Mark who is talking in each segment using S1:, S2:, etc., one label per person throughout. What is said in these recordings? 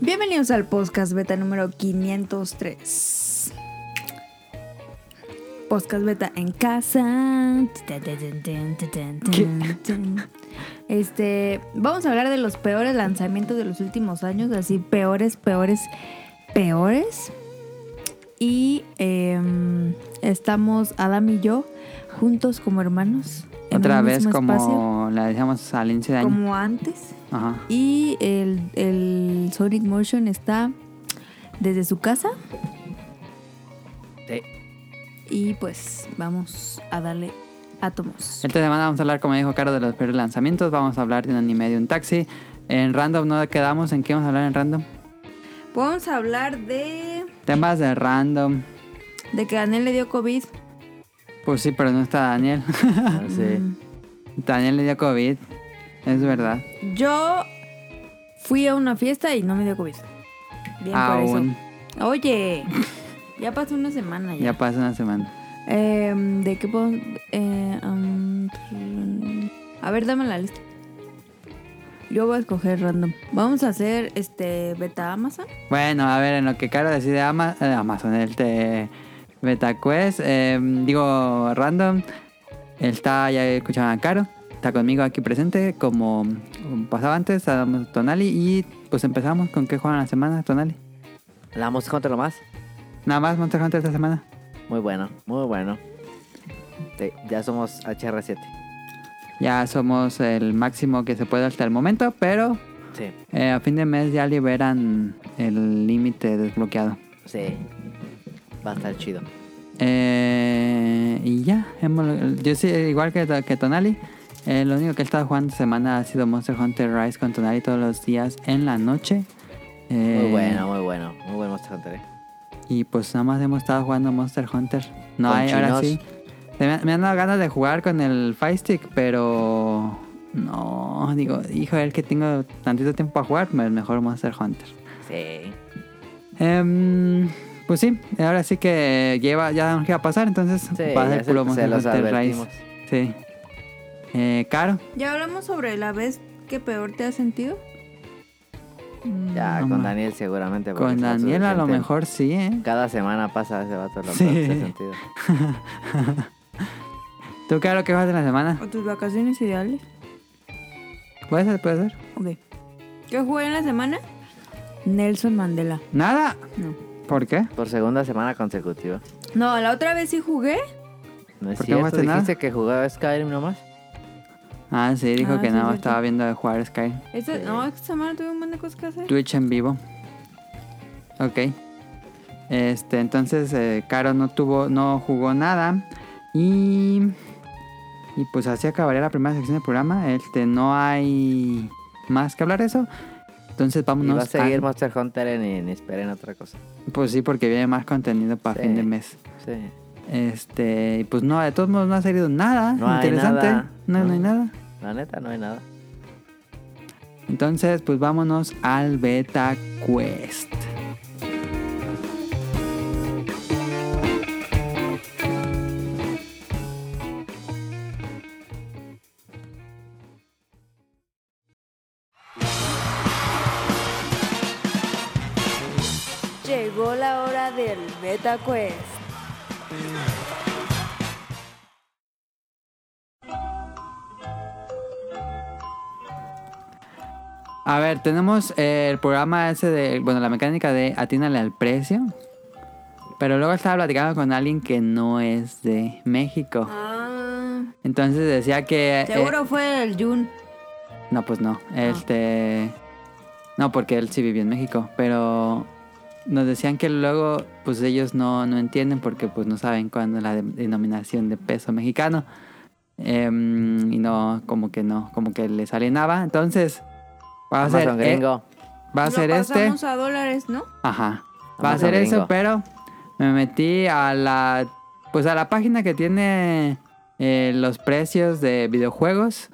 S1: Bienvenidos al podcast beta número 503. Podcast beta en casa.
S2: ¿Qué?
S1: Este, vamos a hablar de los peores lanzamientos de los últimos años, así peores, peores, peores. Y em, estamos Adam y yo juntos como hermanos. en
S2: Otra
S1: un
S2: vez
S1: mismo
S2: como
S1: espacio,
S2: la dejamos al inicio de año.
S1: como antes.
S2: Ajá.
S1: Y el, el Sonic Motion está desde su casa.
S2: Sí.
S1: Y pues vamos a darle átomos.
S2: Esta semana vamos a hablar, como dijo Caro, de los peores lanzamientos. Vamos a hablar de un anime de un taxi. En random no quedamos. ¿En qué vamos a hablar en random?
S1: Vamos a hablar de,
S2: Temas de random.
S1: de que Daniel le dio COVID.
S2: Pues sí, pero no está Daniel.
S1: Mm.
S2: Daniel le dio COVID. Es verdad.
S1: Yo fui a una fiesta y no me dio COVID. Bien
S2: Aún.
S1: por eso. Oye, ya pasó una semana ya.
S2: Ya pasa una semana.
S1: Eh, ¿De qué puedo...? eh, um, a ver, dame la lista. Yo voy a escoger random. Vamos a hacer este beta Amazon.
S2: Bueno, a ver, en lo que Caro decide Ama- eh, Amazon, el te BetaQuest, eh, digo random, está, ya escuchaban a Caro, está conmigo aquí presente, como um, pasaba antes, estábamos Tonali y pues empezamos con qué juegan la semana, Tonali.
S3: La Monster Hunter lo más.
S2: Nada más Monster Hunter esta semana.
S3: Muy bueno, muy bueno. Sí, ya somos HR7.
S2: Ya somos el máximo que se puede hasta el momento, pero
S3: Sí,
S2: eh, a fin de mes ya liberan el límite desbloqueado.
S3: sí. Va a estar chido.
S2: Eh, y ya, hemos- yo sí, igual que, que Tonali, eh, lo único que he estado jugando esta semana ha sido Monster Hunter Rise con Tonali todos los días en la noche. Eh,
S3: Muy bueno, muy bueno. Muy buen Monster Hunter. eh.
S2: Y pues nada más hemos estado jugando Monster Hunter. No
S3: Con
S2: hay, ahora
S3: chinos.
S2: sí. Se Me, me han dado ganas de jugar con el Fire Stick, pero no, digo, hijo, el que tengo tantito tiempo para jugar, me- mejor Monster Hunter.
S3: Sí.
S2: Em, pues sí, ahora sí que lleva, ya sabemos qué va a pasar, entonces
S3: Sí,
S2: va a
S3: ya
S2: ser
S3: se-
S2: puro
S3: se
S2: Monster
S3: los
S2: Hunter Rise.
S3: advertimos.
S2: Sí. Eh, caro.
S1: Ya hablamos sobre la vez que peor te has sentido.
S3: Ya,
S2: Mm, No
S3: con
S2: ma-
S3: Daniel seguramente. porque
S2: Con
S3: está
S2: Daniel a lo
S3: suficiente.
S2: mejor sí, ¿eh?
S3: Cada semana pasa ese vato lo
S2: Sí.
S3: peor que se ha sentido.
S2: ¿Tú, Caro, qué vas en la semana?
S1: ¿O tus vacaciones ideales?
S2: ¿Puede ser? ¿Puede ser?
S1: Ok. ¿Qué jugué en la semana? Nelson Mandela.
S2: ¡Nada!
S1: No.
S2: ¿Por qué?
S3: Por segunda semana consecutiva.
S1: No, la otra vez sí jugué.
S3: No es
S2: ¿Por qué no
S3: cierto.
S2: jugaste nada?
S3: Dijiste que jugaba Skyrim nomás.
S2: Ah, sí, dijo
S1: Ah,
S2: que
S1: sí,
S2: nada, más
S1: cierto.
S2: estaba viendo de jugar Sky.
S1: Esta,
S3: Sí.
S1: No, esta semana tuve un montón de cosas que hacer.
S2: Twitch en vivo. Ok. Este, entonces, eh, Caro no tuvo, no jugó nada. Y. Y pues así acabaría la primera sección del programa. Este, no hay más que hablar de eso. Entonces
S3: Y
S2: vámonos
S3: va a seguir
S2: al-
S3: Monster Hunter en, en- esperen otra cosa.
S2: Pues sí, porque viene más contenido para
S3: Sí.
S2: fin de mes.
S3: Sí.
S2: Este, y pues no, de todos modos no ha salido nada
S3: No hay
S2: interesante.
S3: nada.
S2: No, no, hay
S3: No.
S2: nada.
S3: La neta, no hay nada.
S2: Entonces, pues vámonos al Beta Quest.
S1: Llegó la hora del Beta Quest.
S2: A ver, tenemos eh, el programa ese de, bueno, la mecánica de atínale al precio. Pero luego estaba platicando con alguien que no es de México.
S1: Ah,
S2: Entonces decía que... eh,
S1: seguro fue el Jun.
S2: no, pues no. Este... No, porque él sí vivió en México. Pero nos decían que luego, pues ellos no, no entienden porque pues no saben cuándo es la de- denominación de peso mexicano. Em, y no, como que no, como que les alienaba. Entonces, va a ser...
S3: Amazon
S2: eh,
S3: gringo.
S2: va a
S1: Lo
S2: ser este...
S1: pasamos a dólares, ¿no?
S2: Ajá.
S3: Amazon
S2: Va a ser eso,
S3: gringo.
S2: pero me metí a la pues a la página que tiene eh, los precios de videojuegos.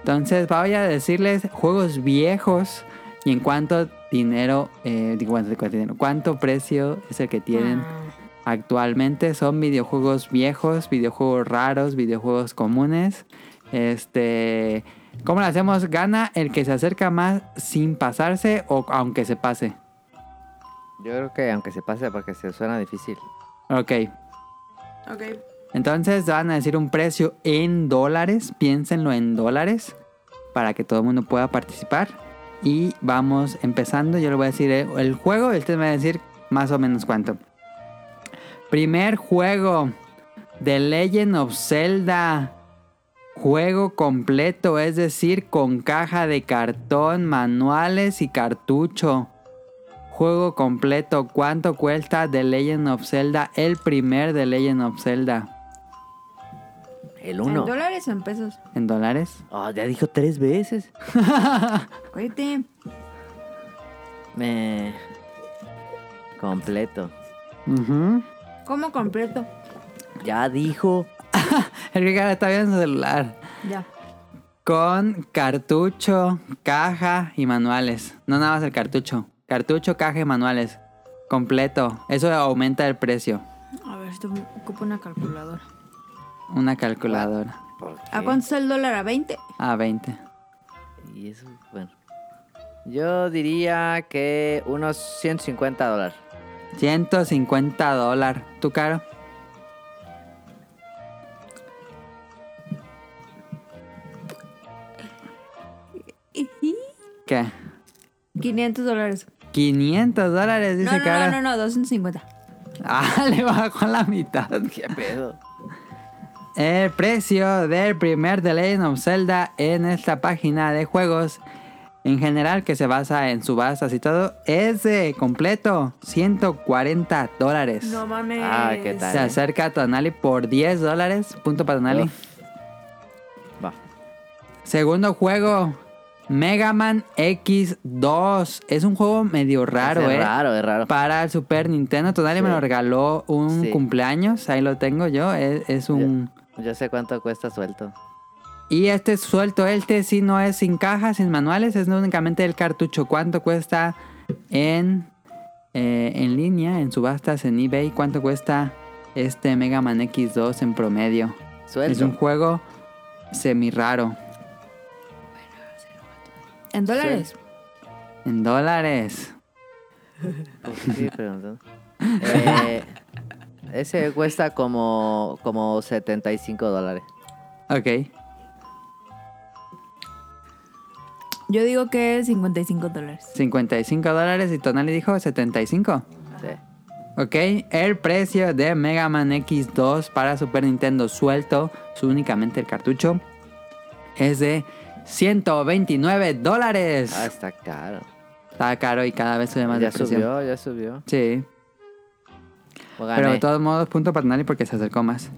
S2: Entonces voy a decirles juegos viejos y en cuánto dinero, eh, digo, cuánto, cuánto dinero, cuánto precio es el que tienen
S1: Ah.
S2: actualmente. Son videojuegos viejos, videojuegos raros, videojuegos comunes. Este, ¿cómo lo hacemos? Gana el que se acerca más sin pasarse o aunque se pase.
S3: Yo creo que aunque se pase porque se suena difícil.
S2: Ok,
S4: Ah,
S5: Ok.
S2: entonces van a decir un precio en dólares, piénsenlo en dólares, para que todo el mundo pueda participar. Y vamos empezando, yo le voy a decir el, el juego y usted me va a decir más o menos cuánto. Primer juego de Legend of Zelda. Juego completo, es decir, con caja de cartón, manuales y cartucho. Juego completo, ¿cuánto cuesta The Legend of Zelda? El primer The Legend of Zelda.
S3: El
S4: ¿En
S3: uno.
S4: dólares o en pesos?
S2: ¿En dólares?
S3: Ah, ya dijo tres veces.
S4: Cállate.
S3: Me... Completo.
S2: Ujú.
S4: ¿Cómo completo?
S3: Ya dijo.
S2: El que cara está viendo su celular.
S4: Ya.
S2: Con cartucho, caja y manuales. No nada más el cartucho. Cartucho, caja y manuales. Completo. Eso aumenta el precio.
S4: A ver, esto me ocupo una calculadora.
S2: Una calculadora.
S3: ¿Por
S4: ¿A
S3: qué?
S4: cuánto está el dólar? ¿A 20?
S2: A 20.
S3: Y eso, bueno. Yo diría que unos 150 dólares.
S2: 150 dólares. ¿Tú, caro? ¿Qué?
S4: 500 dólares.
S2: 500 dólares,
S4: No,
S2: dice
S4: no,
S2: cara.
S4: no, no, no, 250.
S2: Ah, le bajó la mitad.
S3: ¿Qué pedo?
S2: El precio del primer The Legend of Zelda en esta página de juegos, en general que se basa en subastas y todo, es de completo 140 dólares.
S5: No mames.
S3: Ah, ¿qué tal?
S2: se acerca a Tonali por 10 dólares. Punto para Tonali.
S3: Uf. Va.
S2: Segundo juego, Mega Man X2. Es un juego medio raro,
S3: es
S2: ¿eh?
S3: raro, es raro.
S2: Para el Super Nintendo. Tonali me
S3: Sí.
S2: lo regaló un
S3: Sí.
S2: cumpleaños. Ahí lo tengo yo. Es, es un...
S3: Yo sé cuánto cuesta suelto.
S2: Y este suelto, este sí no es sin cajas, sin manuales, es únicamente el cartucho. ¿Cuánto cuesta en, eh, en línea, en subastas, en eBay? ¿Cuánto cuesta este Mega Man X2 en promedio? Es
S3: Suelto.
S2: un juego semi raro.
S4: ¿En dólares?
S2: En dólares.
S3: Pues sí, pero no. Eh, ese cuesta como, como 75 dólares.
S2: Ok.
S4: Yo digo que 55 dólares.
S2: 55 dólares y Tonali dijo 75.
S3: Sí.
S2: Ok, el precio de Mega Man X2 para Super Nintendo suelto, su- únicamente el cartucho, es de 129 dólares.
S3: Ah, está caro.
S2: Está caro y cada vez sube más
S3: ya
S2: de precio.
S3: subió, ya subió.
S2: Sí,
S3: O
S2: pero
S3: gané.
S2: de todos modos, punto para Tonali porque se acercó más.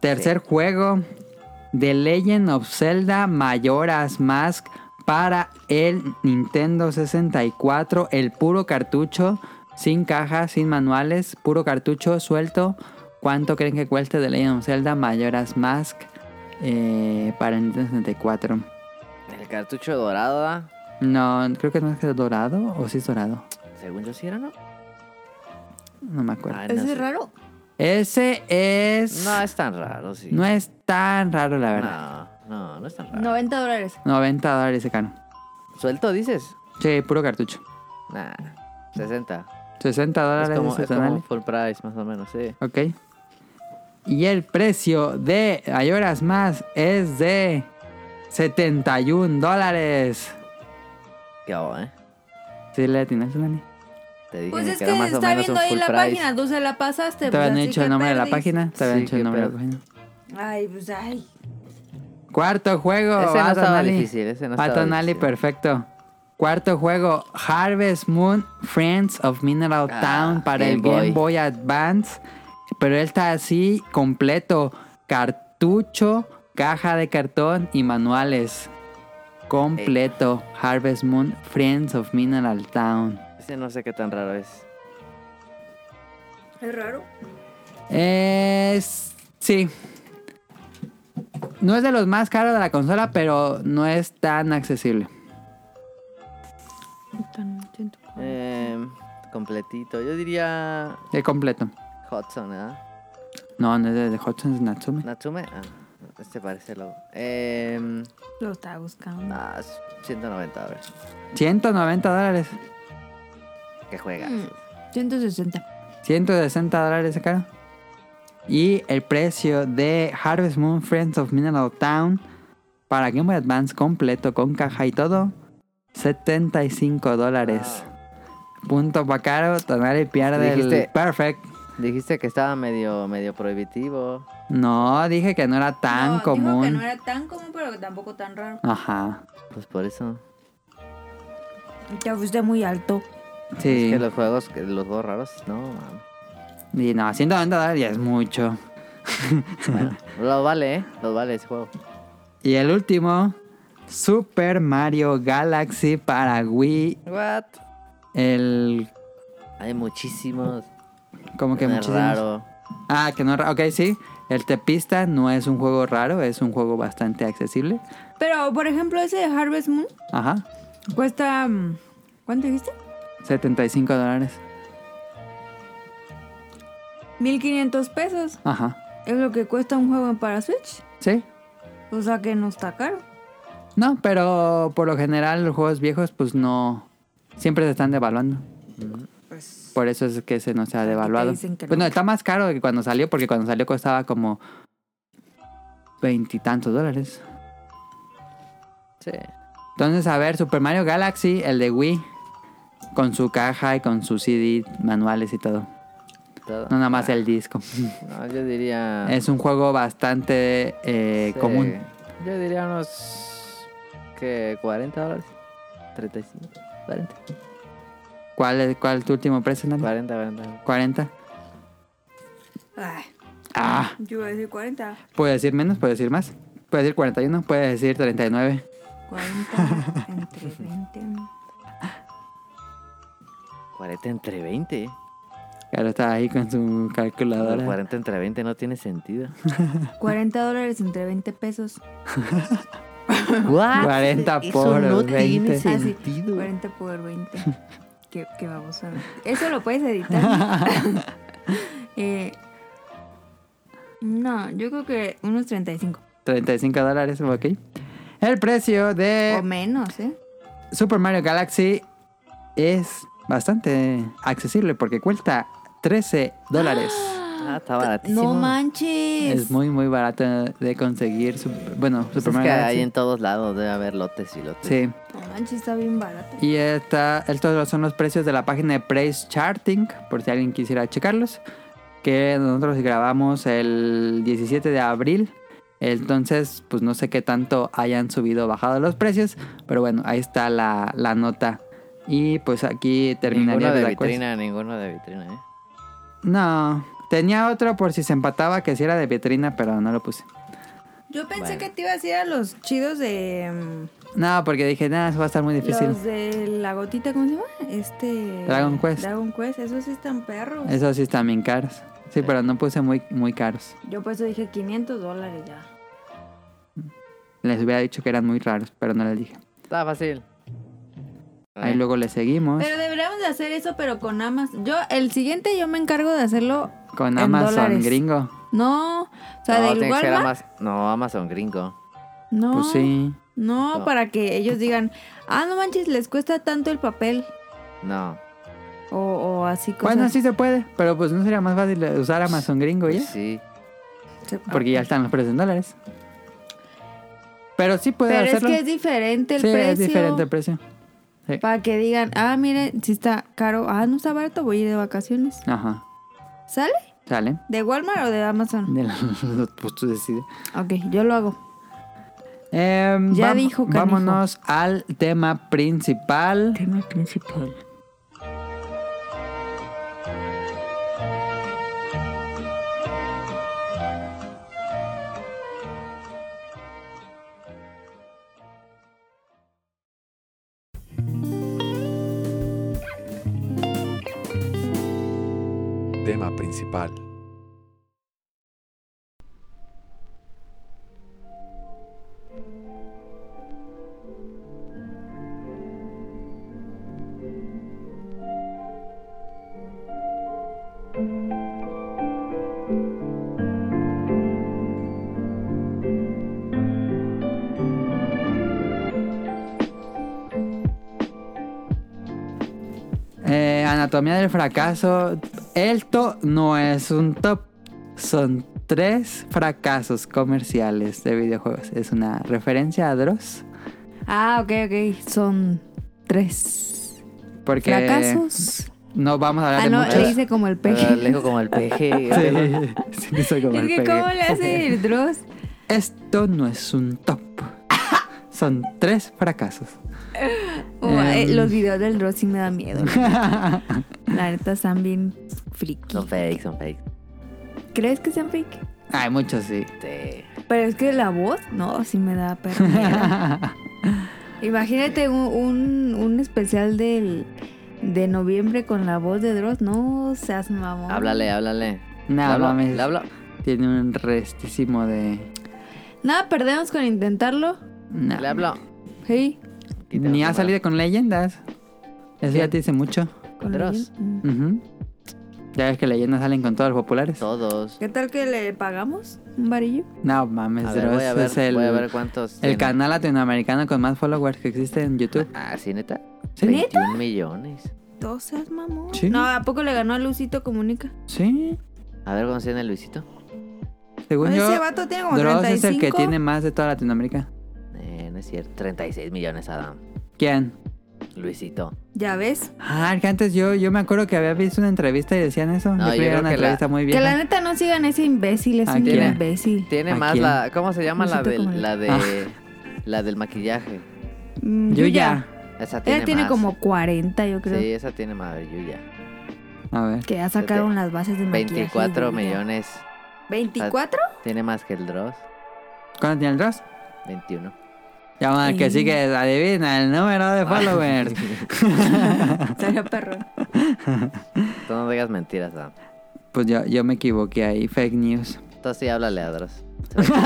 S2: Tercer juego, The Legend of Zelda Mayoras Mask para el Nintendo 64, el puro cartucho, sin caja, sin manuales, puro cartucho suelto. ¿Cuánto creen que cueste The Legend of Zelda Mayoras Mask eh, para el Nintendo 64?
S3: El cartucho dorado, ¿ah? ¿da?
S2: No, creo que no es dorado, o sí es dorado,
S3: Según yo sí era, ¿no?
S2: no me acuerdo.
S3: Ay, no
S4: ¿Ese
S3: sé.
S4: es raro?
S2: Ese es...
S3: No es tan raro, sí.
S2: No es tan raro, la verdad.
S3: No, no, no es tan raro.
S4: 90 dólares.
S2: 90 dólares se cano.
S3: ¿Suelto dices?
S2: Sí, puro cartucho.
S3: Nah, 60.
S2: 60
S3: Es
S2: dólares
S3: como, es
S2: excepcionales.
S3: como full price, más o menos, sí.
S2: Ok. Y el precio de Hay Horas Más es de 71 dólares.
S3: Qué hago, ¿eh?
S2: Sí, le atinaste, Dani.
S3: Te dije
S4: Pues es
S3: que
S4: que
S3: era más o
S4: está
S3: menos un
S4: viendo ahí
S3: full
S4: la
S3: price.
S4: página, tú se la pasaste. pues
S2: Te habían
S4: así
S2: dicho
S4: que
S2: el nombre de la
S4: perdiste.
S2: página. Te habían
S3: Sí,
S2: dicho el
S3: qué
S2: nombre de la
S3: pedo.
S2: página.
S4: Ay, pues ay.
S2: Cuarto juego.
S3: Ese no
S2: va,
S3: estaba
S2: Tonali.
S3: difícil, ese no
S2: Va,
S3: estaba
S2: Tonali,
S3: difícil.
S2: perfecto. Cuarto juego, Harvest Moon Friends of Mineral
S3: Ah,
S2: Town para el
S3: Game
S2: Game
S3: Boy.
S2: Boy Advance. Pero él está así, completo. Cartucho, caja de cartón y manuales. Completo. Harvest Moon Friends of Mineral Town.
S3: Ese no sé qué tan raro es.
S5: Es raro.
S2: Es... Sí. No es de los más caros de la consola, pero no es tan accesible.
S3: Eh, completito. Yo diría
S2: De completo.
S3: Hudson, ¿verdad?
S2: No, no es de- de Hudson, es Natsume.
S3: Natsume. Ah, este parece lobo. Eh,
S4: Lo estaba buscando.
S3: ah, 190 dólares.
S2: 190 dólares.
S3: que juegas.
S4: Mm.
S3: Ah,
S1: 160.
S2: 160 dólares acá. Y el precio de Harvest Moon Friends of Mineral Town para Game Boy Advance completo con caja y todo, 75 dólares. Punto para caro, Tonali pierde el
S3: Dijiste-
S2: perfect.
S3: Dijiste que estaba medio, medio prohibitivo.
S2: No, dije que no era tan
S1: No, dijo que
S2: común.
S1: no era tan común, pero que tampoco tan raro.
S2: Ajá.
S3: Pues por eso.
S1: Ya fuiste muy alto.
S2: Sí.
S3: Es que los juegos, que los juegos raros, no, mames.
S2: Y no, 190 dólares ya es mucho.
S3: Lo vale, ¿eh? Lo vale ese juego.
S2: Y el último, Super Mario Galaxy para Wii.
S3: What?
S2: El.
S3: Hay muchísimos.
S2: Como que
S3: es
S2: muchísimos-
S3: raro.
S2: Ah, que no. ra- Ok, sí. El Tepista no es un juego raro, es un juego bastante accesible.
S1: Pero, por ejemplo, ese de Harvest Moon
S2: Ajá.
S1: cuesta. mm, ¿Cuánto dijiste?
S2: 75 dólares.
S1: 1500 pesos.
S2: Ajá.
S1: Es lo que cuesta un juego para Switch.
S2: Sí.
S1: O sea que no está caro.
S2: No, pero por lo general los juegos viejos, pues no. Siempre se están devaluando.
S1: Pues.
S2: Por eso es que se nos ha
S1: Aquí te
S2: devaluado.
S1: dicen que
S2: Bueno,
S1: no.
S2: está más caro que cuando salió, porque cuando salió costaba como veintitantos dólares.
S3: Sí.
S2: Entonces, a ver, Super Mario Galaxy, el de Wii, con su caja y con su CD, manuales y todo.
S3: Todo.
S2: No nada más el disco.
S3: No, yo diría.
S1: Ah.
S2: Es un juego bastante eh,
S3: sí.
S2: común.
S3: Yo diría unos. ¿Qué? ¿40 dólares? ¿35? ¿40?
S2: Mm. ¿Cuál es, cuál es tu último precio, Nani?
S3: 40, 40.
S2: 40.
S1: Ay,
S2: Ah,
S1: yo iba a decir 40.
S2: puede decir menos, puede decir más. Puede decir 41, puede decir 39.
S1: 40 entre 20.
S3: 40 entre ¿eh? 20.
S2: Claro, está ahí con su
S3: Pero
S2: calculadora.
S3: 40 entre 20 no tiene sentido.
S1: 40 dólares entre 20 pesos.
S3: ¿What?
S2: 40 por 20.
S1: Ah, sí, 40 por 20. que, vamos a ver. Eso lo puedes editar. Eh, no, yo creo que unos 35.
S2: 35 dólares, ok. El precio
S3: Oh,
S1: o
S2: de
S1: menos, ¿eh?
S2: Super Mario Galaxy es bastante accesible porque cuesta 13 dólares.
S3: Ah, está baratísimo.
S1: No manches.
S2: Es muy, muy barato de conseguir. Sup- bueno, Super
S3: Pues es que
S2: Mario
S3: hay
S2: Galaxy.
S3: en todos lados, debe haber lotes y lotes.
S2: Sí.
S1: No manches, está bien barato.
S2: Y esta, estos son los precios de la página de Price Charting, por si alguien quisiera checarlos, que nosotros grabamos el 17 de abril. Entonces, pues no sé qué tanto hayan subido o bajado los precios, pero bueno, ahí está la, la nota. Y pues aquí terminaría
S3: Ninguno de
S2: la
S3: vitrina, ninguno de vitrina, ¿eh?
S2: cuesta. No, tenía otro por si se empataba, que si era de vitrina, pero no lo puse.
S1: Yo pensé
S3: Bueno.
S1: que te ibas a ir a los chidos de. mm,
S2: No, porque dije, nada, eso va a estar muy difícil.
S1: Los de la gotita, ¿cómo se llama? Este.
S2: Dragon Quest.
S1: Dragon Quest, esos sí están perros.
S2: Esos sí están bien caros. Sí, pero no puse muy, muy caros.
S1: Yo por eso dije 500 dólares ya.
S2: Les hubiera dicho que eran muy raros, pero no les dije.
S3: Está fácil.
S2: Ahí luego le seguimos
S1: Pero deberíamos de hacer eso, pero con Amazon. Yo, el siguiente yo me encargo de hacerlo.
S2: con
S1: en
S2: Amazon
S1: dólares.
S2: gringo.
S1: No, o sea,
S3: no,
S1: del
S3: tiene que ser
S1: Walmart.
S3: Amaz- no, Amazon gringo.
S1: No,
S2: Pues sí.
S1: no,
S3: No.
S1: para que ellos digan, ah, no manches, les cuesta tanto el papel.
S3: No.
S1: O, o así cosas.
S2: Bueno, sí se puede, pero pues no sería más fácil usar Amazon gringo ya,
S3: Pues sí.
S1: Se-
S2: porque ya están los precios en dólares. Pero sí puede
S1: Pero
S2: hacerlo.
S1: es que es diferente el
S2: sí,
S1: precio.
S2: es diferente el precio.
S1: Para que digan, ah, miren, si está caro, ah, no está barato, voy a ir de vacaciones.
S2: Ajá.
S1: ¿Sale?
S2: Sale.
S1: ¿De Walmart o de Amazon?
S2: De la- pues tú decides.
S1: Ok, yo lo hago.
S2: Em,
S1: Ya
S2: vam-
S1: dijo, canijo.
S2: Vámonos al tema principal.
S1: Tema principal.
S6: Tema principal.
S2: eh, Anatomía del Fracaso. El top no es un top. Son tres fracasos comerciales de videojuegos. Es una referencia a Dross.
S1: Ah, ok, ok. Son tres.
S2: Porque
S1: ¿Fracasos?
S2: no vamos a hablar
S1: Ah,
S2: de
S1: no,
S2: muchos.
S1: le hice como el peje.
S3: Ah, le dijo como el peje.
S2: Sí, sí, no soy como
S1: es
S2: el
S1: que,
S2: pegue.
S1: ¿cómo le hace el Dross?
S2: Esto no es un top. Son tres fracasos.
S1: Uy,
S2: Em.
S1: Oh, eh, los videos del Dross sí me dan miedo. La neta están bien friki.
S3: Son fake, son fake.
S1: ¿Crees que sean fake?
S2: Hay muchos, sí.
S3: Sí.
S1: Pero es que la voz, no, sí me da perro. miedo. Imagínate un, un, un especial del, de noviembre con la voz de Dross. No seas mamón.
S3: Háblale, háblale.
S2: Nada,
S3: ¿Le hablo?
S2: mames.
S3: ¿Le hablo?
S2: Tiene un restísimo de.
S1: Nada, perdemos con intentarlo.
S2: Nah.
S3: ¿Le hablo?
S1: Sí.
S3: Quita
S2: Ni
S3: la
S2: ha
S3: cámara.
S2: salido con leyendas. Eso
S3: ¿Qué?
S2: ya te dice mucho.
S1: con
S3: Dross.
S1: alguien. Mm.
S2: Ujú. Ya ves que leyendas salen con todos los populares.
S3: Todos.
S1: ¿Qué tal que le pagamos un varillo?
S2: No mames,
S3: A ver,
S2: Dross
S3: voy a ver,
S2: es el,
S3: voy a ver cuántos.
S2: el
S3: tienen.
S2: canal latinoamericano con más followers que existe en YouTube.
S3: Ah, sí, neta.
S2: Sí.
S3: 21 millones.
S1: No seas mamón.
S2: Sí.
S1: No, ¿a poco le ganó a Lucito Comunica?
S2: Sí.
S3: A ver, ¿cuántos tiene Luisito?
S2: Según yo,
S1: Ese vato tiene como
S2: Dross
S1: 35.
S2: es el que tiene más de toda Latinoamérica.
S3: Eh, no es cierto. 36 millones, Adam.
S2: ¿Quién?
S3: Luisito.
S1: Ya ves.
S2: Ah, que antes yo, yo me acuerdo que había visto una entrevista y decían eso.
S3: No,
S2: yo creo
S3: yo
S2: que era
S3: creo
S2: una
S3: que la-
S2: entrevista muy
S1: Que la
S2: bien.
S1: neta no sigan ese imbécil, es
S2: ¿A
S1: un
S2: quién?
S1: imbécil.
S3: Tiene
S2: ¿A
S3: más
S2: quién? Ah.
S3: la. ¿Cómo se llama la
S1: Luisito
S3: del,
S1: Comunica.
S3: la de. La del maquillaje.
S1: Mm,
S2: Yo
S1: Yuya.
S2: ya.
S3: Esa tiene
S1: Ella tiene
S3: más.
S1: como 40, yo creo.
S3: Sí, esa tiene más. Yuya.
S2: A ver.
S1: Que ya sacaron las bases de maquillaje.
S3: 24
S1: Yuya.
S3: millones.
S1: ¿24?
S3: Tiene más que el Dross.
S2: ¿Cuánto tiene el Dross?
S3: 21.
S2: Ya, bueno, el que
S1: Sí.
S2: sí que adivina el número de followers.
S1: Estaría perro.
S3: Tú no digas mentiras, Adam.
S2: Pues yo, yo me equivoqué ahí, fake news.
S3: Tú sí háblale a Dross. Se ve que- se ve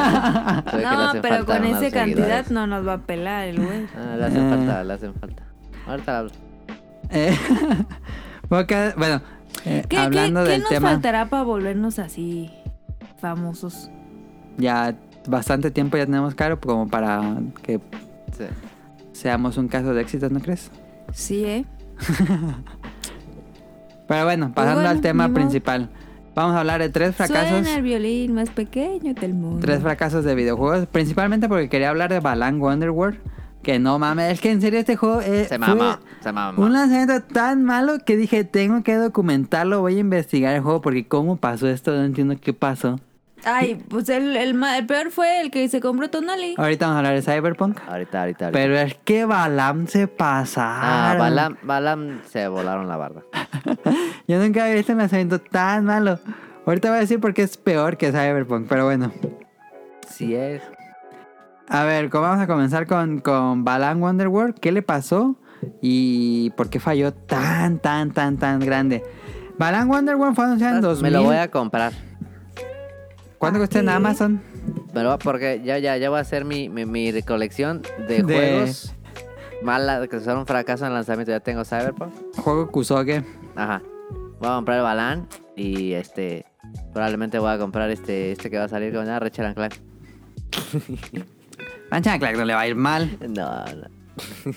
S3: que le
S1: No,
S3: hacen
S1: pero
S3: falta
S1: con
S3: unos
S1: esa cantidad
S3: seguidores.
S1: no nos va a pelar el güey.
S3: Ah, le hacen
S2: Eh.
S3: falta, le hacen falta. Ahorita le hablo.
S2: Eh, porque- bueno, eh,
S1: ¿Qué,
S2: hablando
S1: qué, qué
S2: del
S1: nos
S2: tema,
S1: faltará para volvernos así famosos?
S2: ya bastante tiempo ya tenemos caro como para que
S3: Sí.
S2: seamos un caso de éxito, ¿no crees?
S1: Sí, ¿eh?
S2: Pero bueno, pasando
S1: Pues bueno,
S2: al tema
S1: ni modo.
S2: principal. Vamos a hablar de tres fracasos.
S1: Suena el violín más pequeño del mundo.
S2: Tres fracasos de videojuegos. Principalmente porque quería hablar de Balan Wonderworld. Que no mames, es que en serio este juego eh,
S3: Se
S2: fue
S3: mama, se mama.
S2: un lanzamiento tan malo que dije, tengo que documentarlo, voy a investigar el juego porque cómo pasó esto, no entiendo qué pasó.
S1: Ay, pues el, el, ma- el peor fue el que se compró Tonali.
S2: Ahorita vamos a hablar de Cyberpunk.
S3: Ahorita, ahorita, ahorita.
S2: Pero es que Balam se
S3: Ah,
S2: pasaron.
S3: Balam, Balam se volaron la barda.
S2: Yo nunca había visto un lanzamiento tan malo. Ahorita voy a decir por qué es peor que Cyberpunk, pero bueno.
S3: Sí es.
S2: A ver, ¿cómo vamos a comenzar con, con Balan Wonderworld? ¿Qué le pasó? ¿Y por qué falló tan, tan, tan, tan grande? Balan Wonderworld fue anunciado en 2000.
S3: Ah, Me lo voy a comprar.
S2: ¿Cuánto cuesta en
S1: Aquí.
S2: Amazon?
S3: Me lo voy a- porque ya, ya, ya voy a hacer mi, mi, mi recolección de,
S2: De-
S3: juegos malas que son un fracaso en lanzamiento. Ya tengo Cyberpunk.
S2: Juego Kusoge.
S3: Ajá. Voy a comprar Balan y este. Probablemente voy a comprar este este que va a salir con la Rachel and Clank.
S2: Mancha, claro, no le va a ir mal.
S3: No, no.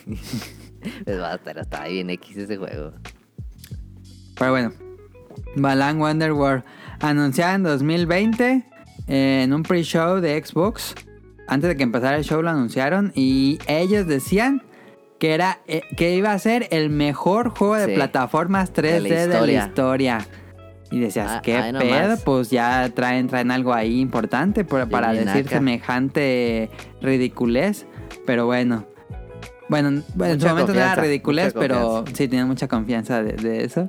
S3: Les va a estar hasta ahí en X ese juego.
S2: Pero bueno. Balan Wonderworld. Anunciada en 2020. eh, en un pre-show de Xbox. Antes de que empezara el show lo anunciaron. Y ellos decían que era eh, que iba a ser el mejor juego de
S3: Sí.
S2: plataformas 3D de la historia.
S3: historia.
S2: Y decías,
S3: Ah,
S2: qué
S3: ahí nomás.
S2: pedo, pues ya traen, traen algo ahí importante por- para
S3: bien
S2: decir
S3: naca.
S2: semejante ridiculez. Pero bueno. Bueno, en su
S3: Mucha
S2: momento no era
S3: confianza,
S2: ridiculez,
S3: mucha
S2: pero
S3: confianza.
S2: sí tenían mucha confianza de, de eso.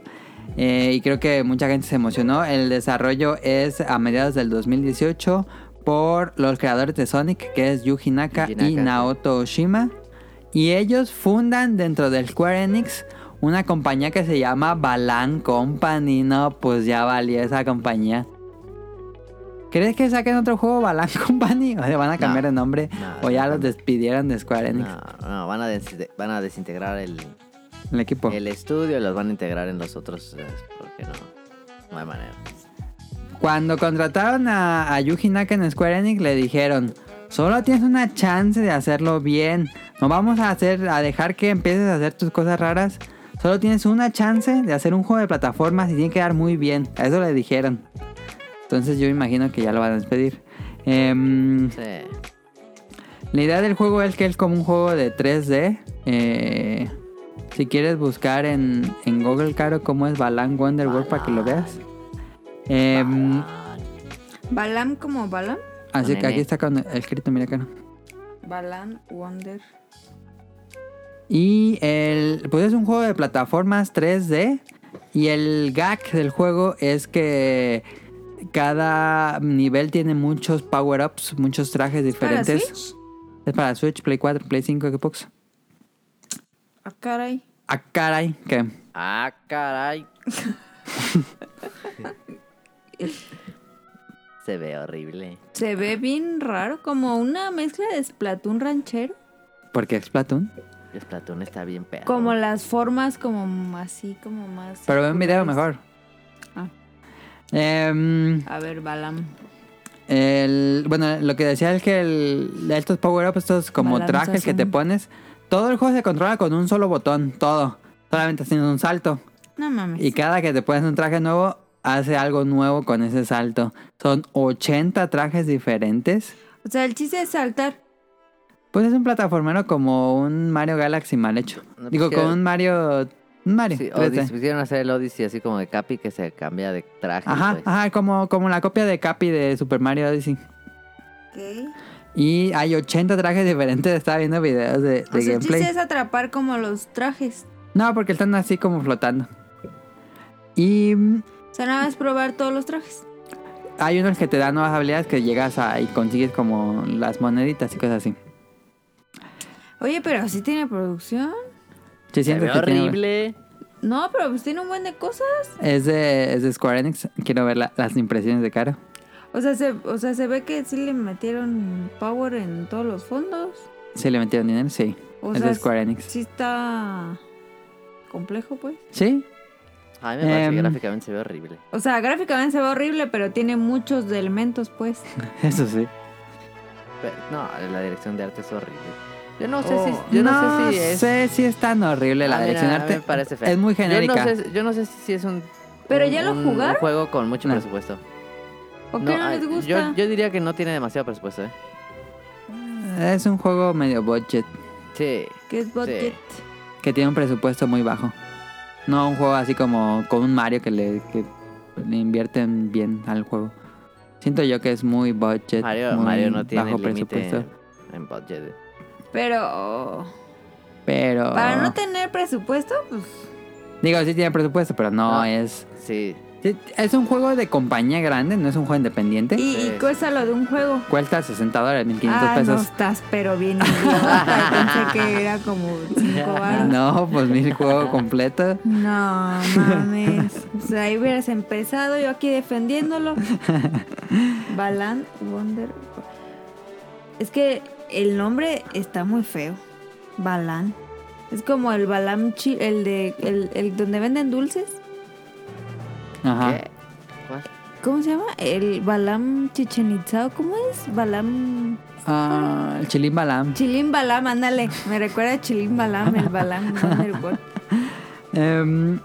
S2: Eh, y creo que mucha gente se emocionó. El desarrollo es a mediados del 2018 por los creadores de Sonic, que es Yuji Naka,
S3: Yuji Naka,
S2: y
S3: sí.
S2: Naoto Oshima. Y ellos fundan dentro del Square Enix una compañía que se llama Balan Company. No, pues ya valía esa compañía. ¿Crees que saquen otro juego Balan Company? ¿O le van a cambiar
S3: No.
S2: de nombre?
S3: No,
S2: ¿O ya
S3: no,
S2: los
S3: no.
S2: despidieron de Square Enix?
S3: No, no, van a, desinte- van a desintegrar el,
S2: El equipo.
S3: el estudio y los van a integrar en los otros. eh, Porque no, no hay manera.
S2: Cuando contrataron a, a Yuji Naka en Square Enix le dijeron, solo tienes una chance de hacerlo bien, no vamos a hacer a dejar que empieces a hacer tus cosas raras, Solo tienes una chance de hacer un juego de plataformas y tiene que dar muy bien. A eso le dijeron. Entonces yo imagino que ya lo van a despedir. Em,
S3: Sí.
S2: la idea del juego es que es como un juego de 3D. Eh, si quieres buscar en, en Google, Caro, cómo es Balan Wonder World para que lo veas. Em,
S1: Balam como Balam.
S2: así
S3: Con
S2: que aquí
S3: N.
S2: está con escrito, mira, Caro.
S1: Balam Wonder.
S2: Y el, pues es un juego de plataformas 3D. Y el gag del juego es que cada nivel tiene muchos power-ups, muchos trajes
S1: para
S2: diferentes. Es para Switch, Play 4, Play 5, Xbox.
S1: Ah, caray.
S2: Ah, caray, que
S3: Ah, caray. Se ve horrible.
S1: Se ve bien raro, como una mezcla de Splatoon ranchero.
S2: porque es Platoon.
S3: Splatoon está bien perro.
S1: Como las formas como así, como más...
S2: Pero ve un video
S1: circulares.
S2: mejor.
S1: Ah.
S2: Em,
S1: A ver, Balam.
S2: El- bueno, lo que decía es que el, estos power-ups, estos como
S1: Balanzas
S2: trajes que te
S1: un-
S2: pones, todo el juego se controla con un solo botón, todo. Solamente haciendo un salto.
S1: No mames.
S2: Y cada que te pones un traje nuevo, hace algo nuevo con ese salto. Son 80 trajes diferentes.
S1: O sea, el chiste es saltar.
S2: Pues es un plataformero como un Mario Galaxy mal hecho.
S3: No,
S2: Digo,
S3: pues,
S2: como un Mario... Un Mario.
S3: Sí,
S2: 3D.
S3: Odyssey, quisieron hacer el Odyssey así como de Capi que se cambia de traje.
S2: Ajá,
S3: pues.
S2: ajá, como, como la copia de Capi de Super Mario Odyssey.
S1: ¿Qué?
S2: Y hay 80 trajes diferentes. Estaba viendo videos de, de
S1: O sea, el
S2: gameplay.
S1: chiste es atrapar como los trajes.
S2: No, porque están así como flotando. Y mm,
S1: O sea, nada más probar todos los trajes.
S2: hay unos que te dan nuevas habilidades que llegas a, y consigues como las moneditas y cosas así.
S1: Oye, pero sí tiene producción.
S2: Sí,
S3: Se
S2: siento
S3: ve
S2: que tiene-
S3: horrible.
S1: No, pero pues tiene un buen de cosas.
S2: es, de, es de Square Enix. Quiero ver la- las impresiones de cara.
S1: O sea, se, o sea, se ve que sí le metieron power en todos los fondos.
S2: ¿Sí le metieron dinero? Sí.
S1: O
S2: es
S1: sea,
S2: de Square Enix.
S1: sí está complejo, pues.
S2: Sí.
S3: A mí me parece que
S2: Em.
S3: gráficamente se ve horrible.
S1: O sea, gráficamente se ve horrible, pero tiene muchos de elementos, pues.
S2: Eso sí.
S3: Pero- no, la dirección de arte es horrible. Yo no sé si, yo no,
S2: Oh, no,
S3: sé si es...
S2: sé si es tan horrible la
S3: Ah, mira,
S2: dirección de
S3: a mí
S2: arte.
S3: me parece fea.
S2: Es muy genérica.
S3: Yo no sé, yo no sé si es un...
S1: Pero
S3: un-
S1: ya lo
S3: un-
S1: jugaron.
S3: Un juego con mucho
S2: No.
S3: presupuesto.
S1: ¿O qué no,
S3: ay,
S1: les gusta?
S3: ah, Yo, yo diría que no tiene demasiado presupuesto, ¿eh?
S2: Es un juego medio budget.
S3: Sí.
S1: Que es budget.
S2: Que tiene un presupuesto muy bajo. No un juego así como con un Mario que le, que le invierten bien al juego. Siento yo que es muy budget.
S3: Mario,
S2: muy
S3: Mario no tiene
S2: bajo
S3: límite
S2: presupuesto.
S3: en, en budget.
S1: Pero
S2: Pero.
S1: para
S3: Ah.
S1: no tener presupuesto, pues
S2: Digo, sí tiene presupuesto, pero no,
S3: No.
S2: es.
S3: Sí.
S2: sí, es un juego de compañía grande, no es un juego independiente.
S1: y, y
S3: Sí.
S1: cuesta lo de un juego.
S2: Cuesta 60 dólares, 1500
S1: Ah, no
S2: pesos.
S1: estás, pero bien idiota. Pensé que era como cinco baros.
S2: No, pues mil juego completo.
S1: No mames. O sea, ahí hubieras empezado yo aquí defendiéndolo. Balan Wonder. Es que el nombre está muy feo. Balan. Es como el Balam chi- el de el, el donde venden dulces.
S2: Ajá.
S3: ¿Qué? ¿Cuál?
S1: ¿Cómo se llama? El Balam Chichen Itza, ¿Cómo es? Balam
S2: Ah, el Chilín Balam.
S1: Chilim Balam, ándale. Me recuerda a Chilim Balam, el Balam Wonder World.
S2: Em,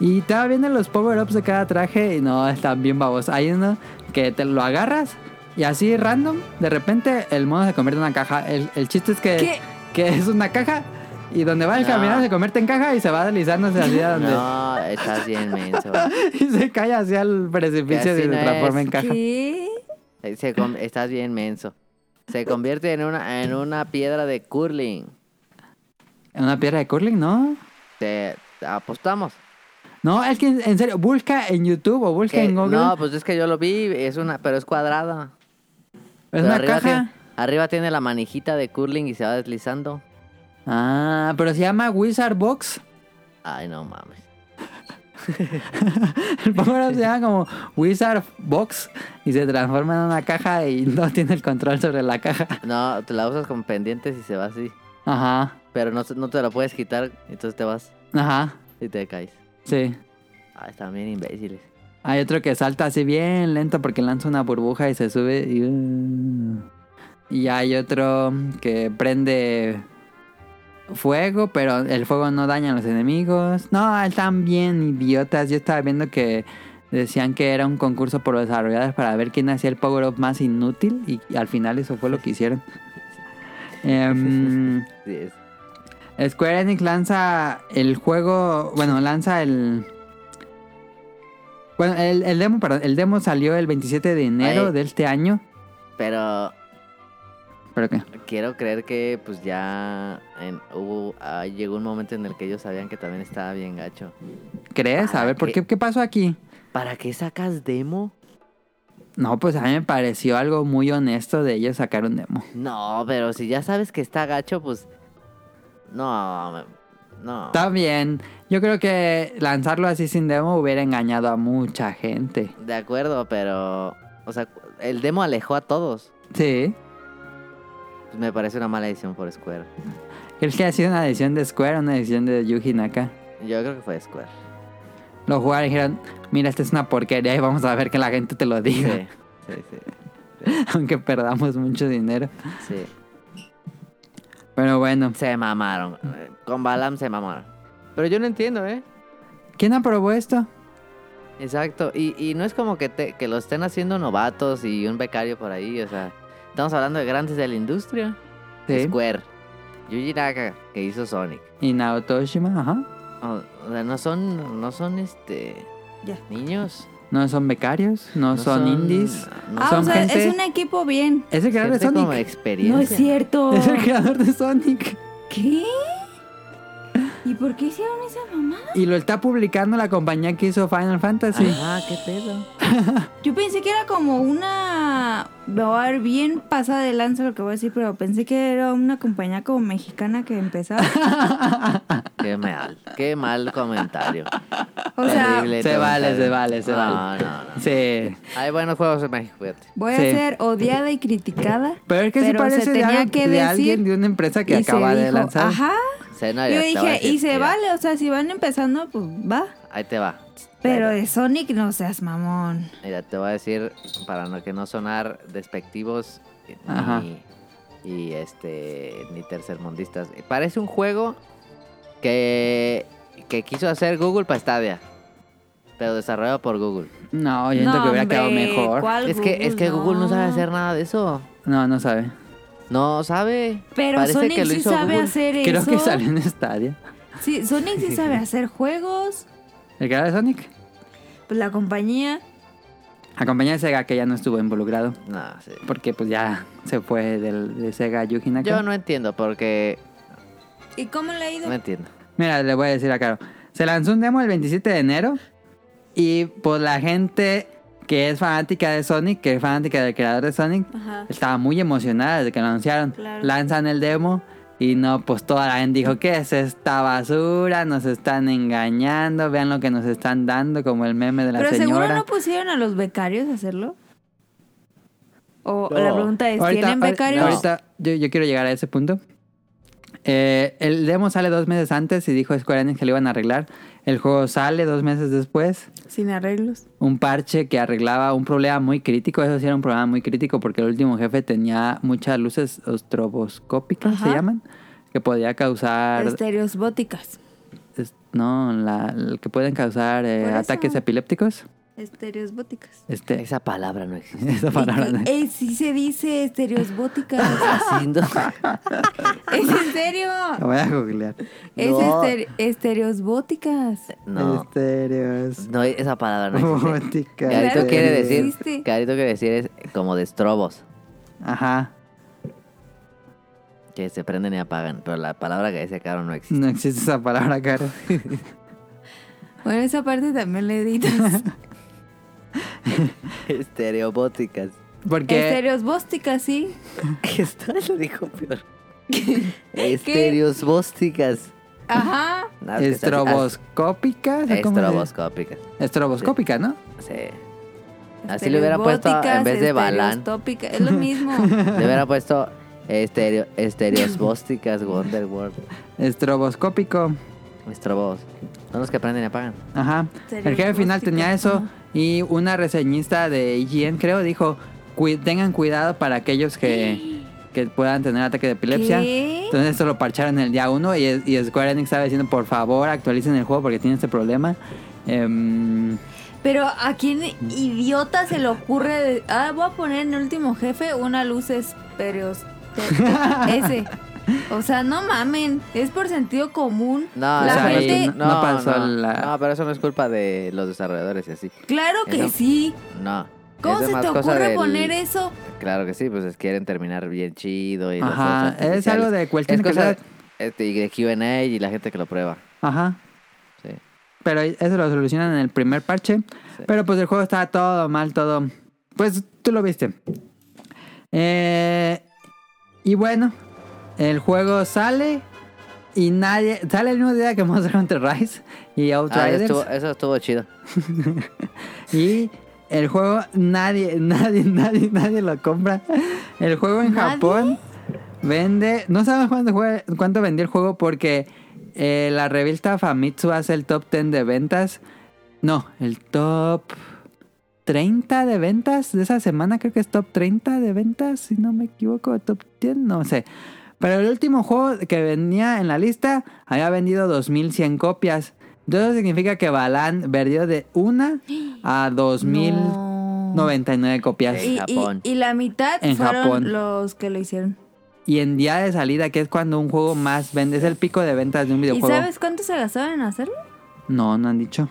S2: y estaba viendo los power-ups de cada traje y no, están bien babos. Hay uno que te lo agarras y así random, de repente el mono se convierte en una caja. El, el chiste es que,
S1: ¿Qué?
S2: que es una caja y donde va el
S3: No.
S2: caminado se convierte en caja y se va deslizándose hacia donde...
S3: No, estás bien menso.
S2: Y se cae hacia el precipicio y
S3: así
S2: se
S3: no
S2: transforma
S3: es.
S2: en caja.
S1: ¿Qué?
S3: Eh, se con- estás bien menso. Se convierte en una, en una piedra de curling.
S2: ¿En una piedra de curling? No.
S3: Te apostamos.
S2: No, es que en, en serio, busca en YouTube o busca
S3: Que-
S2: en Google.
S3: no, pues es que yo lo vi, es una, pero es cuadrada.
S2: es
S3: Pero
S2: una
S3: arriba
S2: caja.
S3: Tiene, arriba tiene la manijita de curling y se va deslizando.
S2: Ah, pero se llama Wizard Box.
S3: Ay, no mames.
S2: El power se llama como Wizard Box y se transforma en una caja y no tiene el control sobre la caja.
S3: No, te la usas con pendientes y se va así.
S2: Ajá,
S3: Pero no, no te la puedes quitar, entonces te vas
S2: ajá,
S3: y te caes.
S2: sí.
S3: Ah, están bien imbéciles.
S2: Hay otro que salta así bien lento porque lanza una burbuja y se sube. Y, uh, y hay otro que prende fuego, pero el fuego no daña a los enemigos. No, están bien idiotas. Yo estaba viendo que decían que era un concurso por los desarrolladores para ver quién hacía el power-up más inútil y al final eso fue lo que hicieron. Em,
S3: Sí, es-
S2: Square Enix lanza el juego, bueno, lanza el... Bueno, el, el demo, perdón, el demo salió el 27 de enero
S3: Oye.
S2: de este año.
S3: Pero
S2: ¿Pero qué?
S3: quiero creer que pues ya en- hubo, ah, llegó un momento en el que ellos sabían que también estaba bien gacho.
S2: ¿Crees? A
S3: Ah,
S2: ver, ¿por
S3: ¿qué?
S2: qué, qué pasó aquí?
S3: ¿Para qué sacas demo?
S2: No, pues a mí me pareció algo muy honesto de ellos sacar un demo.
S3: No, pero si ya sabes que está gacho, pues... No, me- no.
S2: Está bien. Yo creo que lanzarlo así sin demo hubiera engañado a mucha gente.
S3: De acuerdo, pero... O sea, el demo alejó a todos.
S2: Sí.
S3: Pues me parece una mala edición por Square.
S2: ¿Crees que ha sido una decisión de Square o una decisión de Yuji Naka?
S3: Yo creo que fue Square.
S2: Los jugadores dijeron, mira, esta es una porquería y vamos a ver que la gente te lo diga,
S3: Sí, sí, sí.
S2: aunque perdamos mucho dinero.
S3: sí.
S2: Pero bueno,
S3: Se mamaron. Eh, Con Balam se mamaron. Pero yo no entiendo, ¿eh?
S2: ¿quién aprobó esto?
S3: Exacto. Y, y no es como que, te- que lo estén haciendo novatos y un becario por ahí. O sea, estamos hablando de grandes de la industria.
S2: Sí.
S3: Square. Yuji Naka, que hizo Sonic.
S2: Y Naotoshima, ajá.
S3: O, o sea, no son, no son este...
S1: Ya.
S3: Niños.
S2: No son becarios, no,
S3: No
S2: son, indies.
S3: no
S1: Ah,
S2: son
S1: o sea,
S2: gente-
S1: es un equipo bien.
S2: Es el creador de
S3: gente como
S2: Sonic.
S3: experiencia.
S1: No es cierto.
S2: Es el creador de Sonic.
S1: ¿Qué? ¿Y por qué hicieron esa mamada?
S2: Y lo está publicando la compañía que hizo Final Fantasy.
S3: Ah, qué pedo.
S1: Yo pensé que era como una. Me voy a ver bien pasada de lanza lo que voy a decir, pero pensé que era una compañía como mexicana que empezaba.
S3: Qué mal. Qué mal comentario.
S1: O sea,
S3: Terrible
S2: Se vale,
S3: comentario.
S2: se vale, se
S3: no,
S2: vale.
S3: No,
S1: Ah.
S3: no,
S2: Sí.
S3: Hay buenos juegos en México, fíjate.
S1: voy a
S2: Sí.
S1: ser odiada y criticada.
S2: Pero es que sí
S1: Pero se
S2: parece de,
S1: tenía
S2: algo-
S1: que
S2: de
S1: decir
S2: alguien de una empresa que
S1: y se
S2: acaba de
S1: dijo,
S2: lanzar.
S1: Ajá.
S3: Se- no,
S1: Yo
S3: Ah, ya, te voy a
S1: dije,
S3: decir,
S1: y se
S3: mira,
S1: vale, o sea, si van empezando, pues va.
S3: Ahí te va.
S1: Pero
S3: Mira,
S1: de Sonic no seas mamón.
S3: mira, te voy a decir, para no que no sonar despectivos eh,
S2: Ajá.
S3: ni, y este ni tercermundistas. Parece un juego que, que quiso hacer Google para Stadia. Pero desarrollado por Google.
S2: No, yo siento que hubiera quedado
S1: hombre,
S2: mejor.
S1: ¿cuál
S3: Es que, es que Google no sabe hacer nada de eso.
S2: No, no sabe.
S3: No sabe.
S1: Pero
S3: Parece
S1: Sonic
S3: que lo
S1: sí
S3: hizo
S1: sabe
S3: Google.
S1: hacer
S2: Creo
S1: eso.
S2: que salió en Stadia.
S1: Sí, Sonic sí sabe hacer juegos.
S2: ¿El creador de Sonic?
S1: Pues la compañía.
S2: Acompañado de Sega, que ya no estuvo involucrado.
S3: No, sí.
S2: Porque pues ya se fue del, de Sega a Yuji Naka.
S3: Yo no entiendo porque...
S1: ¿Y cómo le ha ido?
S3: No entiendo.
S2: Mira, le voy a decir a Caro. Se lanzó un demo el 27 de enero. Y pues la gente que es fanática de Sonic, que es fanática del creador de Sonic,
S1: Ajá.
S2: estaba muy emocionada desde que lo anunciaron.
S1: Claro.
S2: Lanzan el demo y no, pues toda la gente dijo, ¿qué es esta basura? Nos están engañando, vean lo que nos están dando, como el meme de la
S1: Pero seguro
S2: señora.
S1: no pusieron a los becarios a hacerlo. O
S3: No.
S1: la pregunta es,
S2: Ahorita-
S1: pues, ¿tienen
S2: ahor-
S1: becarios?
S2: Ahorita yo, yo quiero llegar a ese punto. Eh, el demo sale dos meses antes y dijo Square Enix que lo iban a arreglar. El juego sale dos meses después.
S1: Sin arreglos.
S2: Un parche que arreglaba un problema muy crítico. Eso sí era un problema muy crítico porque el último jefe tenía muchas luces estroboscópicas, se
S1: Ajá. Este
S2: llaman, que podía causar...
S1: Estereosbóticas.
S2: es- no, la, el que pueden causar eh,
S1: Por eso.
S2: ataques epilépticos.
S1: Estereosbóticas.
S2: Este,
S3: Esa palabra no existe.
S2: esa palabra. ¿no?
S1: Eh, sí se dice estereosbóticas.
S3: Haciendo-
S1: es en serio.
S2: La voy a googlear.
S1: Es este,
S3: No.
S1: estere- estereosbóticas.
S3: No,
S2: Estéreos.
S3: no, esa palabra no existe.
S2: Gótica.
S1: Claro
S3: Carito
S1: que
S3: quiere
S1: no
S3: decir,
S1: existe.
S3: Carito quiere decir es como de estrobos,
S2: Ajá.
S3: que se prenden y apagan, pero la palabra que dice Caro no existe.
S2: No existe esa palabra, cara.
S1: Bueno, esa parte también le editas. Mm.
S3: Estereobóticas.
S2: Porque
S1: Estereosbóticas, sí.
S3: Esta lo dijo peor. Estereosbósticas.
S1: Ajá.
S3: No, es que está-
S2: estroboscópicas.
S3: ah,
S2: ¿o cómo se dice?
S3: Estroboscópicas.
S2: Estroboscópica, ¿no?
S3: Sí. Así le hubiera puesto, en vez de balán,
S1: Estereostópicas, Es lo mismo.
S3: le hubiera puesto estereo, estereosbósticas Wonder World.
S2: Estroboscópico.
S3: Estrobos. Son los que prenden y apagan.
S2: Ajá. El jefe final tenía eso y una reseñista de IGN, creo, dijo, "Cui- tengan cuidado para aquellos que, que puedan tener ataque de epilepsia.
S1: ¿Qué?
S2: Entonces esto lo parcharon el día 1 y, y Square Enix estaba diciendo, por favor, actualicen el juego porque tiene este problema. Em,
S1: Pero a quién idiota se le ocurre. de- ah, voy a poner en último jefe una luz esperos. Ese. O sea, no mamen. Es por sentido común.
S3: No,
S1: La
S3: o sea,
S1: gente-
S3: no,
S2: no pasó
S3: no,
S2: la-
S3: no, pero eso no es culpa de los desarrolladores y así.
S1: Claro que
S3: Eso-
S1: sí.
S3: No.
S1: ¿Cómo
S3: es
S1: se
S3: más
S1: te
S3: cosa
S1: ocurre
S3: del-
S1: poner eso?
S3: Claro que sí, pues es- quieren terminar bien chido y las
S2: Ajá,
S3: cosas
S2: es algo de cualquier
S3: Es cosa
S2: cosa.
S3: de, este, y de Q&A y la gente que lo prueba.
S2: Ajá.
S3: Sí.
S2: Pero eso lo solucionan en el primer parche.
S3: Sí.
S2: Pero pues el juego estaba todo mal, todo. Pues tú lo viste. Eh, y bueno, el juego sale y nadie. Sale el mismo día que Monster Hunter Rise y
S3: Ah, eso,
S2: Outriders.
S3: estuvo, eso estuvo chido.
S2: y el juego nadie, nadie, nadie, nadie lo compra. El juego en
S1: ¿Nadie?
S2: Japón vende. No sabemos cuánto, jue- cuánto vendió el juego porque eh, la revista Famitsu hace el top 10 de ventas. No, el top 30 de ventas de esa semana, creo que es top 30 de ventas, si no me equivoco, top 10, no sé. Pero el último juego que venía en la lista había vendido 2100 copias. Entonces eso significa que Balan perdió de una a 2099
S1: No.
S2: copias.
S1: Y,
S3: Sí. En
S1: y-
S3: Japón.
S1: y la mitad
S2: En
S1: fueron
S2: Japón.
S1: los que lo hicieron.
S2: Y en día de salida, que es cuando un juego más vende, es el pico de ventas de un
S1: ¿Y
S2: videojuego.
S1: sabes cuánto se gastaron en hacerlo?
S2: No, no han dicho.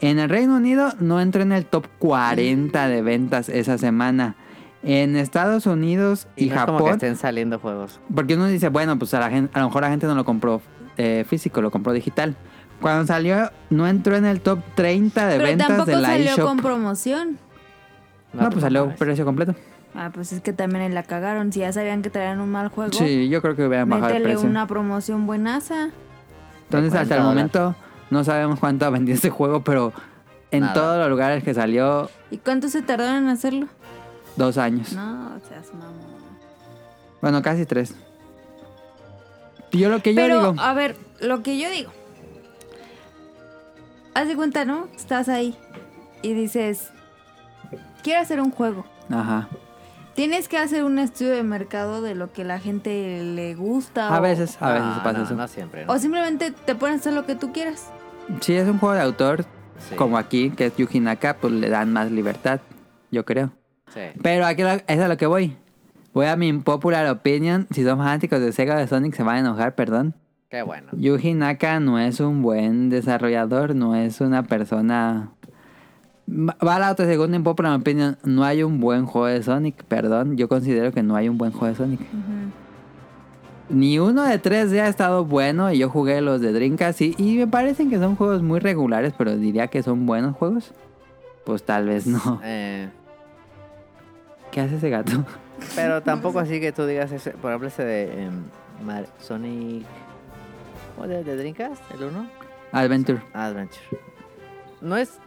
S2: En el Reino Unido no entró en el top 40 de ventas esa semana. En Estados Unidos y,
S3: Y, no es como que
S2: Japón.
S3: estén saliendo juegos.
S2: Porque uno dice, bueno, pues a, la gen- a lo mejor la gente no lo compró eh, físico, lo compró digital. Cuando salió, no entró en el top 30 de
S1: Pero
S2: ventas
S1: tampoco
S2: de la
S1: salió
S2: eShop.
S1: con promoción.
S2: No, pues salió
S3: mames.
S2: precio completo.
S1: Ah, pues es que también ahí la cagaron. Si ya sabían que traían un mal juego,
S2: Sí, yo creo que hubieran bajado el
S1: métele
S2: precio.
S1: una promoción buenaza.
S2: Entonces,
S3: De
S2: hasta el
S3: 40
S2: momento, no sabemos cuánto ha vendido este juego, pero en
S3: Nada.
S2: todos los lugares que salió,
S1: ¿Y cuánto se tardaron en hacerlo?
S2: dos años.
S1: No, seas mamón.
S2: Bueno, casi tres. Yo lo que yo
S1: Pero, ah,
S2: digo.
S1: a ver, lo que yo digo. Haz de cuenta, ¿no? Estás ahí y dices, quiero hacer un juego.
S2: Ajá.
S1: Tienes que hacer un estudio de mercado de lo que la gente le gusta.
S2: A
S1: o-
S2: veces, a veces
S3: No,
S2: pasa
S3: no,
S2: eso.
S3: No siempre. ¿no?
S1: O simplemente te pones a hacer lo que tú quieras.
S2: Si es un juego de autor,
S3: Sí,
S2: como aquí, que es Yuji Naka, pues le dan más libertad, yo creo.
S3: sí.
S2: Pero aquí lo- es a lo que voy. Voy a mi impopular opinion. Si son fanáticos de Sega o de Sonic, se van a enojar, perdón.
S3: Qué bueno.
S2: Yuji Naka no es un buen desarrollador, no es una persona. Va va la otra segunda impopular opinion. No hay un buen juego de Sonic, perdón. Yo considero que no hay un buen juego de Sonic. Ni uno de 3D ha estado bueno y yo jugué los de Dreamcast y, y me parecen que son juegos muy regulares, pero diría que son buenos juegos. Pues tal vez no.
S3: Eh,
S2: ¿Qué hace ese gato?
S3: pero tampoco así que tú digas ese. Por ejemplo, ese de em, Mar- Sonic. ¿Cómo de, de Dreamcast? ¿El 1?
S2: Adventure.
S3: Adventure. Ah, No es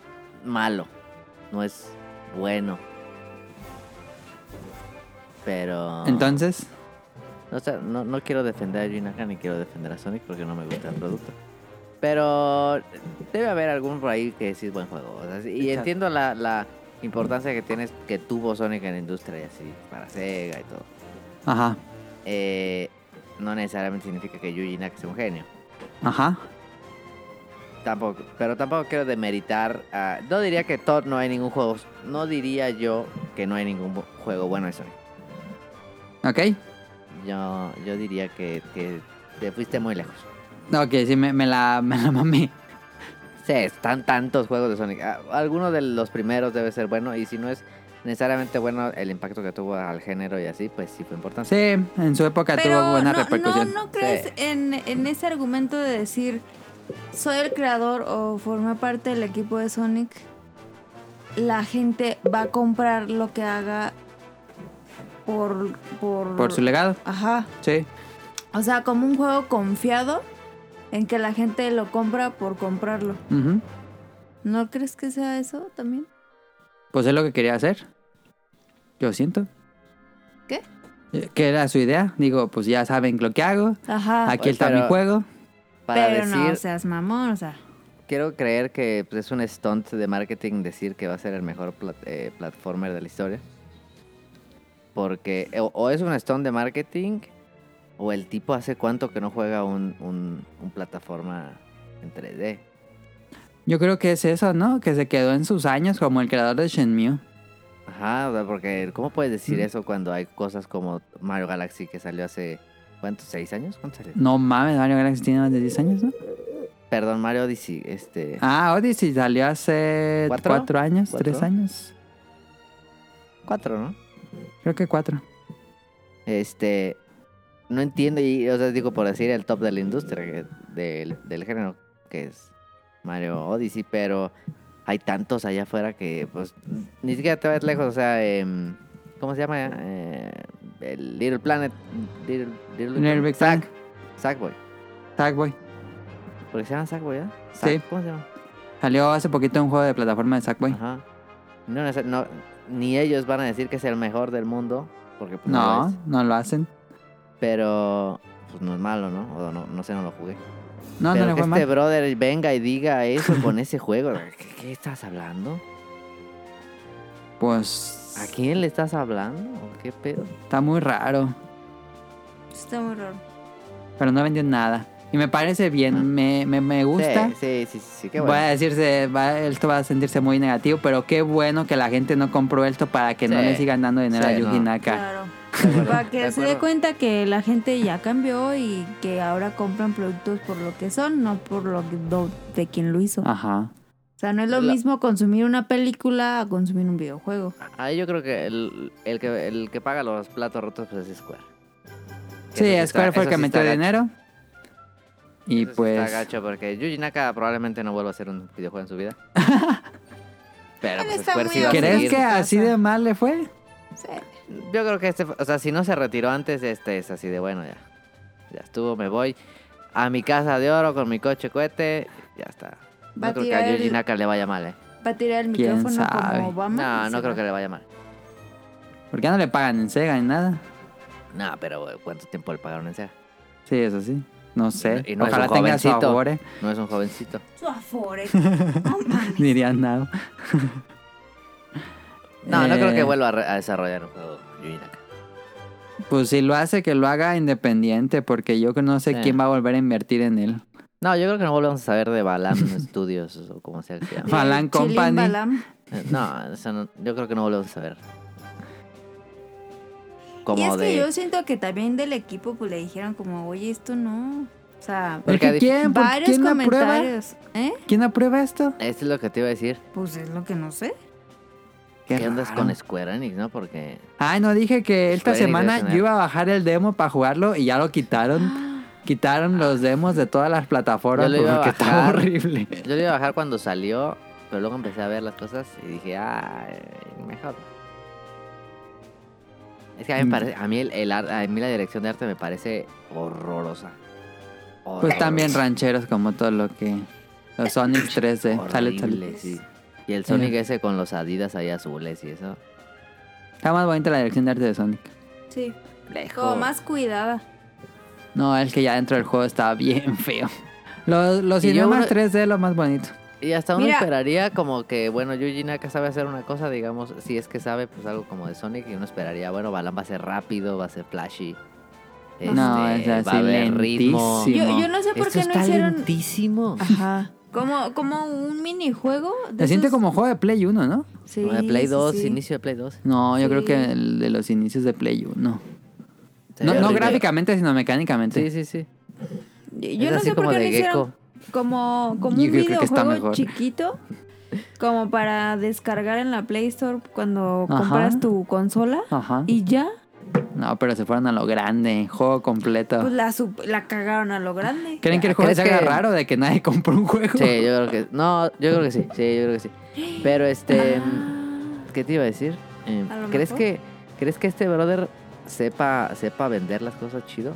S3: malo. No es bueno. Pero.
S2: Entonces,
S3: No, sé, no, no quiero defender a Yunaka ni quiero defender a Sonic porque no me gusta el producto. Pero debe haber algún por ahí que sí es buen juego. o sea, sí, y
S2: Exacto.
S3: entiendo la, la importancia que tienes que tuvo Sonic en la industria y así, para Sega y todo.
S2: ajá,
S3: Eh, no necesariamente significa que Yuji Naka sea un genio.
S2: ajá.
S3: Tampoco, pero tampoco quiero demeritar a... No diría que Todd no hay ningún juego. No diría yo que no hay ningún bu- juego bueno de Sonic.
S2: Ok.
S3: Yo, yo diría que, que te fuiste muy lejos.
S2: Ok, sí, me, me la, me la mamé.
S3: Sí, están tantos juegos de Sonic. Ah, Alguno de los primeros debe ser bueno y si no es necesariamente bueno el impacto que tuvo al género y así, pues sí fue importante.
S2: Sí, en su época tuvo
S1: Pero
S2: buena
S1: no,
S2: repercusión.
S1: no, no crees en, en ese argumento de decir soy el creador o formé parte del equipo de Sonic. La gente va a comprar lo que haga por por,
S2: Por su legado.
S1: ajá.
S2: Sí.
S1: O sea, como un juego confiado en que la gente lo compra por comprarlo.
S2: ujú.
S1: ¿No crees que sea eso también?
S2: Pues es lo que quería hacer. Yo siento.
S1: ¿Qué?
S2: Eh, Que era su idea. Digo, pues ya saben lo que hago.
S1: Ajá.
S2: Aquí
S3: Oye,
S2: está
S3: pero-
S2: mi juego.
S3: Para
S1: pero
S3: decir,
S1: no seas mamón, o sea.
S3: quiero creer que pues, es un stunt de marketing decir que va a ser el mejor plat- eh, platformer de la historia. Porque o, o es un stone de marketing o el tipo hace cuánto que no juega un, un, un plataforma en 3D.
S2: Yo creo que es eso, ¿no? Que se quedó en sus años como el creador de Shenmue.
S3: Ajá, o sea, porque ¿cómo puedes decir eso cuando hay cosas como Mario Galaxy que salió hace... ¿Cuántos? ¿Seis años? ¿Cuántos salió?
S2: No mames, Mario Galaxy tiene más de 10 años, ¿no?
S3: Perdón, Mario Odyssey, este...
S2: Ah, Odyssey salió hace
S3: ¿Cuatro?
S2: 4 años,
S3: ¿Cuatro?
S2: 3 años.
S3: Cuatro, ¿no?
S2: Creo que 4.
S3: Este... No entiendo, y, o sea, digo, por decir el top de la industria, que- del, del género, que es Mario Odyssey, pero hay tantos allá afuera que, pues, ni siquiera te vas lejos, o sea, em, ¿cómo se llama? Eh, el Little Planet, Little, Little,
S2: Little Big Tank.
S3: Sackboy.
S2: Tagboy.
S3: Porque se llama Sackboy, ¿verdad?
S2: Sí.
S3: Sack- ¿Cómo se llama?
S2: Salió hace poquito un juego de plataforma de Sackboy.
S3: Ajá. No, no, sé, no, ni ellos van a decir que es el mejor del mundo, porque pues, no lo
S2: No,
S3: es.
S2: no lo hacen.
S3: Pero pues no es malo, ¿no? O no, no sé, no lo jugué.
S2: No,
S3: Pero
S2: no le
S3: que
S2: fue mal.
S3: este brother venga y diga eso con ese juego. ¿Qué, qué estás hablando?
S2: Pues
S3: ¿A quién le estás hablando? ¿O ¿Qué pedo?
S2: está muy raro.
S4: Está muy raro.
S2: Pero no vendió nada. Y me parece
S3: Ah.
S2: bien, me, me, me gusta.
S3: Sí, sí, sí, sí, sí, qué
S2: Voy a
S3: bueno.
S2: decirse, va- esto va a sentirse muy negativo, pero qué bueno que la gente no compró esto para que no
S3: Sí.
S2: le sigan dando dinero
S3: Sí,
S2: a Yuji
S3: no.
S2: Naka.
S4: Claro.
S3: De acuerdo,
S4: Para que
S3: de
S4: se dé
S3: acuerdo.
S4: cuenta que la gente ya cambió y que ahora compran productos por lo que son, no por lo que, do- de quien lo hizo.
S2: Ajá.
S4: O sea, no es lo
S3: Ah, La- Ah,
S4: mismo consumir una película a consumir un videojuego.
S3: Ahí yo creo que el, el que el que paga los platos rotos pues es Square.
S2: Sí,
S3: Eso
S2: Square
S3: está-
S2: fue el
S3: eso
S2: que
S3: sí
S2: metió
S3: está gacho.
S2: dinero. Y
S3: Eso sí
S2: pues.
S3: Está gacho porque Yuji Naka probablemente no vuelva a hacer un videojuego en su vida. Pero
S4: Él
S3: pues
S4: está
S3: Square
S4: muy
S3: sí va a
S4: ¿Crees
S2: ¿Crees
S3: seguir.
S2: que
S4: pasa.
S2: así de mal le fue?
S4: Sí.
S3: Yo creo que este, o sea, si no se retiró antes, este es así de bueno, ya. Ya estuvo, me voy a mi casa de oro con mi coche cohete, ya está. No
S4: Va a
S3: creo que
S4: tirar
S3: a
S4: el-
S3: Yuji Naka le vaya mal, ¿eh?
S4: Va a tirar el
S2: ¿Quién
S4: micrófono
S2: sabe?
S4: como Obama.
S3: No,
S4: y
S3: no
S4: se
S3: creo
S4: va.
S3: que le vaya mal.
S2: Porque ya no le pagan en Sega ni nada.
S3: No, pero güey, ¿cuánto tiempo le pagaron en Sega?
S2: Sí, eso sí. No sé.
S3: Y no es
S2: Ojalá
S3: un
S2: tenga su
S3: jovencito.
S2: favore,
S3: No es un jovencito.
S4: Su afore. No mames.
S2: dirían Nao.
S3: No, no creo
S2: Eh,
S3: que vuelva a, re- a desarrollar un juego Yuji Naka.
S2: Pues si lo hace, que lo haga independiente, porque yo que no sé
S3: Sí.
S2: quién va a volver a invertir en él.
S3: No, yo creo que no volvemos a saber de Balam Studios o como sea que se llame.
S2: Balam
S4: Chilín
S2: Company.
S4: Balam.
S3: Eh, No, eso no- yo creo que no volvemos a saber.
S4: Y
S3: Como
S4: es que
S3: de...
S4: yo siento que también del equipo pues le dijeron como, oye, esto no. O sea,
S3: Porque
S2: Porque
S3: dif-
S2: ¿Quién? ¿Por-
S4: varios
S2: ¿Quién aprueba?
S4: comentarios. ¿Eh?
S2: ¿Quién aprueba esto?
S3: Esto es lo que te iba a decir.
S4: Pues es lo que no sé.
S3: ¿Qué, andas
S2: raro.
S3: con Square Enix, no? Porque...
S2: Ay, no dije que esta
S3: Square Enix debe
S2: semana
S3: tener-
S2: yo iba a bajar el demo para jugarlo y ya lo quitaron. Quitaron los demos de todas las plataformas
S3: Yo lo iba a
S2: porque estaba
S3: bajar.
S2: horrible.
S3: Yo lo iba a bajar cuando salió, pero luego empecé a ver las cosas y dije, ay, mejor. Es que a mí, me
S2: Mm.
S3: parece, a mí, el, el ar- a mí la dirección de arte me parece horrorosa.
S2: Pues también
S3: Horrorosa,
S2: rancheros como todo lo que... Los Sonic 3D. Sale, sale.
S3: horrible, sí. Y el Sonic ese con los Adidas ahí azules y eso.
S2: Está más bonita la dirección de arte de Sonic.
S4: Sí.
S3: Lejos.
S4: Como más cuidada.
S2: No, el que ya dentro del juego estaba bien feo. Los, los
S3: Y yo
S2: idiomas
S3: uno-
S2: 3D lo más bonito.
S3: Y hasta uno
S4: Mira.
S3: esperaría como que, bueno, Yuji Naka sabe hacer una cosa, digamos, si es que sabe, pues algo como de Sonic, y uno esperaría, bueno, Balan va a ser rápido, va a ser flashy.
S2: No,
S3: este,
S2: es
S3: va a
S2: así,
S3: haber ritmo.
S2: lentísimo. Sí,
S4: yo,
S2: mo.
S4: yo no sé por
S3: Esto
S4: qué no
S3: está
S4: hicieron... Ah,
S3: lentísimo.
S4: Ajá. Como, como un minijuego. de
S2: Se siente
S4: esos-
S2: como juego de Play 1, ¿no?
S4: Sí,
S3: No, de Play
S4: sí,
S3: 2,
S4: sí.
S3: inicio de Play 2.
S2: No, yo creo que
S4: Sí.
S2: el de los inicios de Play 1.
S3: Se
S2: No,
S3: ve
S2: no
S3: horrible.
S2: gráficamente, sino mecánicamente.
S3: Sí, sí, sí.
S4: Yo,
S3: Es
S4: yo no
S3: así
S4: sé por
S3: como
S4: qué
S3: de
S4: lo hicieron como, como un
S2: Yo creo que está
S4: videojuego
S2: mejor.
S4: chiquito, como para descargar en la Play Store cuando
S2: Ajá.
S4: compras tu consola
S2: Ajá.
S4: y ya,
S2: No, pero se fueron a lo grande, juego
S3: Ah.
S2: completo.
S4: pues la, sup- la cagaron a lo grande.
S2: ¿Creen que el juego
S3: ¿crees
S2: se haga
S3: que-
S2: raro de que nadie compró un juego?
S3: Sí, yo creo que. No, yo creo que sí. Sí, yo creo que sí. Pero este.
S4: Ah,
S3: ¿Qué te iba a decir? Eh,
S4: A lo
S3: ¿Crees
S4: mejor.
S3: que crees que este brother sepa sepa vender las cosas chido?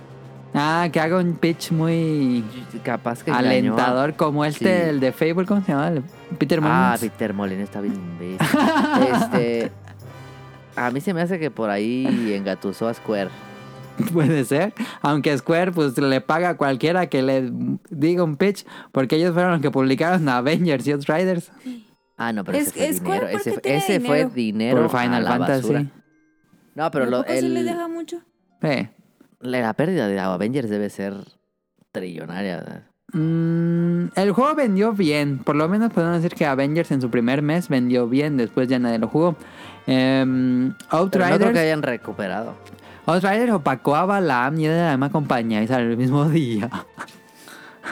S2: Ah, que haga un pitch muy
S3: Capaz que engañó a-
S2: alentador como este,
S3: Sí.
S2: el de Facebook, ¿cómo se llama? El Peter
S3: Ah,
S2: Moons.
S3: Peter Molino está bien imbécil. este, a mí se me hace que por ahí engatusó a Square.
S2: Puede ser. Aunque Square pues le paga a cualquiera que le diga un pitch, porque ellos fueron los que publicaron Avengers y Outriders
S3: Ah, no, pero
S4: Es-
S3: ese fue
S4: es Square
S3: dinero. Ese,
S4: porque tiene
S3: ese fue
S4: dinero.
S3: dinero
S2: por Final
S3: a la
S2: Fantasy.
S3: basura. No, pero
S1: ¿A
S3: lo-
S1: poco sí
S3: el-
S1: les deja mucho?
S2: Sí.
S3: la la pérdida de Avengers debe ser trillonaria. ¿verdad?
S2: Mm, el juego vendió bien. Por lo menos podemos decir que Avengers en su primer mes vendió bien. Después ya nadie lo jugó. Em,
S3: Pero no
S2: Outriders,
S3: creo que hayan recuperado.
S2: Outriders opacó a Balam y era de la misma compañía y salió el mismo día.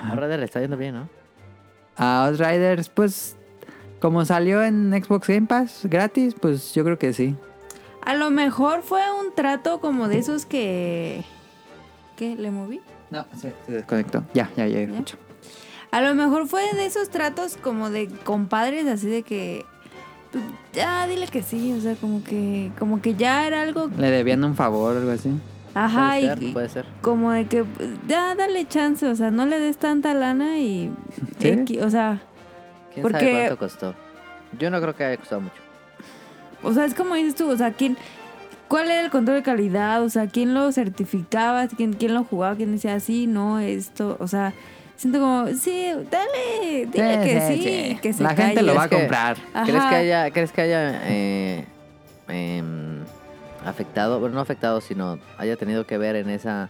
S3: Ahora le está yendo bien, ¿no?
S2: A Outriders, pues, como salió en Xbox Game Pass gratis, pues yo creo que sí.
S1: A lo mejor fue un trato como de esos que... ¿Qué? ¿Le moví?
S2: No, se, desconectó. Ya, ya, ya, escucho.
S1: A lo mejor fue de esos tratos como de compadres, así de que... pues, Ya, dile que sí, o sea, como que, como que ya era algo...
S2: Le debían un favor o algo así.
S1: Ajá,
S3: puede
S1: y,
S3: ser,
S1: y
S3: puede ser.
S1: como de que pues, ya dale chance, o sea, no le des tanta lana y...
S2: Sí.
S1: X, o sea,
S3: ¿Quién
S1: Porque-
S3: sabe cuánto costó? Yo no creo que haya costado mucho.
S1: o sea, es como dices tú, o sea, ¿quién, ¿cuál era el control de calidad? O sea, ¿quién lo certificaba? ¿Quién, quién lo jugaba? ¿Quién decía, sí, no, esto? O sea, siento como, sí, dale, dile que sí, que se
S2: La gente
S1: calle".
S2: lo va a
S3: Es que-
S2: comprar.
S3: ¿Crees
S1: Ajá.
S3: que haya, crees que haya eh, em, afectado, bueno, no afectado, sino haya tenido que ver en esa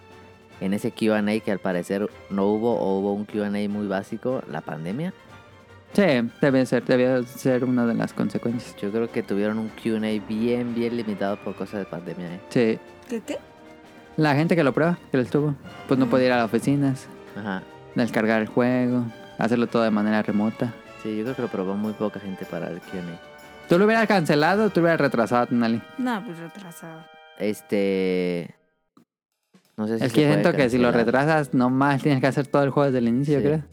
S3: en ese Q&A que al parecer no hubo o hubo un Q&A muy básico, la pandemia?
S2: Sí, debe ser, debe ser una de las consecuencias.
S3: Yo creo que tuvieron un Q&A bien, bien limitado por cosas de pandemia. ¿eh?
S2: Sí.
S1: ¿Qué, qué?
S2: La gente que lo prueba, que lo estuvo, pues no puede ir a las oficinas,
S3: Ajá.
S2: descargar el juego, hacerlo todo de manera remota.
S3: Sí, yo creo que lo probó muy poca gente para el Q&A.
S2: Tú lo hubieras cancelado, tú lo hubieras retrasado, Tonali.
S1: No, pues retrasado.
S3: Este... No sé si
S2: Es
S3: se
S2: que
S3: puede
S2: siento que si lo
S3: cancelar.
S2: retrasas, no más tienes que hacer todo el juego desde el inicio,
S3: Sí.
S2: yo creo.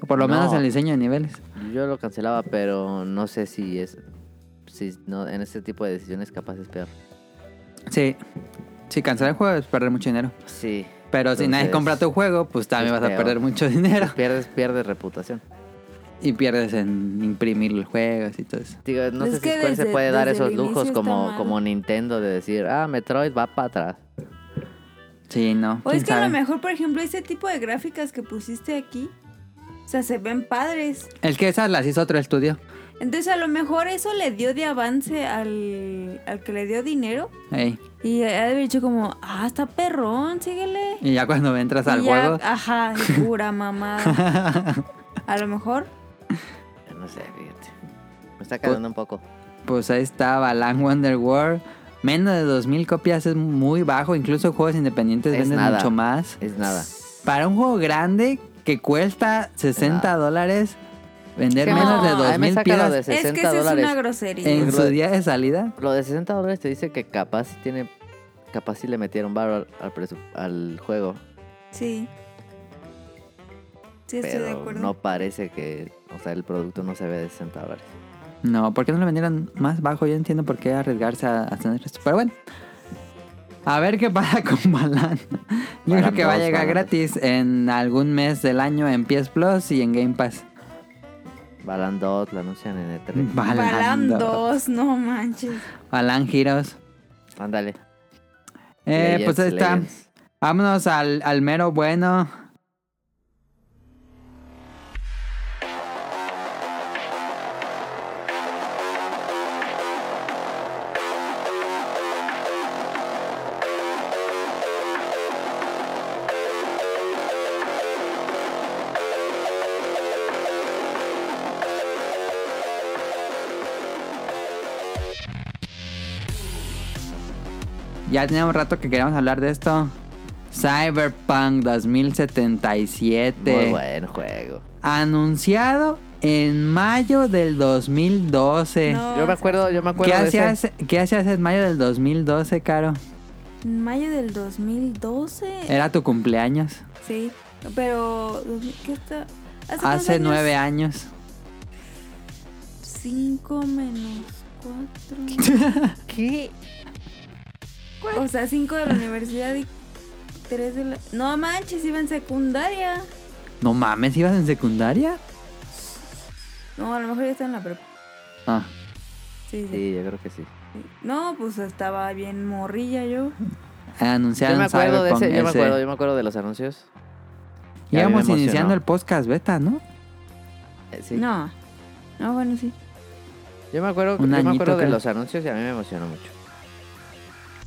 S2: O por lo
S3: No.
S2: menos el diseño de niveles.
S3: Yo lo cancelaba, pero no sé si es... Si no, en este tipo de decisiones capaz es peor.
S2: Sí. Si cancelar el juego es perder mucho dinero.
S3: Sí.
S2: Pero si nadie
S3: Entonces,
S2: compra tu juego, pues también
S3: es
S2: vas a
S3: peor.
S2: perder mucho dinero.
S3: Pierdes, pierdes reputación.
S2: Y pierdes en imprimir los juegos y todo eso.
S3: Digo, no
S1: Es
S3: sé si
S1: que
S3: Square se
S1: desde-
S3: puede dar
S1: desde
S3: esos
S1: el inicio
S3: lujos
S1: está
S3: como,
S1: mal.
S3: como Nintendo de decir, ah, Metroid va para atrás.
S2: Sí, no.
S1: O
S2: quién
S1: es que a lo
S2: sabe.
S1: mejor, por ejemplo, ese tipo de gráficas que pusiste aquí, o sea, se ven padres.
S2: El que esas las hizo otro estudio.
S1: Entonces, a lo mejor eso le dio de avance al, al que le dio dinero.
S2: Ey.
S1: Y ha de haber dicho como, ah, está perrón, síguele.
S2: Y ya cuando entras al
S1: Y ya,
S2: juego.
S1: Ajá, y pura mamá. A lo mejor.
S3: No sé, fíjate. Me está calando un poco.
S2: Pues ahí está Balan Wonder World. Menos de 2.000 copias es muy bajo. Incluso juegos independientes
S3: Es
S2: venden
S3: nada.
S2: mucho más.
S3: Es nada.
S2: Para un juego grande que cuesta 60
S3: nada.
S2: dólares, vender
S3: Es que
S2: menos de
S1: no,
S3: ahí me
S2: 2.000
S3: saca lo
S2: piezas
S3: de
S1: Es que
S3: 60
S1: eso es
S3: dólares.
S1: una grosería.
S2: en
S3: Lo
S2: su
S3: de-
S2: día de salida.
S3: Lo de 60 dólares te dice que capaz sí tiene... Capaz si le metieron barro al, al presu- al juego.
S1: Sí. Sí, estoy de
S3: Pero
S1: acuerdo.
S3: no parece que... O sea, el producto no se ve de 60 dólares.
S2: No, ¿por qué no lo vendieron más bajo? Yo entiendo por qué arriesgarse a a tener esto. Pero bueno. A ver qué pasa con Balan. Yo creo
S3: Balan
S2: que va a
S3: dos,
S2: llegar
S3: Balan
S2: gratis en algún mes del año en PS Plus y en Game Pass.
S3: Balan 2 lo anuncian en E E3.
S2: Balan
S1: Balan
S2: dos.
S1: dos, no manches.
S2: Balan Heroes.
S3: Ándale.
S2: Eh,
S3: Legends,
S2: pues ahí está.
S3: Legends.
S2: Vámonos al, al mero bueno. Ya teníamos rato que queríamos hablar de esto. Cyberpunk 2077.
S3: Muy buen juego.
S2: Anunciado en mayo del 2012.
S1: No,
S3: Yo me acuerdo, yo
S2: ¿Qué
S3: me acuerdo de ese.
S2: hacías, ¿Qué hacías en mayo del 2012, Caro?
S1: En mayo del 2012.
S2: Era tu cumpleaños.
S1: Sí. Pero, ¿qué está? ¿Hace,
S2: Hace nueve años.
S1: 5 menos 4. ¿Qué? O sea, 5 de la universidad y 3 de la. No manches, iba en secundaria.
S2: No mames, ¿ibas en secundaria?
S1: No, a lo mejor ya está en la prepa.
S2: Ah,
S1: Sí, sí.
S3: Sí, yo creo que sí.
S1: No, pues estaba bien morrilla yo.
S2: anunciaron
S3: Yo me acuerdo de
S2: Cyberpunk
S3: ese, yo me
S2: ese.
S3: acuerdo, yo me acuerdo de los anuncios. Y a mí me
S2: Íbamos
S3: emocionó.
S2: iniciando el podcast beta, ¿no?
S3: Eh, sí.
S1: No. No, bueno, sí.
S3: Yo me acuerdo,
S2: Un
S3: yo me
S2: añito,
S3: acuerdo de
S2: creo.
S3: los anuncios y a mí me emocionó mucho.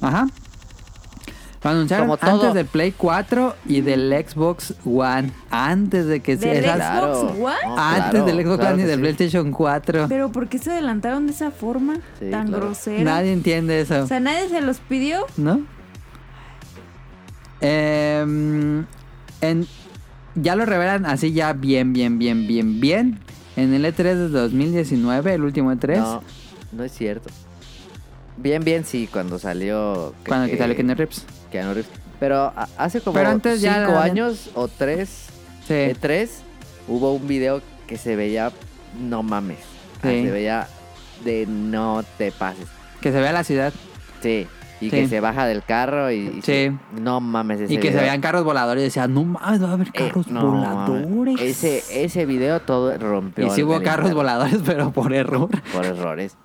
S2: Ajá. Lo anunciaron
S3: Como todo.
S2: antes del Play 4 y del Xbox One. Antes de que
S1: Del
S2: esas-
S1: Xbox One?
S3: No,
S2: Antes
S3: claro,
S2: del Xbox
S3: claro
S2: One y
S3: que
S2: del
S3: sí.
S2: PlayStation 4.
S1: Pero ¿por qué se adelantaron de esa forma
S3: Sí,
S1: tan
S3: claro.
S1: grosera?
S2: Nadie entiende eso.
S1: O sea, nadie se los pidió.
S2: ¿No? Em, en- ya lo revelan así ya bien, bien, bien, bien, bien. En el E3 de 2019, el último E E3.
S3: No, no es cierto. Bien, bien, sí, cuando salió. que-
S2: cuando
S3: que-
S2: quitaron Kenny Rips.
S3: Keanu Reeves. Pero a- hace como
S2: Pero antes ya
S3: cinco
S2: la-
S3: años o tres,
S2: Sí.
S3: de tres, hubo un video que se veía, no mames. Ah,
S2: Sí.
S3: Se veía de no te pases.
S2: Que se vea la ciudad.
S3: Sí. Y
S2: Sí.
S3: que se baja del carro y, y
S2: Sí.
S3: se- no mames ese
S2: y que se
S3: video.
S2: vean carros voladores. Y decían, no mames, va a haber
S3: Eh,
S2: carros
S3: no mames.
S2: voladores.
S3: Ese, ese video todo rompió.
S2: y sí
S3: el-
S2: hubo
S3: el
S2: carros
S3: internet
S2: voladores, pero por error.
S3: Por errores.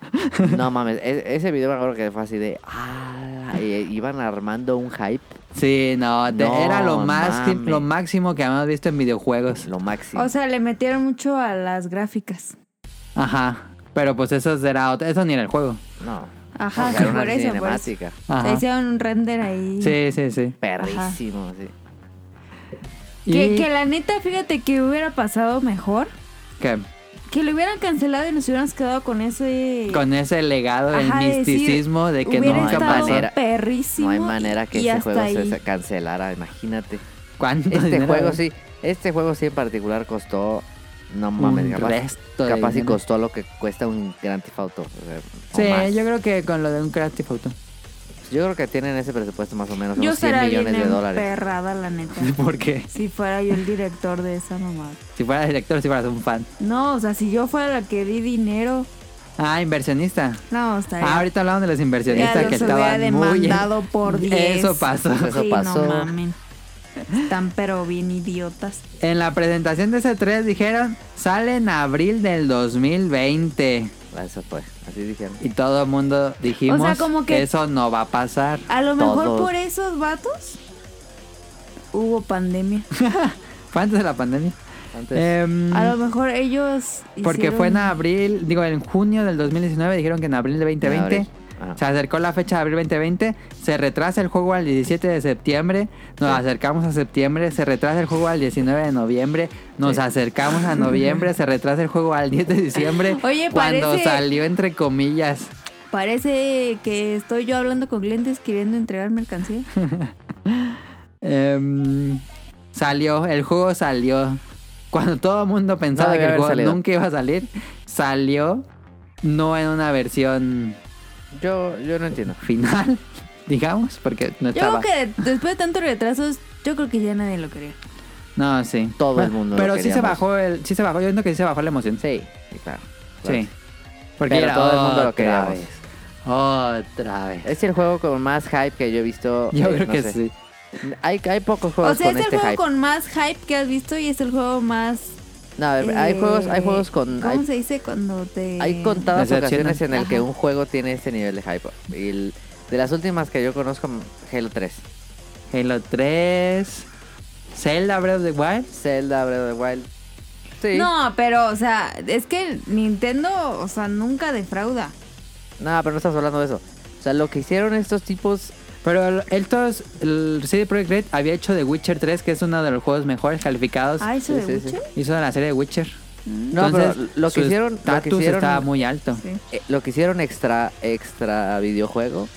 S3: No mames. e- ese video me acuerdo que fue así de. Ah, y- iban armando un hype.
S2: Sí, no, te-
S3: No
S2: era lo, más,
S3: mames.
S2: lo máximo que habíamos visto en videojuegos.
S3: Lo máximo.
S1: O sea, le metieron mucho a las gráficas.
S2: Ajá. Pero pues eso era otro- eso ni era el juego.
S3: no.
S1: Ajá,
S3: o sea,
S1: sí,
S3: era una
S1: por eso. Por eso.
S3: cinemática.
S1: O sea,
S2: Ajá.
S1: hicieron un render ahí.
S2: Sí, sí, sí.
S3: Perrísimo, sí.
S1: Que,
S2: Y-
S1: que la neta, fíjate que hubiera pasado mejor.
S2: ¿qué?
S1: Que lo hubieran cancelado y nos hubiéramos quedado con ese...
S2: Con ese legado del
S1: Ajá, de decir,
S2: misticismo de que
S1: hubiera
S2: nunca
S1: estado este
S2: pasó.
S3: manera.
S1: perrísimo.
S3: No hay manera que
S1: y
S3: ese
S1: hasta
S3: juego
S1: ahí.
S3: se cancelara, imagínate.
S2: ¿Cuánto
S3: Este
S2: dinero?
S3: juego sí, este juego sí en particular costó, no mames,
S2: Un
S3: capaz,
S2: resto de
S3: capaz y
S2: dinero.
S3: costó lo que cuesta un Grand Theft Auto. o sea, o
S2: Sí,
S3: más.
S2: yo creo que con lo de un Crash Theft Auto.
S3: Yo creo que tienen ese presupuesto más o menos
S1: Yo
S3: unos 100
S1: estaría bien
S3: millones de dólares.
S1: emperrada, la neta.
S2: Porque
S1: si fuera yo el director de esa mamada.
S2: si fueras director, si fueras un fan.
S1: No, o sea, si yo fuera la que di dinero,
S2: Ah, inversionista.
S1: no,
S2: Ah,
S1: estaría.
S2: ahorita hablamos de los inversionistas
S1: Ya
S2: que
S1: los hubiera
S2: estaban muy...
S1: demandado por 10.
S2: Eso pasó.
S3: Eso
S1: sí,
S3: pasó.
S1: no mamen. Están pero bien idiotas.
S2: En la presentación de ese 3 dijeron, sale en abril del 2020.
S3: Eso fue, así dijeron.
S2: Y todo el mundo dijimos
S1: O sea, como que-
S2: eso no va a pasar.
S1: A lo mejor
S3: Todos.
S1: por esos vatos hubo pandemia.
S2: Fue antes de la pandemia.
S3: Antes,
S2: Em,
S1: A lo mejor ellos.
S2: Porque
S1: hicieron-
S2: fue en abril, digo, en junio del 2019 dijeron que en abril de 2020.
S3: abril. Ah. Ajá.
S2: Se acercó la fecha de abril 2020, se retrasa el juego al 17 de septiembre, nos acercamos a septiembre, se retrasa el juego al 19 de noviembre, nos
S3: Sí.
S2: acercamos a noviembre, se retrasa el juego al 10 de diciembre,
S1: Oye,
S2: cuando
S1: parece-
S2: salió entre comillas.
S1: Parece que estoy yo hablando con clientes queriendo entregar mercancía.
S2: Em, salió, el juego salió. Cuando todo el mundo pensaba que
S3: debió
S2: el
S3: haber
S2: juego
S3: salido.
S2: nunca iba a salir, salió no en una versión
S3: yo, yo no entiendo.
S2: final, digamos, porque no
S1: Yo creo
S2: estaba.
S1: que después de tantos retrasos, yo creo que ya nadie lo quería.
S2: No, sí.
S3: Todo
S2: Bueno,
S3: el mundo lo
S2: Pero sí se
S3: queríamos.
S2: bajó el, sí se bajó, yo entiendo que sí se bajó la emoción. Sí.
S3: Sí, sí, claro. claro.
S2: Sí. Porque
S3: Pero
S2: era
S3: todo el mundo lo
S2: otra
S3: queríamos.
S2: vez, Otra vez.
S3: Es el juego con más hype que yo he visto.
S2: Yo
S3: eh,
S2: creo
S3: no
S2: que
S3: sé.
S2: sí.
S3: Hay, hay pocos juegos
S1: O sea,
S3: con
S1: es el
S3: este
S1: juego
S3: hype.
S1: con más hype que has visto y es el juego más.
S3: No, a ver, hay
S1: eh,
S3: juegos, hay juegos con.
S1: ¿Cómo
S3: hay-
S1: se dice cuando te.?
S3: Hay contadas
S2: Decepciones.
S3: ocasiones en el que
S1: Ajá.
S3: un juego tiene este nivel de hype. Y el- de las últimas que yo conozco, Halo 3.
S2: Halo 3. Zelda Breath of the Wild.
S3: Zelda, Breath of the Wild. Sí. No.
S1: No, pero, o sea, es que Nintendo, o sea, nunca defrauda.
S3: pero no estás hablando de eso. O sea, lo que hicieron estos tipos...
S2: Pero el- estos, el CD Projekt Red había hecho The Witcher 3, que es uno de los juegos mejores calificados.
S1: Ah, eso
S3: Pues, Sí,
S1: de Mm.
S3: sí, sí.
S1: Witcher?
S2: Hizo de la serie de Witcher.
S3: No, pero lo que
S2: su
S3: hicieron... Lo que
S2: estatus
S3: hicieron,
S2: estaba muy alto.
S1: Sí.
S3: eh, lo que hicieron extra, extra videojuego...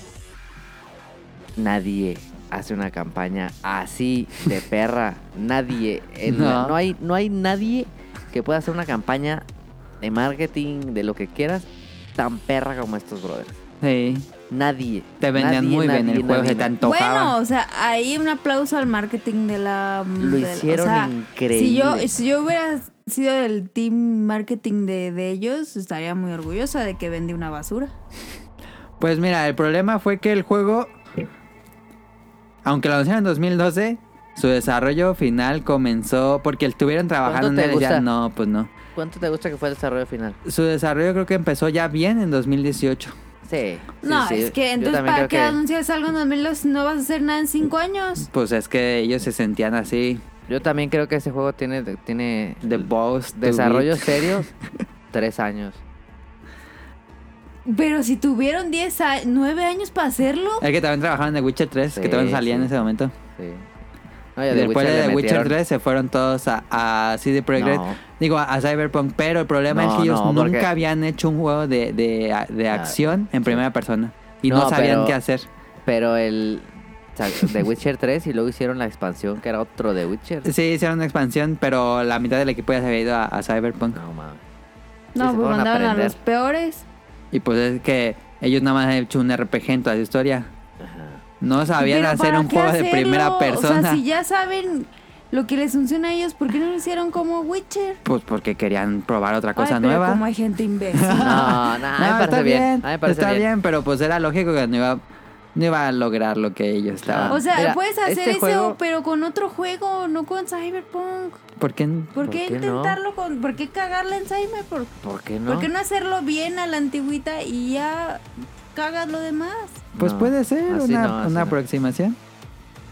S3: Nadie hace una campaña así de perra. Nadie. En-
S2: No.
S3: no. hay, no hay nadie que pueda hacer una campaña de marketing, de lo que quieras, tan perra como estos brothers.
S2: Sí.
S3: Nadie.
S2: Te vendían
S3: Nadie,
S2: muy bien
S3: nadie,
S2: el juego,
S3: nadie,
S2: se te
S3: nadie.
S2: antojaba.
S1: Bueno, o sea, ahí un aplauso al marketing de la.
S3: Lo
S1: de la- o
S3: hicieron
S1: sea,
S3: increíble.
S1: Si yo, si yo hubiera sido del team marketing de, de ellos, estaría muy orgullosa de que vendí una basura.
S2: Pues mira, el problema fue que el juego, aunque lo anunciaron en 2012, su desarrollo final comenzó porque estuvieron trabajando en
S3: ¿Cuánto te
S2: él y ya
S3: gusta?
S2: no, pues no.
S3: ¿Cuánto te gusta que fue el desarrollo final?
S2: Su desarrollo creo que empezó ya bien en 2018.
S3: Sí.
S1: No,
S3: sí, sí,
S1: es que
S3: yo
S1: entonces,
S3: también
S1: ¿para
S3: creo
S1: qué anuncias algo en 2002 si no vas a hacer nada en cinco años?
S2: Pues es que ellos se sentían así
S3: Yo también creo que ese juego tiene, tiene
S2: de boss. to
S3: desarrollo
S2: beat.
S3: serio tres años.
S1: Pero si tuvieron 10 a- 9 años para hacerlo.
S2: Es que también trabajaron en The Witcher 3, que
S3: Sí,
S2: también salía en
S3: sí.
S2: ese momento.
S3: Sí. No,
S2: Y
S3: ya
S2: después de
S3: le
S2: The Witcher
S3: metieron-
S2: 3 se fueron todos a, a CD Projekt Red,
S3: No.
S2: digo, a, a Cyberpunk, pero el problema
S3: No,
S2: es que ellos
S3: no,
S2: nunca
S3: porque- Ah,
S2: habían hecho un juego de, de- de acción en primera persona y no,
S3: No,
S2: sabían
S3: pero-
S2: qué hacer.
S3: Pero el. o sea, The Witcher 3 y luego hicieron la expansión que era otro The Witcher.
S2: Sí, hicieron una expansión, pero la mitad del equipo ya se había ido a, a Cyberpunk.
S3: No mames.
S4: No,
S3: se
S4: pues
S3: fueron a
S4: mandaron a,
S3: aprender.
S4: los peores.
S2: Y pues es que ellos nada más han hecho un RPG en toda su historia.
S3: Ajá.
S2: No sabían
S1: ¿pero
S2: hacer
S1: para
S2: un
S1: qué
S2: juego de
S1: hacerlo?
S2: primera persona.
S1: O sea, si ya saben lo que les funciona a ellos, ¿por qué no lo hicieron como Witcher?
S2: Pues porque querían probar otra
S1: Ay,
S2: cosa
S1: pero
S2: nueva.
S1: Como hay gente imbécil.
S3: No, no, a mí Ah, me
S2: No,
S3: parece
S2: está
S3: bien. A mí me parece
S2: está bien.
S3: bien.
S2: pero pues era lógico que no iba, no iba a lograr lo que ellos estaban.
S1: O sea,
S3: Mira,
S1: puedes hacer
S3: este
S1: eso,
S3: juego-
S1: pero con otro juego, no con Cyberpunk.
S2: ¿Por qué? n-
S1: ¿Por,
S3: ¿Por
S1: qué,
S3: qué no?
S1: intentarlo con.? ¿Por qué cagarla en Cyberpunk?
S3: ¿Por qué no?
S1: ¿Por qué no hacerlo bien a la antigüita y ya cagas lo demás?
S2: Pues
S3: No,
S2: puede ser
S3: así
S2: una,
S3: no, así
S2: una
S3: no.
S2: aproximación.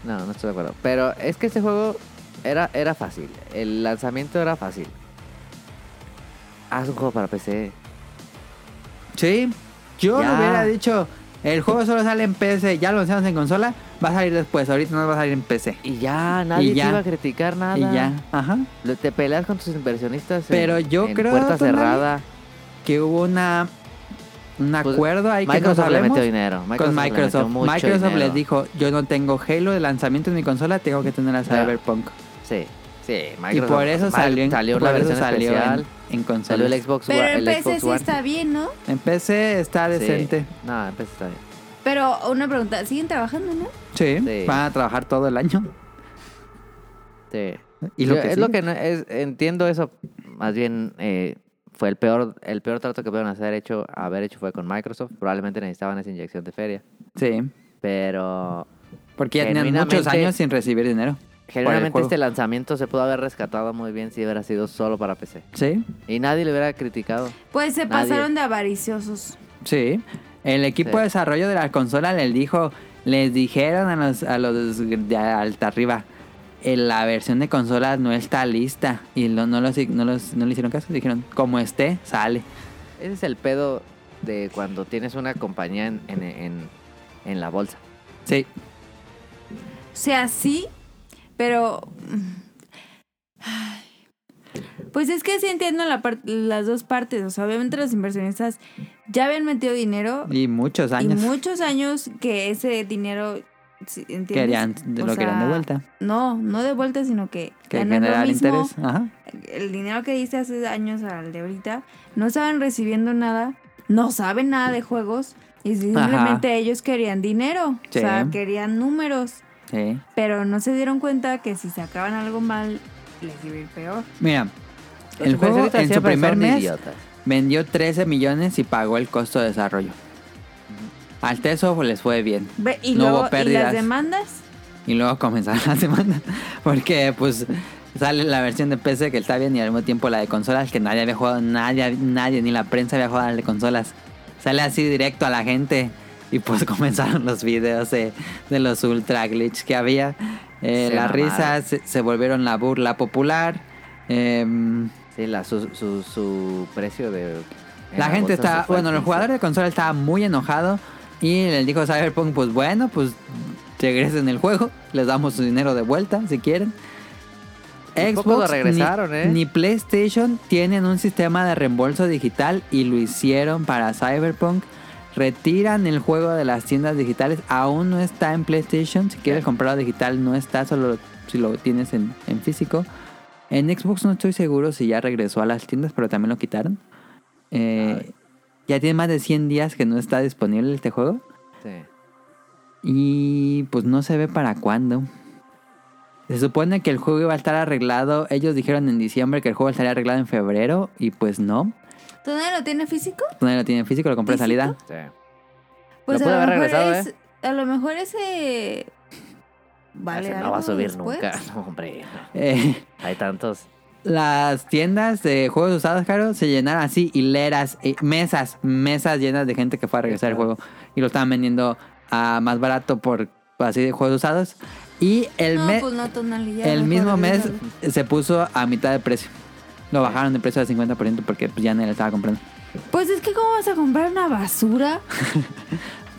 S3: No, no estoy de acuerdo. Pero es que este juego era, era fácil. El lanzamiento era fácil. Haz un juego para PC.
S2: Sí, yo
S3: Ya.
S2: lo hubiera dicho. El juego solo sale en PC, ya lo lanzamos en consola, va a salir después, ahorita no va a salir en PC.
S3: Y ya, nadie
S2: ya.
S3: te iba a criticar nada.
S2: Y ya, ajá.
S3: Lo- Te peleas con tus inversionistas. en-
S2: Pero yo
S3: en
S2: creo,
S3: Puerta
S2: Tonali,
S3: cerrada.
S2: Que hubo una un
S3: Pues,
S2: acuerdo ahí que no
S3: Microsoft le
S2: sabemos
S3: metió dinero.
S2: con
S3: le metió
S2: Microsoft.
S3: mucho
S2: Microsoft
S3: dinero.
S2: les dijo, yo no tengo Halo de lanzamiento en mi consola, tengo que tener a
S3: Ah.
S2: Cyberpunk.
S3: Sí, sí.
S2: Y
S3: Microsoft-
S2: por eso
S3: Mike-
S2: salió en,
S3: salió
S2: por
S3: la
S2: eso
S3: versión
S2: salió en-
S3: especial.
S2: en,
S3: Salió
S2: consola.
S3: el Xbox
S1: Pero
S3: One.
S1: en
S3: el
S1: PC
S3: Xbox
S1: sí
S3: One.
S1: está bien, ¿no?
S2: En PC está
S3: Sí.
S2: decente.
S3: No, en PC está bien.
S1: Pero una pregunta, ¿siguen trabajando, no?
S2: Sí.
S3: Sí.
S2: Van a trabajar todo el año.
S3: Sí.
S2: Y lo
S3: Yo-
S2: que
S3: es lo
S2: sigue.
S3: que no, es, entiendo eso. Más bien eh, fue el peor, el peor trato que pudieron hacer hecho, haber hecho fue con Microsoft. Probablemente necesitaban esa inyección de feria.
S2: Sí.
S3: Pero
S2: Porque ya tenían muchos
S3: Genuinamente-
S2: años sin recibir dinero.
S3: generalmente
S2: juego.
S3: este lanzamiento se pudo haber rescatado muy bien si hubiera sido solo para PC.
S2: Sí.
S3: Y nadie le hubiera criticado.
S1: Pues se
S3: Nadie.
S1: pasaron de avariciosos.
S2: Sí. El equipo
S3: Sí.
S2: de desarrollo de la consola les dijo, les dijeron a los, a los de alta arriba, "Eh, la versión de consola no está lista. Y lo- no, los, no, los- no le hicieron caso. Dijeron, como esté, sale.
S3: Ese es el pedo de cuando tienes una compañía en, en, en- en la bolsa.
S2: Sí.
S1: O sea, sí, pero... mm, ay. Pues es que sí entiendo la par- las dos partes. O sea, obviamente los inversionistas ya habían metido dinero
S2: Y muchos
S1: y
S2: años.
S1: muchos años que ese dinero... sí, ¿entiendes?
S2: Querían,
S1: O
S2: lo querían
S1: sea,
S2: de vuelta.
S1: No, no de vuelta, sino que,
S2: Que
S1: ya no es lo
S2: generar
S1: mismo.
S2: interés. Ajá.
S1: el dinero que diste hace años al de ahorita, no estaban recibiendo nada, no saben nada de juegos y simplemente ellos querían dinero,
S2: Sí.
S1: o sea, querían números,
S2: Sí.
S1: pero no se dieron cuenta que si sacaban algo mal, les iba a ir peor.
S2: Mira, el
S3: Los
S2: juego
S3: inversionistas
S2: en su
S3: siempre
S2: primer
S3: son
S2: mes
S3: idiotas.
S2: vendió 13 millones y pagó el costo de desarrollo. Hasta eso les fue bien.
S1: Ve- y
S2: No hubo
S1: luego, ¿y
S2: pérdidas.
S1: las demandas?
S2: Y luego comenzaron la semana. Porque pues sale la versión de PC que está bien y al mismo tiempo la de consolas que nadie había jugado, nadie, nadie, ni la prensa había jugado a la de consolas. Sale así directo a la gente. Y pues comenzaron los videos de, de los ultra glitch que había. Eh,
S3: Se
S2: las
S3: mamaron.
S2: risas se, se volvieron la burla popular. Em,
S3: Sí, la, su, su, su precio de... en
S2: La gente
S3: bolsa se
S2: está,
S3: fue
S2: bueno,
S3: al
S2: el jugador de consola estaba muy enojado y le dijo Cyberpunk, pues bueno, pues regresen el juego, les damos su dinero de vuelta si quieren.
S3: Y poco lo regresaron,
S2: ni,
S3: ¿eh?
S2: ni PlayStation tienen un sistema de reembolso digital y lo hicieron para Cyberpunk. Retiran el juego de las tiendas digitales. Aún no está en PlayStation. Si quieres comprarlo digital, no está. Solo si lo tienes en, en físico. En Xbox no estoy seguro si ya regresó a las tiendas, pero también lo quitaron. Eh, ya tiene más de 100 días que no está disponible este juego.
S3: Sí.
S2: Y pues no se ve para cuándo. Se supone que el juego iba a estar arreglado. Ellos dijeron en diciembre que el juego estaría arreglado en febrero. Y pues no.
S1: ¿Todavía lo tiene físico?
S2: Todavía lo tiene físico, lo compré de salida.
S3: Sí.
S1: Pues
S3: puede
S1: a, lo
S3: haber
S1: mejor
S3: regresado, ¿eh?
S1: es- a lo mejor ese... Vale,
S3: Ese no
S1: algo
S3: va a subir
S1: después.
S3: nunca. No, hombre.
S2: Eh,
S3: Hay tantos.
S2: las tiendas de juegos usados, Caro, se llenaron así. Hileras, eh, mesas, mesas llenas de gente que fue a regresar el juego. Y lo estaban vendiendo a más barato por así de juegos usados. Y el
S1: No,
S2: mes...
S1: pues no, Tonali, ya
S2: El
S1: mejor
S2: mismo mes
S1: regrésalo.
S2: se puso a mitad de precio. Lo bajaron de precio al 50% porque pues, ya nadie lo estaba comprando.
S1: Pues es que cómo vas a comprar una basura.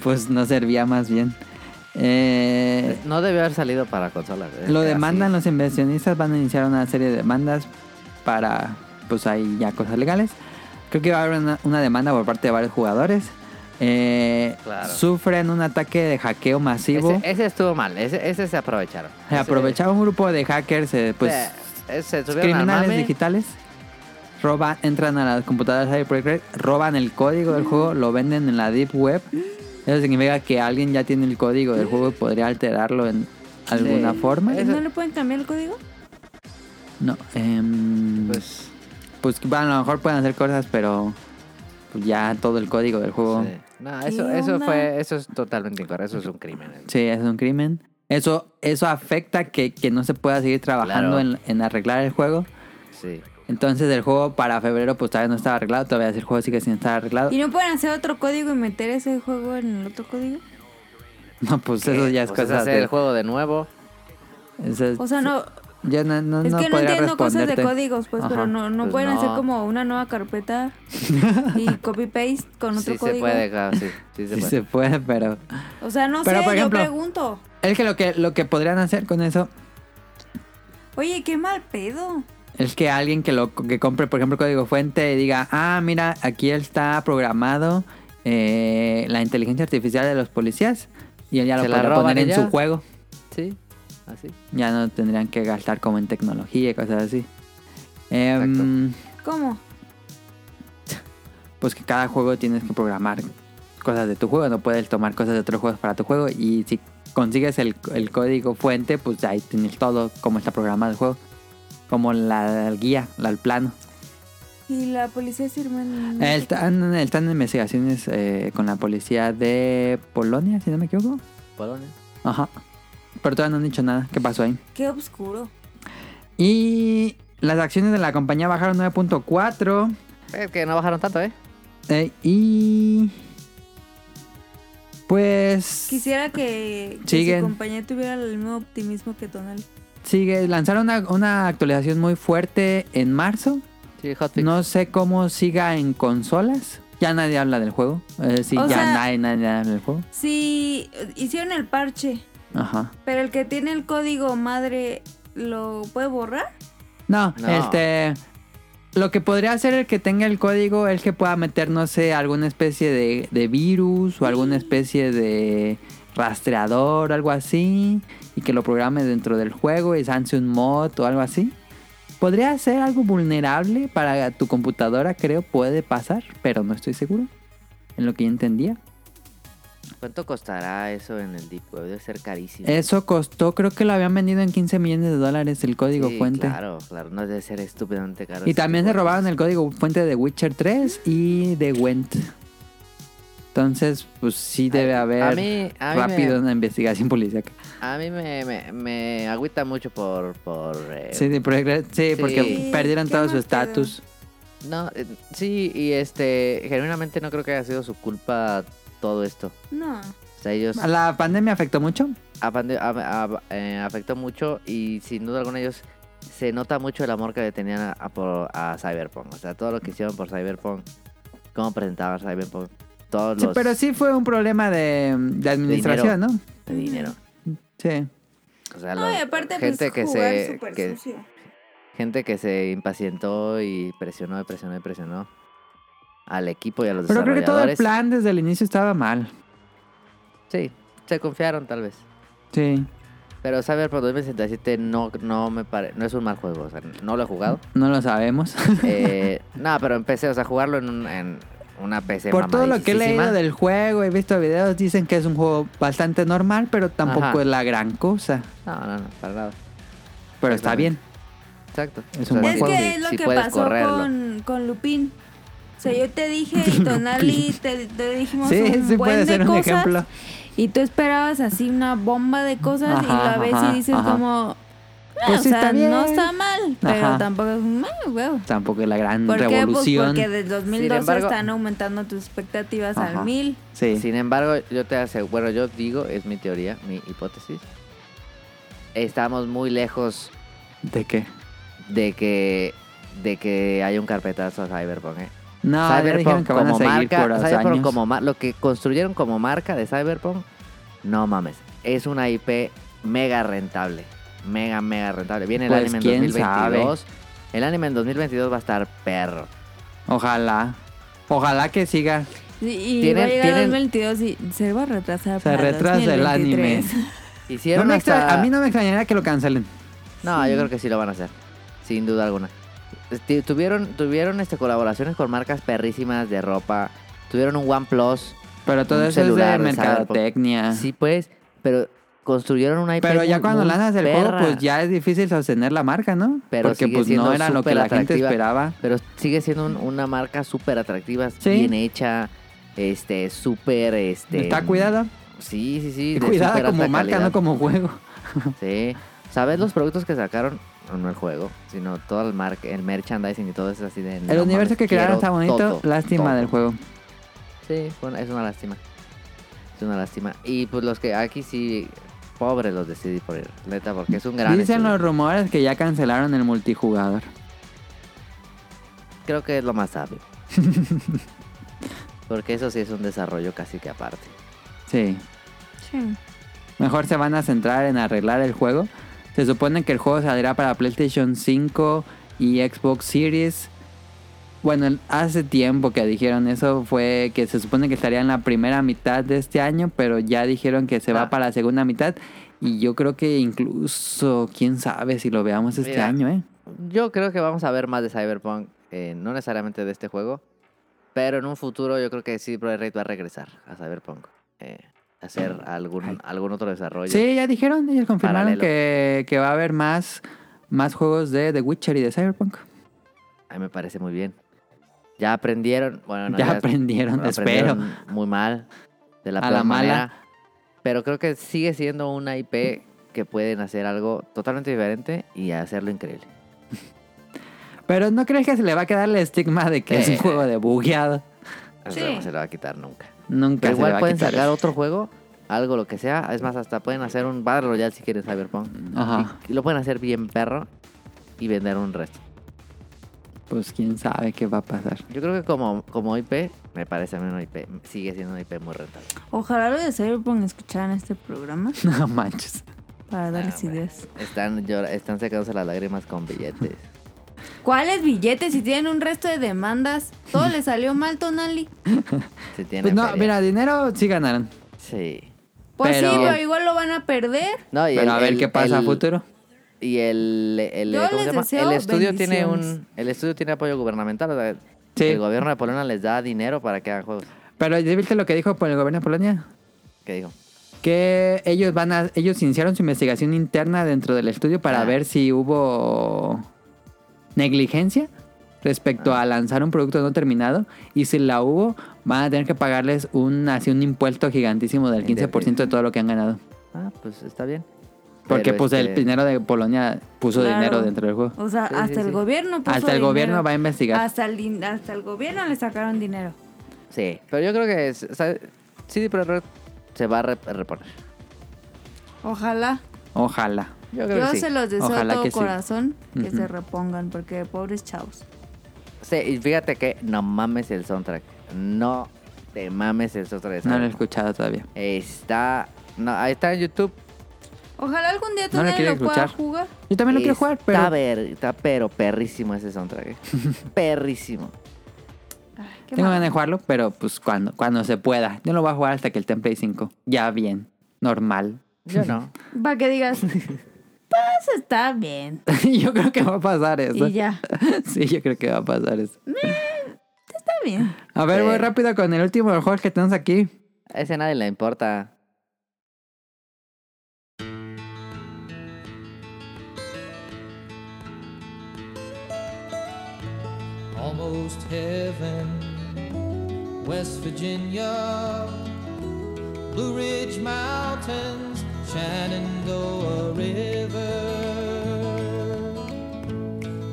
S2: Pues no servía más bien.
S1: Pues,
S2: Eh,
S3: No debió haber salido para consolas. es
S2: lo
S3: que así
S2: demandan
S3: es.
S2: los inversionistas, van a iniciar una serie de demandas para, pues hay ya cosas legales. Creo que va a haber una, una demanda por parte de varios jugadores. Eh,
S3: Claro.
S2: Sufren un ataque de hackeo masivo.
S3: Ese, ese estuvo mal, ese, ese se aprovecharon.
S2: Se aprovechaba un grupo de hackers, eh, pues
S3: Eh, se subieron al
S2: criminales
S3: mame.
S2: digitales. Roban, entran a las computadoras de Project Red, roban el código del juego, lo venden en la Deep Web. Eso significa que alguien ya tiene el código del juego y podría alterarlo en alguna
S3: Sí.
S2: forma.
S3: Eso-
S1: ¿No le pueden cambiar el código?
S2: No, em, pues,
S3: Pues,
S2: bueno, a lo mejor pueden hacer cosas, pero pues, ya todo el código del juego.
S3: sí. No, eso,
S1: ¿Qué
S3: eso
S1: onda?
S3: fue, eso es totalmente incorrecto, eso es un crimen.
S2: Sí, es un crimen. Eso, eso afecta que, que no se pueda seguir trabajando
S3: Claro.
S2: en, en arreglar el juego.
S3: Sí.
S2: Entonces el juego para febrero pues todavía no estaba arreglado, todavía el juego sigue sin estar arreglado.
S1: ¿Y no pueden hacer otro código y meter ese juego en el otro código?
S2: No, pues eso
S3: Que,
S2: ya es
S3: pues,
S2: cosa
S3: hacer
S2: de...
S3: el juego de nuevo.
S2: eso es-
S1: O sea, no.
S2: Yo no, no,
S1: Es
S2: no
S1: que no
S2: podría
S1: entiendo cosas de
S2: responderte.
S1: códigos, pues,
S2: Ajá.
S1: pero no, no
S3: Pues
S1: pueden hacer
S3: no.
S1: como una nueva carpeta y copy paste con otro
S3: Sí
S1: código.
S3: se puede, claro, sí, sí se
S2: Sí
S3: puede.
S2: se puede, pero...
S1: O sea, no
S2: Pero,
S1: sé,
S2: por ejemplo-
S1: yo pregunto.
S2: Es que lo, que lo que podrían hacer con eso
S1: Oye, qué mal pedo.
S2: es que alguien que lo que compre, por ejemplo, código fuente y diga, ah, mira, aquí está programado eh, la inteligencia artificial de los policías y él ya lo
S3: Se la
S2: podría
S3: roban
S2: poner
S3: y
S2: en
S3: ya.
S2: su juego.
S3: Sí, así.
S2: Ya no tendrían que gastar como en tecnología y cosas así. Em,
S1: ¿Cómo?
S2: pues que cada juego tienes que programar cosas de tu juego, no puedes tomar cosas de otros juegos para tu juego y si consigues el, el código fuente, pues ahí tienes todo como está programado el juego, como la, guía, la, el plano.
S1: Y la policía sirve en...
S2: Eh, Están, están en investigaciones eh, con la policía de Polonia, si no me equivoco.
S3: Polonia.
S2: Ajá. Pero todavía no han dicho nada. ¿Qué pasó ahí?
S1: Qué oscuro.
S2: Y las acciones de la compañía bajaron 9.4.
S3: Es que no bajaron tanto, ¿eh?
S2: eh, y... Pues...
S1: Quisiera que, que
S2: Siguen.
S1: su compañía tuviera el mismo optimismo que Tonal.
S2: Sigue, lanzaron una, una actualización muy fuerte en marzo.
S3: Sí, hotfix.
S2: No sé cómo siga en consolas. Ya nadie habla del juego. Es decir,
S1: O
S2: ya
S1: sea-
S2: nadie, nadie habla del juego.
S1: Sí, eh, hicieron el parche,
S2: Ajá.
S1: pero el que tiene el código madre lo puede borrar.
S2: No,
S3: No.
S2: este. Lo que podría hacer el que tenga el código es que pueda meter, no sé, alguna especie de, de virus o alguna especie de rastreador, algo así, y que lo programe dentro del juego y lance un mod o algo así. Podría ser algo vulnerable para tu computadora, creo, puede pasar, pero no estoy seguro. En lo que yo entendía.
S3: ¿Cuánto costará eso en el Deep Web? Debe ser carísimo.
S2: Eso costó, creo que lo habían vendido en 15 millones de dólares el código
S3: Sí,
S2: fuente.
S3: Claro, claro, no debe ser estúpidamente caro.
S2: Y
S3: ese
S2: también se
S3: tipo de
S2: robaron
S3: cosas.
S2: el código fuente de Witcher 3 y de Went. Entonces, pues sí debe
S3: A- a
S2: haber
S3: mí- a mí
S2: rápido
S3: me-
S2: una investigación policíaca.
S3: A mí me, me, me agüita mucho por. por eh,
S2: Sí, de Project Red- sí,
S3: Sí.
S2: porque
S1: Sí,
S2: perdieron
S1: qué
S2: todo su
S1: mal
S2: estatus.
S3: No, eh, sí, y este. Genuinamente no creo que haya sido su culpa todo esto.
S1: No.
S3: O sea, ellos.
S2: ¿La pandemia afectó mucho?
S3: apande- a- a- eh, afectó mucho y sin duda alguna ellos se nota mucho el amor que le tenían a, a por- a Cyberpunk. O sea, todo lo que hicieron por Cyberpunk, cómo presentaban Cyberpunk, todos
S2: Sí,
S3: los
S2: pero sí fue un problema de, de administración, ¿no?
S3: de dinero.
S2: Sí.
S3: O sea,
S1: No,
S3: los-
S1: y aparte, pues,
S3: gente que
S1: jugar
S3: se
S1: súper
S3: que-
S1: sucio.
S3: gente que se impacientó y presionó, y presionó, y presionó al equipo y a los
S2: Pero creo que todo el
S3: desarrolladores.
S2: plan desde el inicio estaba mal.
S3: Sí, se confiaron tal vez.
S2: Sí.
S3: Pero Cyberpunk 2067 no, no me pare- no es un mal juego, o sea, no lo he jugado.
S2: No lo sabemos.
S3: Eh, no, pero empecé, o sea, jugarlo en, un- en una PC.
S2: Por todo lo que he leído
S3: mamadísima.
S2: del juego, he visto videos, dicen que es un juego bastante normal, pero tampoco
S3: Ajá.
S2: es la gran cosa.
S3: No, no, no, para nada.
S2: Pero está bien.
S3: Exactamente. Exacto.
S2: Es un buen
S1: Es
S2: juego.
S1: que es lo que pasó con, con Lupín. O sea, yo te dije y Tonali te, te dijimos
S2: Sí,
S1: un
S2: sí
S1: buen
S2: puede
S1: de
S2: ser un
S1: cosas, Eh,
S2: ejemplo.
S1: Y tú esperabas así una bomba de cosas y
S2: Ajá,
S1: la ves
S2: ajá,
S1: y dices
S2: ajá.
S1: como... "Ah,
S2: Pues
S1: o
S2: sí
S1: sea,
S2: está bien".
S1: no está mal, pero
S2: Ajá.
S1: tampoco es un mal huevo.
S2: Tampoco es la gran
S1: ¿Por qué? Pues
S2: revolución.
S1: porque desde 2012
S3: embargo-
S1: están aumentando tus expectativas
S2: Ajá.
S1: al mil.
S2: Sí.
S3: Sin embargo, yo te aseguro, bueno, yo digo, es mi teoría, mi hipótesis. Estamos muy lejos
S2: ¿De qué?
S3: de que de que haya un carpetazo a Cyberpunk, ¿eh?
S2: No, ya dijeron
S3: Cyberpunk
S2: que van a
S3: como
S2: seguir
S3: marca,
S2: por los
S3: Cyberpunk
S2: años.
S3: como mar- lo que construyeron como marca de Cyberpunk, no mames, es una IP mega rentable, mega mega rentable. Viene el
S2: Pues,
S3: anime en
S2: quién
S3: 2022. El anime en 2022 va a estar perro.
S2: Ojalá. Ojalá que siga.
S1: Y, y
S3: Tienen-
S1: va a llegar
S3: tienen-
S1: 2022 y se va a retrasar.
S2: Se
S1: para
S2: retrasa el anime.
S1: 2023.
S2: No
S3: Hicieron
S2: me
S3: hasta-
S2: extra- A mí no me extrañaría que lo cancelen.
S3: No, yo creo que sí lo van a hacer. Sin duda alguna. Este, Tuvieron, tuvieron este, colaboraciones con marcas perrísimas de ropa. Tuvieron un OnePlus.
S2: Pero todo
S3: Un
S2: eso es de
S3: celular, ¿sabes?
S2: mercadotecnia.
S3: Sí, pues. Pero construyeron una IP.
S2: Pero ya
S3: muy-
S2: cuando
S3: muy
S2: lanzas el juego,
S3: perra.
S2: pues ya es difícil sostener la marca, ¿no?
S3: Pero
S2: Porque
S3: sigue
S2: pues no
S3: siendo
S2: era lo que la gente
S3: superatractiva.
S2: esperaba.
S3: Pero sigue siendo un- una marca súper atractiva,
S2: Sí.
S3: bien hecha. Este, súper. Este,
S2: Está cuidada.
S3: Sí, sí, sí. de
S2: cuidada
S3: súper
S2: como
S3: alta
S2: marca, no
S3: calidad.
S2: como juego.
S3: Sí. ¿Sabes los productos que sacaron? No el juego, sino todo el, mar el merchandising y todo eso así de...
S2: el universo que crearon está bonito. Lástima
S3: del
S2: del juego.
S3: Sí, bueno, es una lástima. Es una lástima. Y pues los que aquí sí, pobres los decidí por ir, neta, porque es un gran.
S2: Dicen
S3: estudio.
S2: los rumores que ya cancelaron el multijugador.
S3: Creo que es lo más sabio. porque eso sí es un desarrollo casi que aparte.
S2: Sí.
S1: Sí.
S2: Mejor se van a centrar en arreglar el juego. Se supone que el juego saldrá para PlayStation 5 y Xbox Series. Bueno, el- hace tiempo que dijeron eso fue que se supone que estaría en la primera mitad de este año, pero ya dijeron que se va
S3: Ah.
S2: para la segunda mitad. Y yo creo que incluso, quién sabe si lo veamos este
S3: Mira.
S2: año, ¿eh?
S3: Yo creo que vamos a ver más de Cyberpunk, eh, no necesariamente de este juego, pero en un futuro yo creo que sí, Project Red va a regresar a Cyberpunk. eh, a hacer algún, algún otro desarrollo.
S2: Sí, ya dijeron, ellos confirmaron
S3: Paralelo.
S2: que, que va a haber más, más juegos de The Witcher y de Cyberpunk.
S3: A mí me parece muy bien. Ya aprendieron. Bueno, no,
S2: ya, aprendieron, espero.
S3: aprendieron Muy mal. De la
S2: A
S3: peor
S2: la mala.
S3: manera. Pero creo que sigue siendo una IP que pueden hacer algo totalmente diferente y hacerlo increíble.
S2: Pero ¿no crees que se le va a quedar el estigma de que es un
S3: Eh.
S2: juego de bugueado?
S3: Eso
S1: Sí.
S3: no se lo va a quitar nunca.
S2: Nunca se
S3: Pero
S2: le va
S3: igual
S2: a
S3: pueden
S2: quitar
S3: sacar
S2: eso.
S3: otro juego, algo lo que sea. Es más, hasta pueden hacer un Battle Royale si quieren Cyberpunk.
S2: Ajá.
S3: Y lo pueden hacer bien perro y vender un resto.
S2: Pues quién sabe qué va a pasar.
S3: Yo creo que como, como IP, me parece a mí una IP, sigue siendo una IP muy rentable.
S1: Ojalá lo de Cyberpunk escucharan este programa
S2: No manches.
S1: para darles
S3: hombre.
S1: ideas.
S3: Están, llora- están secándose las lágrimas con billetes.
S1: ¿Cuáles billetes? Si tienen un resto de demandas, todo le salió mal, Tonali.
S3: Si tienen
S2: Pues no,
S3: feria.
S2: mira, dinero sí ganaron.
S3: Sí.
S1: Pues sí,
S2: Pero-
S1: pero igual lo van a perder.
S3: No, y
S2: Pero
S3: el-
S2: a ver
S3: el-
S2: qué pasa a
S3: el-
S2: futuro.
S3: Y el, el-
S1: Yo
S3: ¿cómo
S1: les
S3: se llama?
S1: deseo
S3: El estudio tiene
S1: bendiciones.
S3: un el estudio tiene apoyo gubernamental, o sea, el-
S2: Sí.
S3: el gobierno de Polonia les da dinero para que hagan juegos.
S2: Pero ¿ya viste lo que dijo por el gobierno de Polonia?
S3: ¿Qué dijo?
S2: Que ellos van a, ellos iniciaron su investigación interna dentro del estudio para
S3: Ah.
S2: ver si hubo negligencia respecto
S3: Ah.
S2: a lanzar un producto no terminado y si la hubo van a tener que pagarles un así un impuesto gigantísimo del 15% de todo lo que han ganado.
S3: Ah, pues está bien.
S2: Porque
S3: Pero,
S2: pues el
S3: este,
S2: dinero de Polonia puso
S1: Claro.
S2: dinero dentro del juego.
S1: O sea,
S3: Sí, sí,
S1: hasta el
S3: sí.
S1: gobierno puso
S2: Hasta el gobierno
S1: dinero.
S2: va a investigar.
S1: Hasta el, din- hasta el gobierno le sacaron dinero.
S3: Sí, pero yo creo que es, o sea, CD Projekt Red se va a re- reponer.
S1: Ojalá.
S2: Ojalá.
S3: Yo creo
S1: Yo
S3: que sí.
S1: se los deseo
S2: Ojalá
S1: todo
S2: que sí.
S1: corazón que
S2: Ujú.
S1: se repongan, porque pobres chavos.
S3: Sí, y fíjate que no mames el soundtrack. No te mames el soundtrack. de
S2: No lo he
S3: Cyberpunk.
S2: escuchado todavía.
S3: Está no, ahí está en YouTube.
S1: Ojalá algún día
S2: No lo
S1: Tonali
S2: quiero
S1: lo pueda
S2: escuchar.
S1: jugar.
S2: Yo también lo quiero jugar,
S3: Está,
S2: pero
S3: ver- está pero perrísimo ese soundtrack. eh. perrísimo.
S1: Ay, qué
S2: tengo
S1: mal.
S2: ganas de jugarlo, pero pues cuando, cuando se pueda. Yo lo voy a jugar hasta que el Template 5. Ya bien. Normal.
S3: Yo no.
S1: Para que digas, pues está bien.
S2: yo creo que va a pasar eso.
S1: Y ya,
S2: Sí, yo creo que va a pasar eso.
S1: está bien.
S2: A ver,
S3: Sí.
S2: voy rápido con el último juego que tenemos aquí.
S3: A ese nadie le importa.
S7: almost heaven. West Virginia, Blue Ridge Mountains, Shenandoah River.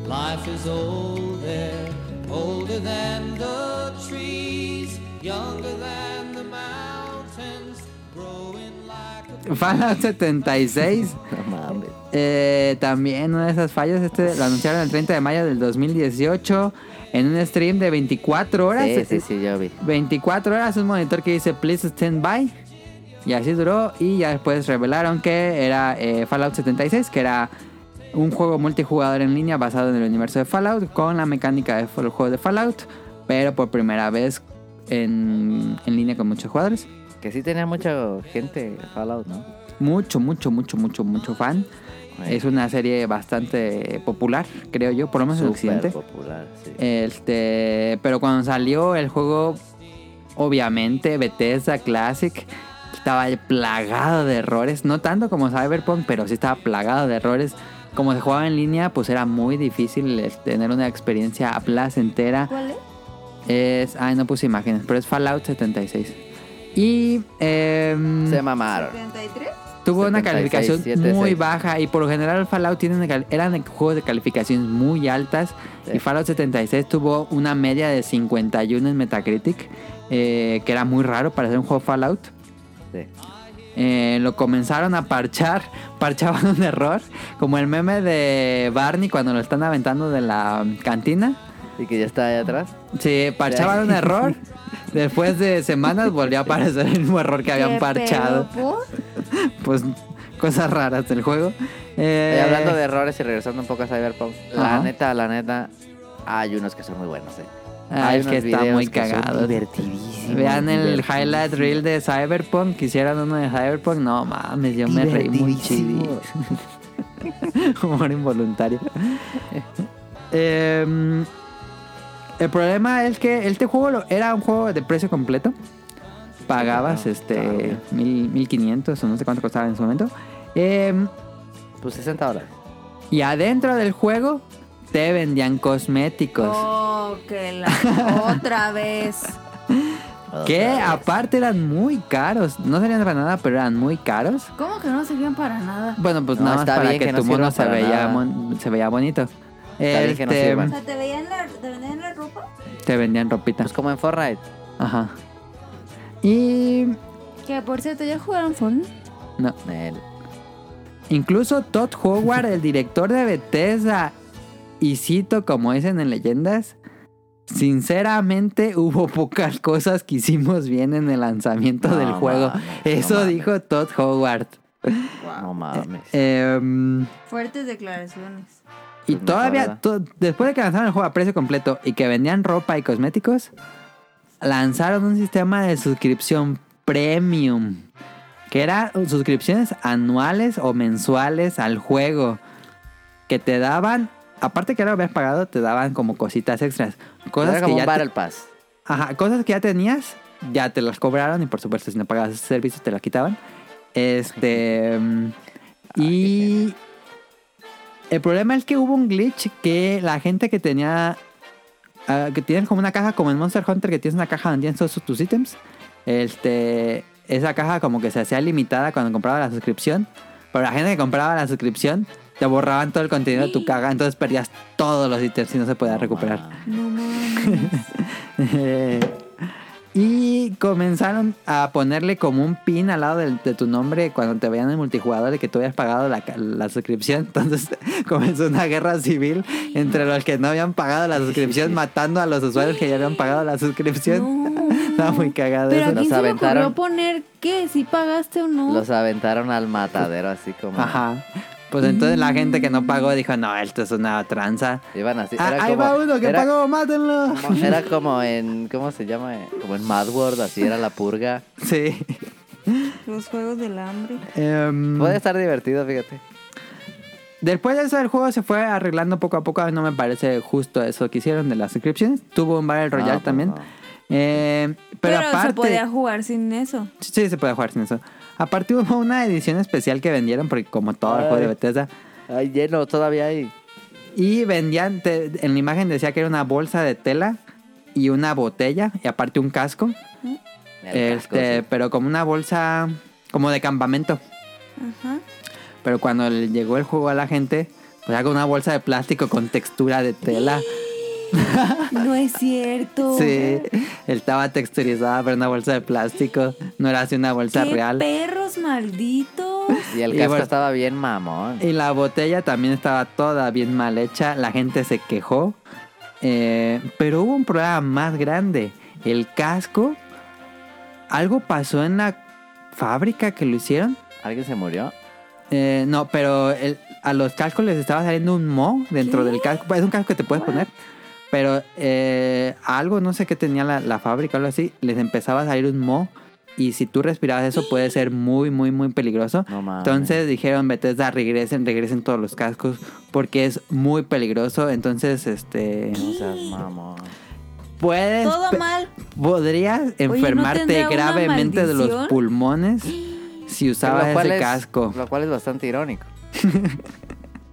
S7: Life is old there, older than the trees, younger than the mountains, growing like a
S2: Fallout 76.
S3: No mames.
S2: Eh, también una de esas fallas, este lo anunciaron el 30 de mayo del 2018. en un stream de 24 horas.
S3: Sí, sí, sí, yo vi.
S2: 24 horas, un monitor que dice Please Stand By. Y así duró. Y ya después revelaron que era eh, Fallout 76, que era un juego multijugador en línea basado en el universo de Fallout, con la mecánica del juego de Fallout, pero por primera vez en, en línea con muchos jugadores.
S3: Que sí tenía mucha gente Fallout, ¿no?
S2: Mucho, mucho, mucho, mucho, mucho fan.
S3: Ay,
S2: Es una serie bastante popular, creo yo, por lo menos en
S3: súper
S2: Occidente.
S3: popular, sí.
S2: Este, pero cuando salió el juego, obviamente Bethesda Classic estaba plagado de errores, no tanto como Cyberpunk, pero sí estaba plagado de errores. Como se jugaba en línea, pues era muy difícil eh, tener una experiencia placentera.
S1: ¿Cuál es?
S2: Es, ay, no puse imágenes, pero es Fallout 76. Y em,
S3: Se mamaron.
S5: ¿73?
S2: tuvo una
S3: 76,
S2: calificación
S3: 76.
S2: muy baja y por lo general Fallout tiene una cal- eran juegos de calificaciones muy altas
S3: Sí.
S2: y Fallout 76 tuvo una media de 51 en Metacritic, eh, que era muy raro para hacer un juego Fallout.
S3: Sí.
S2: Eh, lo comenzaron a parchar, parchaban un error, como el meme de Barney cuando lo están aventando de la cantina.
S3: Y que ya está ahí atrás.
S2: Sí, parchaban un error. Después de semanas volvió a aparecer el mismo error que habían parchado. Pues cosas raras del juego. Eh,
S3: Y hablando de errores y regresando un poco a Cyberpunk, la
S2: Ajá.
S3: neta, la neta, hay unos que son muy buenos, eh.
S2: ah,
S3: hay
S2: es
S3: unos
S2: que está
S3: videos
S2: muy
S3: que son
S2: cagado.
S3: Divertidísimos.
S2: Vean el
S3: divertidísimos.
S2: highlight reel de Cyberpunk. Que hicieron uno de Cyberpunk. No mames, yo me reí muy chido.
S3: Divertidísimos.
S2: Humor involuntario. Em, el problema es que este juego lo- era un juego de precio completo. Pagabas
S3: Claro, claro,
S2: este
S3: güey.
S2: mil, 1500 o no sé cuánto costaba en su momento. Em,
S3: Pues 60 dólares.
S2: y adentro del juego te vendían cosméticos.
S4: Oh, que la otra vez.
S2: Que
S3: Otra vez.
S2: aparte eran muy caros. No servían para nada, pero eran muy caros.
S4: ¿Cómo que no servían para nada?
S2: Bueno, pues
S3: No,
S2: nada más
S3: está
S2: para
S3: bien
S2: que,
S3: que no
S2: tu mono
S3: sirva
S2: se
S3: para
S2: veía,
S3: nada.
S2: mon- se veía bonito.
S3: Está bien que no
S2: Este,
S3: sirvan.
S5: O sea, ¿te veían la, te vendían la ropa?
S2: te vendían ropita.
S3: Pues como en Fortnite.
S2: Ajá. Y
S1: Que por cierto, ¿ya jugaron Fortnite?
S2: no,
S3: El-
S2: incluso Todd Howard, el director de Bethesda, y cito como dicen en leyendas, sinceramente hubo pocas cosas que hicimos bien en el lanzamiento
S3: No
S2: del juego.
S3: mames, no
S2: Eso
S3: mames.
S2: dijo Todd Howard.
S3: No mames.
S2: Em,
S5: Fuertes declaraciones.
S2: y
S3: Pues no,
S2: todavía,
S3: la
S2: to- después de que lanzaron el juego a precio completo y que vendían ropa y cosméticos, lanzaron un sistema de suscripción premium, que era suscripciones anuales o mensuales al juego, que te daban, aparte que ahora habías pagado, te daban como cositas extras. Cosas
S3: Era
S2: que
S3: como
S2: ya te-
S3: un Battle Pass.
S2: Ajá, cosas que ya tenías, ya te las cobraron y por supuesto si no pagabas ese servicio te la quitaban. Este... mm, y... El problema es que hubo un glitch que la gente que tenía... ah, que tienes como una caja, como en Monster Hunter, que tienes una caja donde tienes todos tus ítems. Este... Esa caja como que se hacía limitada cuando compraba la suscripción. Pero la gente que compraba la suscripción te borraban todo el contenido de tu caja, entonces perdías todos los ítems y no se podía
S3: No
S2: recuperar.
S3: mames.
S1: No,
S2: Eh, y comenzaron a ponerle como un pin al lado del- de, tu nombre cuando te veían en multijugador de que tú habías pagado la, ca- la suscripción. Entonces comenzó una guerra civil entre los que no habían pagado la suscripción, matando a los usuarios que ya habían pagado la suscripción. Estaba muy cagado
S1: Pero
S2: eso.
S1: aquí
S3: Los
S1: se me ocurrió
S3: aventaron.
S1: poner que si pagaste o no.
S3: Los aventaron al matadero así como.
S2: Ajá. Pues entonces la gente que no pagó dijo, no, esto es una tranza.
S3: Iban así.
S2: Ah,
S3: era
S2: ahí
S3: como-
S2: va uno que
S3: era-
S2: pagó, mátenlo.
S3: como- Era como en. ¿Cómo se llama? Como en Mad World, así era la purga.
S2: Sí.
S5: Los juegos del hambre.
S2: Em,
S3: Puede estar divertido, fíjate.
S2: Después de eso el juego se fue arreglando poco a poco. A mí no me parece justo eso que hicieron de las suscripciones. Tuvo un Battle Royale
S3: No, pues
S2: también.
S3: no.
S2: Eh, pero,
S1: pero
S2: aparte...
S1: se podía jugar sin eso.
S2: Sí, se puede jugar sin eso. Aparte hubo una edición especial que vendieron, porque como todo el juego de
S3: Ay.
S2: Bethesda...
S3: Ay, lleno, todavía hay.
S2: Y vendían, te- en la imagen decía que era una bolsa de tela y una botella y aparte un casco.
S3: El casco,
S2: Este,
S3: sí.
S2: Pero como una bolsa, como de campamento. Pero cuando le llegó el juego a la gente, pues era con una bolsa de plástico con textura de tela.
S1: No es cierto.
S2: Sí, estaba texturizada, pero una bolsa de plástico. No era así una bolsa
S1: ¡Qué
S2: real.
S1: perros malditos!
S3: Y el
S2: y
S3: casco
S2: bueno.
S3: estaba bien mamón.
S2: Y la botella también estaba toda bien mal hecha. La gente se quejó. Eh, pero hubo un problema más grande. El casco, algo pasó en la fábrica que lo hicieron.
S3: ¿Alguien se murió?
S2: Eh, no, pero el- a los cascos les estaba saliendo un mo dentro del casco. Pues, Es un casco que te puedes poner. Pero eh, algo, no sé qué tenía la, la fábrica o algo así, les empezaba a salir un mo. Y si tú respirabas eso puede ser muy, muy, muy peligroso.
S3: No
S1: Ah,
S3: mames.
S2: Entonces dijeron, Bethesda, regresen, regresen todos los cascos porque es muy peligroso. Entonces, este...
S3: No seas mamón.
S2: Puedes...
S1: Todo
S2: pe-
S1: mal.
S2: Podrías
S1: ¿no
S2: enfermarte
S1: tendrá una
S2: gravemente de los
S1: maldición?
S2: pulmones si usabas
S3: Lo cual
S2: ese
S3: es-
S2: casco.
S3: Lo cual es bastante irónico.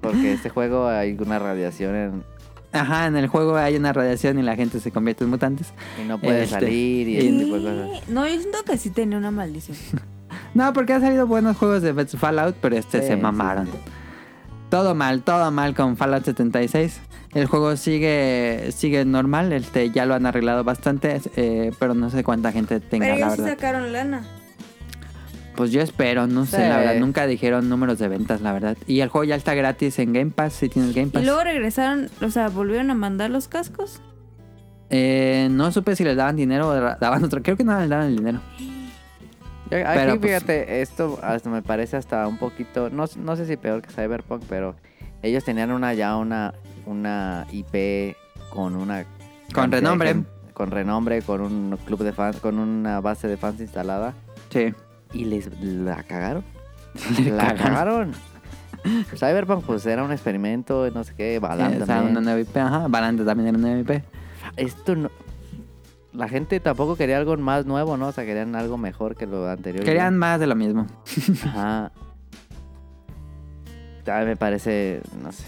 S3: Porque este juego hay una radiación en-
S2: Ajá, en el juego hay una radiación y la gente se convierte en mutantes.
S3: y no puede
S2: Este,
S3: salir y ese tipo de cosas.
S1: No, yo siento que sí tenía una maldición.
S2: No, porque han salido buenos juegos de Beth- Fallout, pero este
S3: Sí,
S2: se
S3: sí,
S2: mamaron.
S3: sí.
S2: Todo mal, todo mal con Fallout 76. El juego sigue sigue normal, este ya lo han arreglado bastante, eh, pero no sé cuánta gente tenga,
S5: Pero
S2: la
S5: ellos sí
S2: verdad.
S5: sacaron lana.
S2: Pues yo espero, no sé,
S3: Sí.
S2: la verdad, nunca dijeron números de ventas, la verdad. Y el juego ya está gratis en Game Pass, si tienes Game
S1: Y
S2: Pass.
S1: luego regresaron, o sea, volvieron a mandar los cascos.
S2: Eh, no supe si les daban dinero o ra- daban otro, creo que no les daban el dinero.
S3: Yo- Aquí,
S2: Pero, pues-
S3: fíjate, esto hasta me parece hasta un poquito, no, no sé si peor que Cyberpunk, pero ellos tenían una ya una, una IP con una...
S2: Con
S3: cantidad de
S2: renombre.
S3: gen- Con renombre, con un club de fans, con una base de fans instalada.
S2: Sí.
S3: Y les la cagaron.
S2: Le
S3: La
S2: cagaron.
S3: cagaron. Cyberpunk pues era un experimento, no sé qué,
S2: Sí,
S3: balance.
S2: o sea, una 9 IP, ajá. Balanda también era una 9 IP.
S3: Esto no... La gente tampoco quería algo más nuevo, ¿no? O sea, querían algo mejor que lo anterior.
S2: Querían más de lo mismo.
S3: Ajá. Ah, me parece, no sé.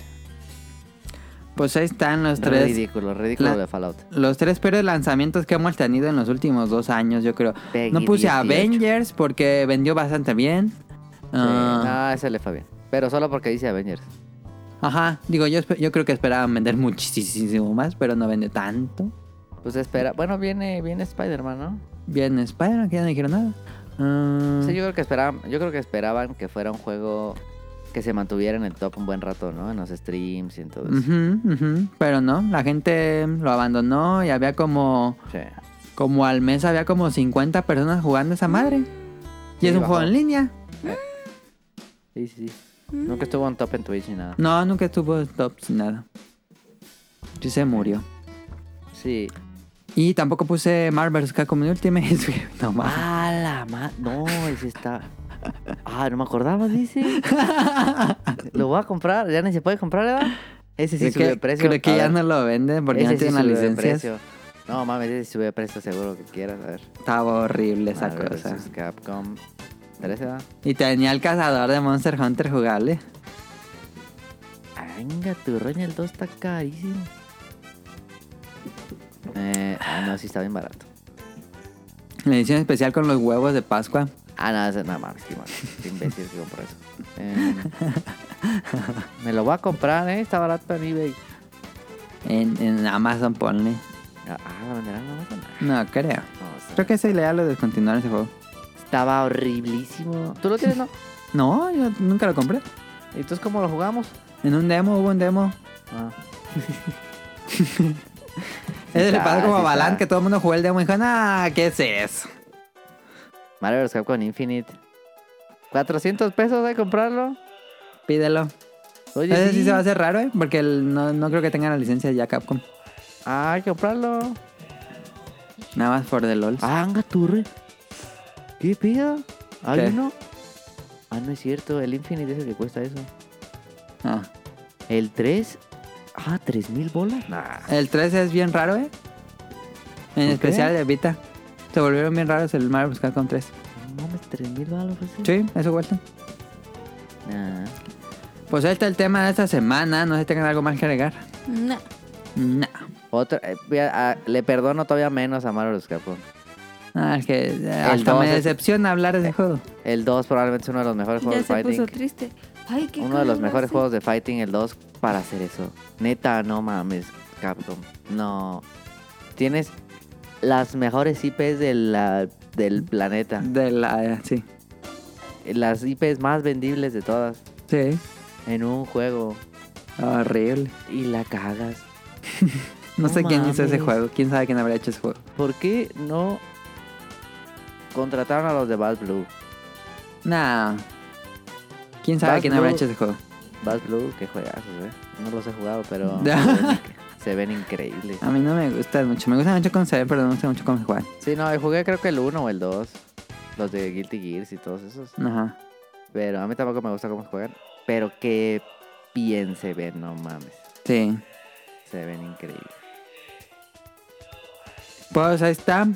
S2: Pues ahí están los tres.
S3: Ridículo, ridículo
S2: la-
S3: de Fallout.
S2: Los tres peores lanzamientos que hemos tenido en los últimos dos años, yo creo.
S3: Peggy
S2: No puse
S3: 18.
S2: Avengers porque vendió bastante bien.
S3: Sí,
S2: Ah,
S3: no, ese le fue bien. Pero solo porque dice Avengers.
S2: Ajá, digo, yo, espe- yo creo que esperaban vender muchísimo más, pero no vendió tanto.
S3: Pues espera. Bueno, viene, viene Spider-Man, ¿no?
S2: Bien, Spider-Man, que ya no dijeron nada. Ah,
S3: Sí, yo creo que esperaban, yo creo que esperaban que fuera un juego que se mantuviera en el top un buen rato, ¿no? En los streams y en todo eso.
S2: ujú, ujú, Pero no, la gente lo abandonó y había como,
S3: Sí.
S2: como al mes había como 50 personas jugando esa madre. Y
S3: Sí,
S2: es un
S3: bajó.
S2: juego en línea.
S3: Sí, sí, sí. Nunca estuvo en top en Twitch ni nada.
S2: No, nunca estuvo en top sin nada. Sí se murió.
S3: Sí.
S2: Y tampoco puse Marvel vs. Capcom Ultimate. no más.
S3: Ah, la ma... No, ese está... Ah, no me acordaba, dice. Lo voy a comprar. Ya ni se puede comprar, ¿verdad? Ese sí
S2: creo
S3: subió
S2: que,
S3: de precio.
S2: creo que
S3: A
S2: ya
S3: ver,
S2: no lo venden porque no
S3: ese sí
S2: tienen
S3: subió
S2: las
S3: de
S2: licencias.
S3: precio. No, mames, ese sí subió de precio seguro que quieras. A ver.
S2: Estaba horrible esa
S3: Marvel
S2: cosa.
S3: vs. Capcom. ¿Tres, edad?
S2: Y tenía el cazador de Monster Hunter jugable.
S3: Venga, tu roña el 2 está carísimo. Eh, ah, no, sí está bien barato.
S2: La edición especial con los huevos de Pascua.
S3: Ah, no, eso, no mames, qué mal. Qué imbécil que compró eso. Eh, me lo voy a comprar, ¿eh? Está barato en eBay.
S2: En, en Amazon ponle.
S3: Ah, ah, ¿lo venderán en Amazon?
S2: No, creo.
S3: No, sé.
S2: Creo que es ilegal lo de descontinuar ese juego.
S3: Estaba horriblísimo. ¿Tú lo tienes, no?
S2: No, yo nunca lo compré.
S3: Entonces, ¿cómo lo jugamos?
S2: En un demo, hubo un demo.
S3: Ah.
S2: es le
S3: está,
S2: pasó como
S3: sí
S2: a Balan
S3: está.
S2: que todo el mundo jugó el demo y dijo, nah, ¿qué es eso?
S3: Marvel vs. Capcom Infinite. 400 pesos de comprarlo.
S2: Pídelo.
S3: Oye,
S2: Ese sí.
S3: sí.
S2: se va a hacer raro, ¿eh? Porque el- no, no creo que tengan la licencia ya Capcom.
S3: Ah, hay que comprarlo.
S2: Nada más por The LOL.
S3: Ah, anga turre. ¿Qué pida? ¿Hay
S2: ¿Qué?
S3: uno? Ah, no es cierto. El Infinite es el que cuesta eso.
S2: Ah.
S3: El 3. Ah, 3000 bolas. Nah.
S2: El 3 es bien raro, ¿eh? En
S3: Ok.
S2: especial de Vita. Se volvieron bien raros el Marvel vs. Capcom 3.
S3: No mames, 3000 balas. pues, sí.
S2: Sí, eso vuelta.
S3: Nah.
S2: Pues ahí está el tema de esta semana. No sé si tengan algo más que agregar.
S1: No.
S2: No.
S3: Otra, eh, mira, ah, le perdono todavía menos a Marvel vs. Capcom.
S2: Ah, es que eh, hasta
S3: dos
S2: me
S3: es-
S2: decepciona hablar de ese juego.
S3: El 2 probablemente es uno de los mejores
S1: Ya
S3: juegos
S1: se
S3: de
S1: puso
S3: fighting.
S1: triste. Ay, qué
S3: Uno de los
S1: calor
S3: mejores
S1: hace.
S3: juegos de fighting, el 2, para hacer eso. Neta, no mames, Capcom. No. Tienes las mejores IPs de la- del planeta.
S2: De la... eh, sí.
S3: Las IPs más vendibles de todas.
S2: Sí.
S3: En un juego.
S2: Horrible.
S3: Y la cagas.
S2: No sé quién hizo ese
S3: mames.
S2: juego. ¿Quién sabe quién habrá hecho ese juego?
S3: ¿Por qué no contrataron a los de Bad Blue?
S2: Nah. ¿Quién sabe
S3: Bad
S2: quién habrá
S3: Blue.
S2: hecho ese juego?
S3: Bad Blue, qué juegazos, eh. No los he jugado, pero
S2: No.
S3: se, ven, se ven increíbles.
S2: A mí no me gusta mucho. Me gusta mucho cómo se ve, pero no me gusta mucho cómo se juega.
S3: Sí, no, jugué creo que el 1 o el 2. Los de Guilty Gears y todos esos.
S2: Ajá.
S3: Pero a mí tampoco me gusta cómo juegan. Pero qué bien se ven, no mames.
S2: Sí.
S3: Se ven increíbles.
S2: Pues ahí está.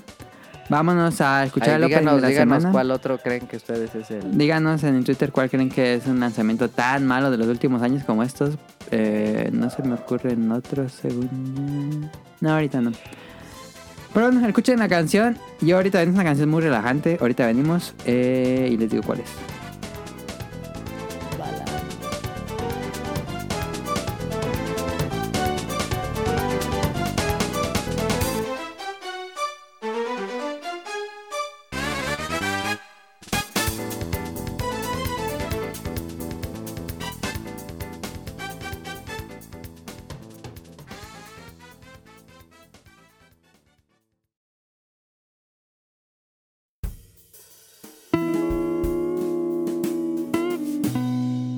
S2: Vámonos a escuchar
S3: Ahí,
S2: el opening
S3: díganos,
S2: de la
S3: díganos
S2: semana.
S3: cuál otro creen que ustedes es el.
S2: Díganos en Twitter cuál creen que es un lanzamiento tan malo de los últimos años como estos. Eh, no se me ocurre en otro segundo. No, ahorita no. Pero bueno, escuchen la canción. Y ahorita viene una canción muy relajante. Ahorita venimos eh, y les digo cuál es.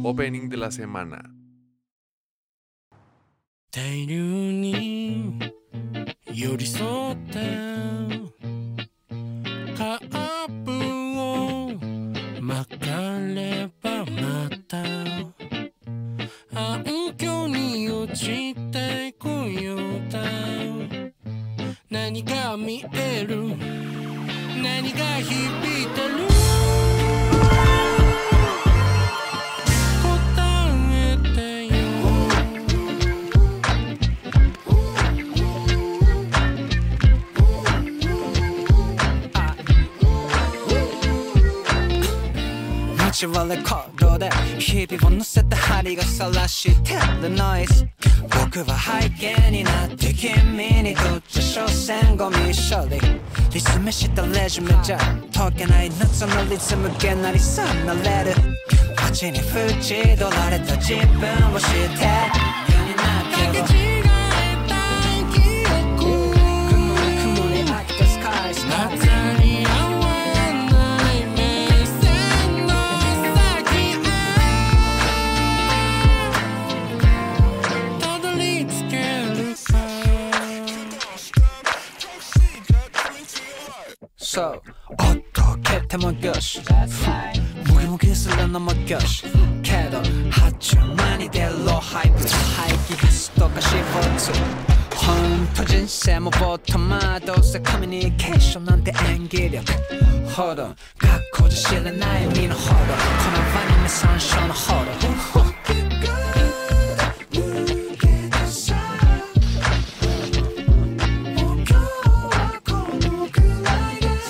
S6: Opening de la semana.
S8: 大量に寄り添ってカーブを巻かればまた暗渠に落ちてこようだ何が見える何が響いてる答えてよナチュラル行動で日々を乗せた針がさらしてるノイズ僕は背景になって君にとっちゃ所詮ゴミ処理リズムしたレジュメじゃ解けない夏のリズムげなりさなれる街に縁取られた自分を知って世になって違えた記憶雲に飽きたスカイス中に合わない目線の先へたどり着けるか So おっと蹴ってもよしもぎもぎするのもよしけど発注間に出ろ廃物廃棄ガスとか CO2 ほんと人生もぼっとまあどうせコミュニケーションなんて演技力ほど学校じゃ知らない身のほどこの場に目山椒のほど抜け出さもう今日はこのくらいです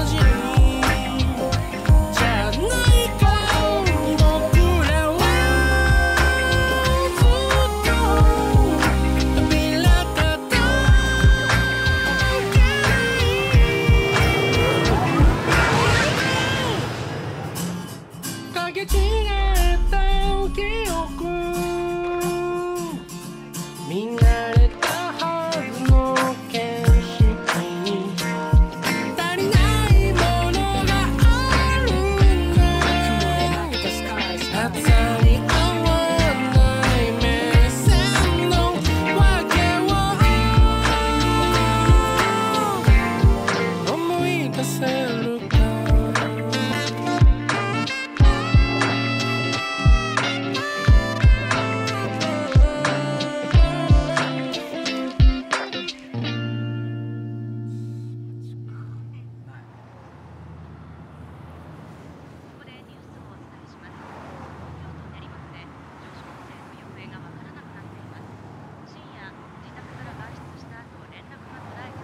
S8: Thank you じゃないか僕らはずっと扉叩けかけ違えた記憶見慣れたはずの景色に足りないものがあるんだ熱さに合わない目線の訳を思い出せるか
S9: お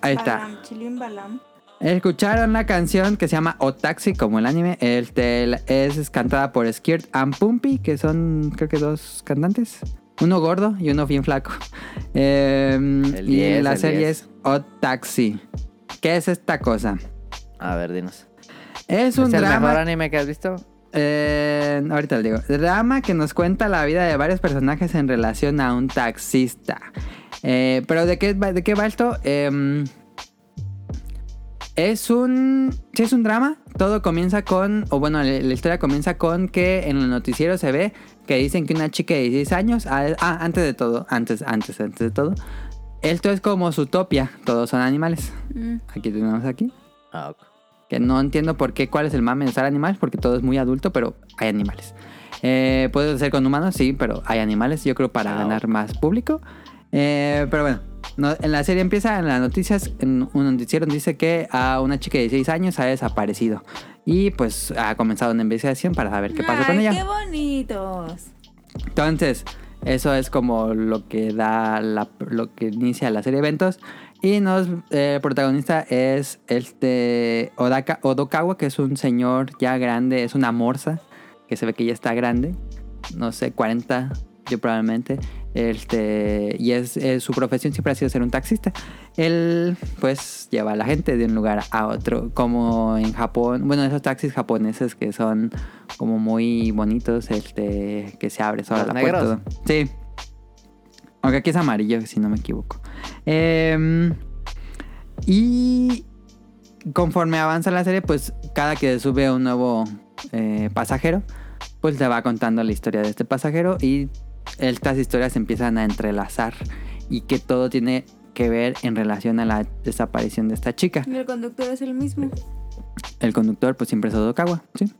S2: Ahí está.
S5: Balam, Chilim Balam.
S2: Escucharon la canción que se llama O Taxi, como el anime. Este, la- es cantada por Skirt and Pumpy, que son creo que dos cantantes. Uno gordo y uno bien flaco. Em,
S3: El
S2: y
S3: 10,
S2: la
S3: el
S2: serie
S3: 10.
S2: es O Taxi. ¿Qué es esta cosa?
S3: A ver, dinos.
S2: Es
S3: ¿Es,
S2: un
S3: el
S2: drama
S3: mejor anime que has visto?
S2: eh, ahorita les digo. Drama que nos cuenta la vida de varios personajes en relación a un taxista. Eh, Pero ¿de qué, va- ¿de qué va esto? Em, es un... Sí, es un drama. Todo comienza con... O bueno, la, la historia comienza con que en el noticiero se ve que dicen que una chica de 16 años... ha- ah, antes de todo. Antes, antes, antes de todo. Esto es como Zootopia. Todos son animales.
S1: Mm.
S2: Aquí tenemos aquí.
S3: Ah, ok.
S2: Que no entiendo por qué, cuál es el mame de usar animales, porque todo es muy adulto, pero hay animales. Eh, puede ser con humanos, sí, pero hay animales, yo creo, para
S3: Chao.
S2: ganar más público. Eh, pero bueno, no- en la serie empieza, en las noticias, en un noticiero dice que a una chica de 16 años ha desaparecido. Y pues ha comenzado una investigación para saber qué pasó con
S1: Ay,
S2: ella.
S1: qué bonitos.
S2: Entonces, eso es como lo que da la- lo que inicia la serie de eventos. Y nos, eh, el protagonista es este Odaka, Odokawa, que es un señor ya grande, es una morsa, que se ve que ya está grande, no sé, 40, yo probablemente. Este, y es, es- su profesión siempre ha sido ser un taxista. Él, pues, lleva a la gente de un lugar a otro, como en Japón. Bueno, esos taxis japoneses que son como muy bonitos, este, que se abre solo
S3: ¿Los
S2: la puerta.
S3: negros?
S2: Sí. Aunque aquí es amarillo, si no me equivoco. Em, y conforme avanza la serie, pues cada que sube un nuevo eh, pasajero, pues te va contando la historia de este pasajero y estas historias se empiezan a entrelazar y que todo tiene que ver en relación a la desaparición de esta chica.
S1: Y el conductor es el mismo.
S2: El conductor pues siempre es Odokawa, ¿sí?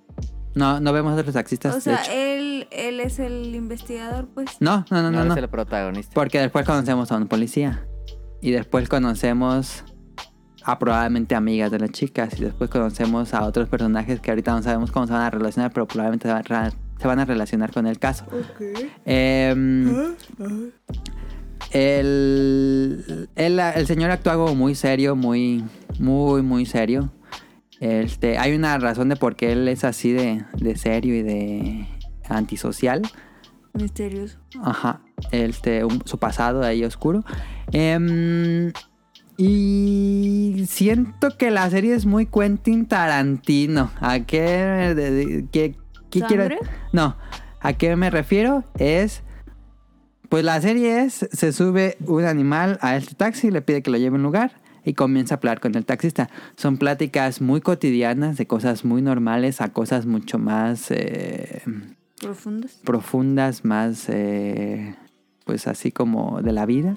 S2: No, no vemos a otros taxistas,
S1: O
S2: de
S1: sea, eh,
S2: hecho.
S1: él, él es el investigador, pues.
S2: No, no, no, no. no.
S3: es el protagonista.
S2: Porque después conocemos a un policía. Y después conocemos a probablemente amigas de las chicas. Y después conocemos a otros personajes que ahorita no sabemos cómo se van a relacionar, pero probablemente se van a- se van a relacionar con el caso. Em, el, el, el señor actúa como muy serio, muy, muy, muy serio. Este, hay una razón de por qué él es así de, de serio y de antisocial.
S1: Misterioso.
S2: Ajá. Este, un- su pasado ahí oscuro. Em, y siento que la serie es muy Quentin Tarantino. ¿A qué, de- de- qué- qué quiero?
S1: ¿Sangre?
S2: No. ¿A qué me refiero? Es. Pues la serie es: se sube un animal a este taxi, le pide que lo lleve a un lugar y comienza a hablar con el taxista. Son pláticas muy cotidianas, de cosas muy normales a cosas mucho más. eh,
S1: Profundos.
S2: profundas, más eh, pues así como de la vida.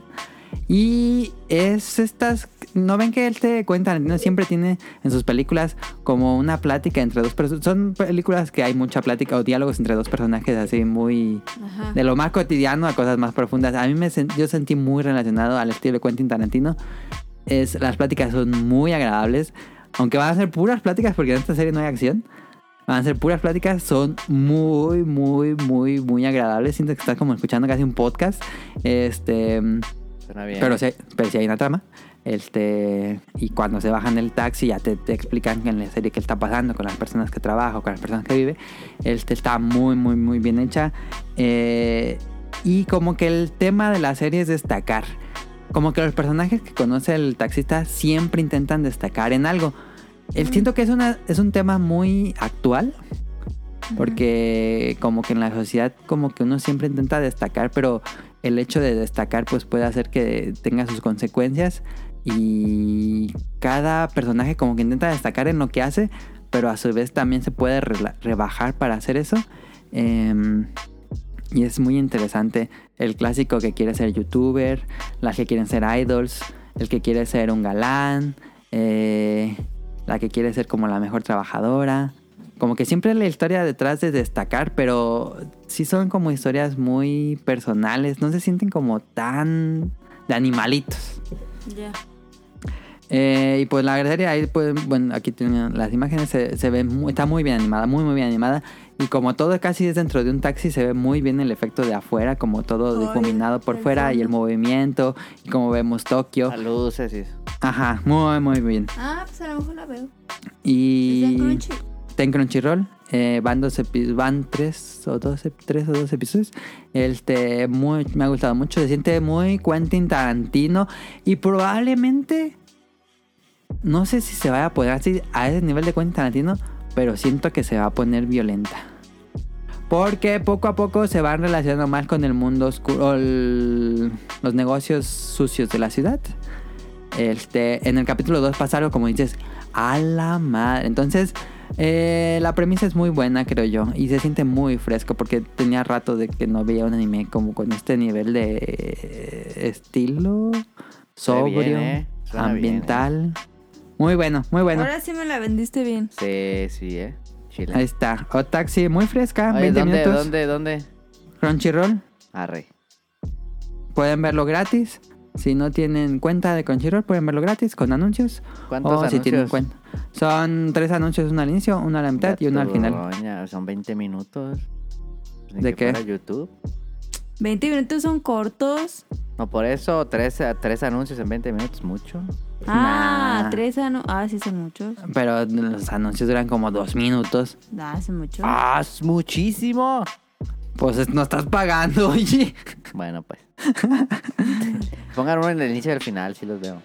S2: Y es estas, ¿no ven que él te cuenta? No siempre tiene en sus películas como una plática entre dos personas. Son películas que hay mucha plática o diálogos entre dos personajes así muy
S1: Ajá.
S2: de lo más cotidiano a cosas más profundas. A mí me sen- yo sentí muy relacionado al estilo de Quentin Tarantino. Es, las pláticas son muy agradables, aunque van a ser puras pláticas porque en esta serie no hay acción. Van a ser puras pláticas, son muy, muy, muy, muy agradables. Siento que estás como escuchando casi un podcast. Este,
S3: Suena bien.
S2: pero si, hay, pero sí hay una trama. Este, y cuando se bajan del taxi ya te, te explican en la serie qué está pasando con las personas que trabaja o con las personas que vive. Este está muy, muy, muy bien hecha. Eh, y como que el tema de la serie es destacar. Como que los personajes que conoce el taxista siempre intentan destacar en algo. El, siento que es, una, es un tema muy actual. Porque como que en la sociedad como que uno siempre intenta destacar, pero el hecho de destacar pues puede hacer que tenga sus consecuencias y cada personaje como que intenta destacar en lo que hace, pero a su vez también se puede rela- rebajar para hacer eso. Em, y es muy interesante el clásico que quiere ser youtuber, las que quieren ser idols, el que quiere ser un galán, eh, la que quiere ser como la mejor trabajadora. Como que siempre la historia detrás de destacar, pero sí son como historias muy personales, no se sienten como tan de animalitos.
S1: Ya.
S2: Eh, y pues la serie ahí, pues, bueno, aquí tienen las imágenes, se, se ve, muy- está muy bien animada, muy, muy bien animada. Y como todo casi es dentro de un taxi, se ve muy bien el efecto de afuera, como todo
S5: Ay,
S2: difuminado por
S5: el
S2: fuera y el
S5: fondo.
S2: movimiento, y como vemos Tokio.
S3: A luces y eso.
S2: Ajá, muy, muy bien.
S5: Ah, pues a lo mejor la veo.
S2: Y...
S5: Está
S1: Pues
S5: en Crunchy.
S2: Está en Crunchyroll. eh, van dos epi- van tres o dos ep- tres o dos episodios. Este muy, me ha gustado mucho. Se siente muy Quentin Tarantino. Y probablemente. No sé si se vaya a poner así a ese nivel de Quentin Tarantino. Pero siento que se va a poner violenta. Porque poco a poco se van relacionando más con el mundo oscuro. o el- los negocios sucios de la ciudad. Este, en el capítulo 2 pasaron, como dices, a la madre. Entonces, eh, la premisa es muy buena, creo yo. Y se siente muy fresco porque tenía rato de que no veía un anime como con este nivel de eh, estilo
S3: Suena
S2: sobrio,
S3: bien, ¿eh? Suena
S2: ambiental. Muy bueno, muy bueno.
S1: Ahora sí me la vendiste bien.
S3: Sí, sí, eh. Chile.
S2: Ahí está. O taxi, muy fresca,
S3: Oye,
S2: 20
S3: ¿dónde,
S2: minutos.
S3: dónde, dónde?
S2: Crunchyroll,
S3: Arre.
S2: pueden verlo gratis. Si no tienen cuenta de Crunchyroll, pueden verlo gratis con anuncios.
S3: ¿Cuántos
S2: O si
S3: anuncios?
S2: tienen Oh, cuenta. Son tres anuncios, uno al inicio, uno a la mitad y uno al final.
S3: Doña, son 20 minutos. Ni
S2: ¿De
S3: que
S2: qué?
S3: fuera YouTube.
S1: 20 minutos son cortos.
S3: No, por eso, tres, tres anuncios en 20 minutos, mucho.
S1: Ah,
S2: Nah.
S1: tres años. Ah, sí, son muchos.
S2: Pero los anuncios duran como dos minutos.
S1: Ah, son muchos.
S3: ¡Ah, es muchísimo!
S2: Pues es- no estás pagando, oye.
S3: Bueno, pues. Pongan uno en el inicio y al final, sí los veo.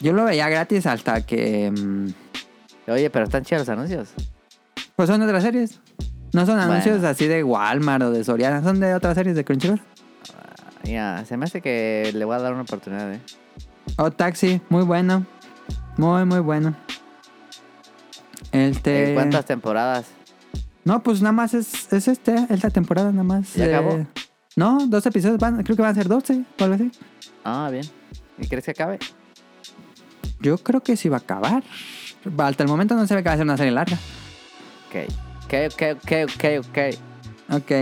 S2: Yo lo veía gratis hasta que. mm,
S3: Oye, pero están chidos los anuncios.
S2: Pues son de otras series. No son
S3: Bueno.
S2: anuncios así de Walmart o de Soriana, son de otras series de Crunchyroll.
S3: Mira, se me hace que le voy a dar una oportunidad, ¿eh?
S2: O Oh, Taxi, muy bueno. Muy, muy bueno. Este.
S3: ¿En ¿Cuántas temporadas?
S2: No, pues nada más es, es este, esta temporada nada más.
S3: ¿Ya acabó?
S2: No, dos episodios, van, creo que van a ser 12 o algo así.
S3: Ah, bien. ¿Y crees que acabe?
S2: Yo creo que sí va a acabar. Hasta el momento no se ve que va a ser una serie larga.
S3: Ok. Ok, ok, ok, ok, ok.
S2: Ok,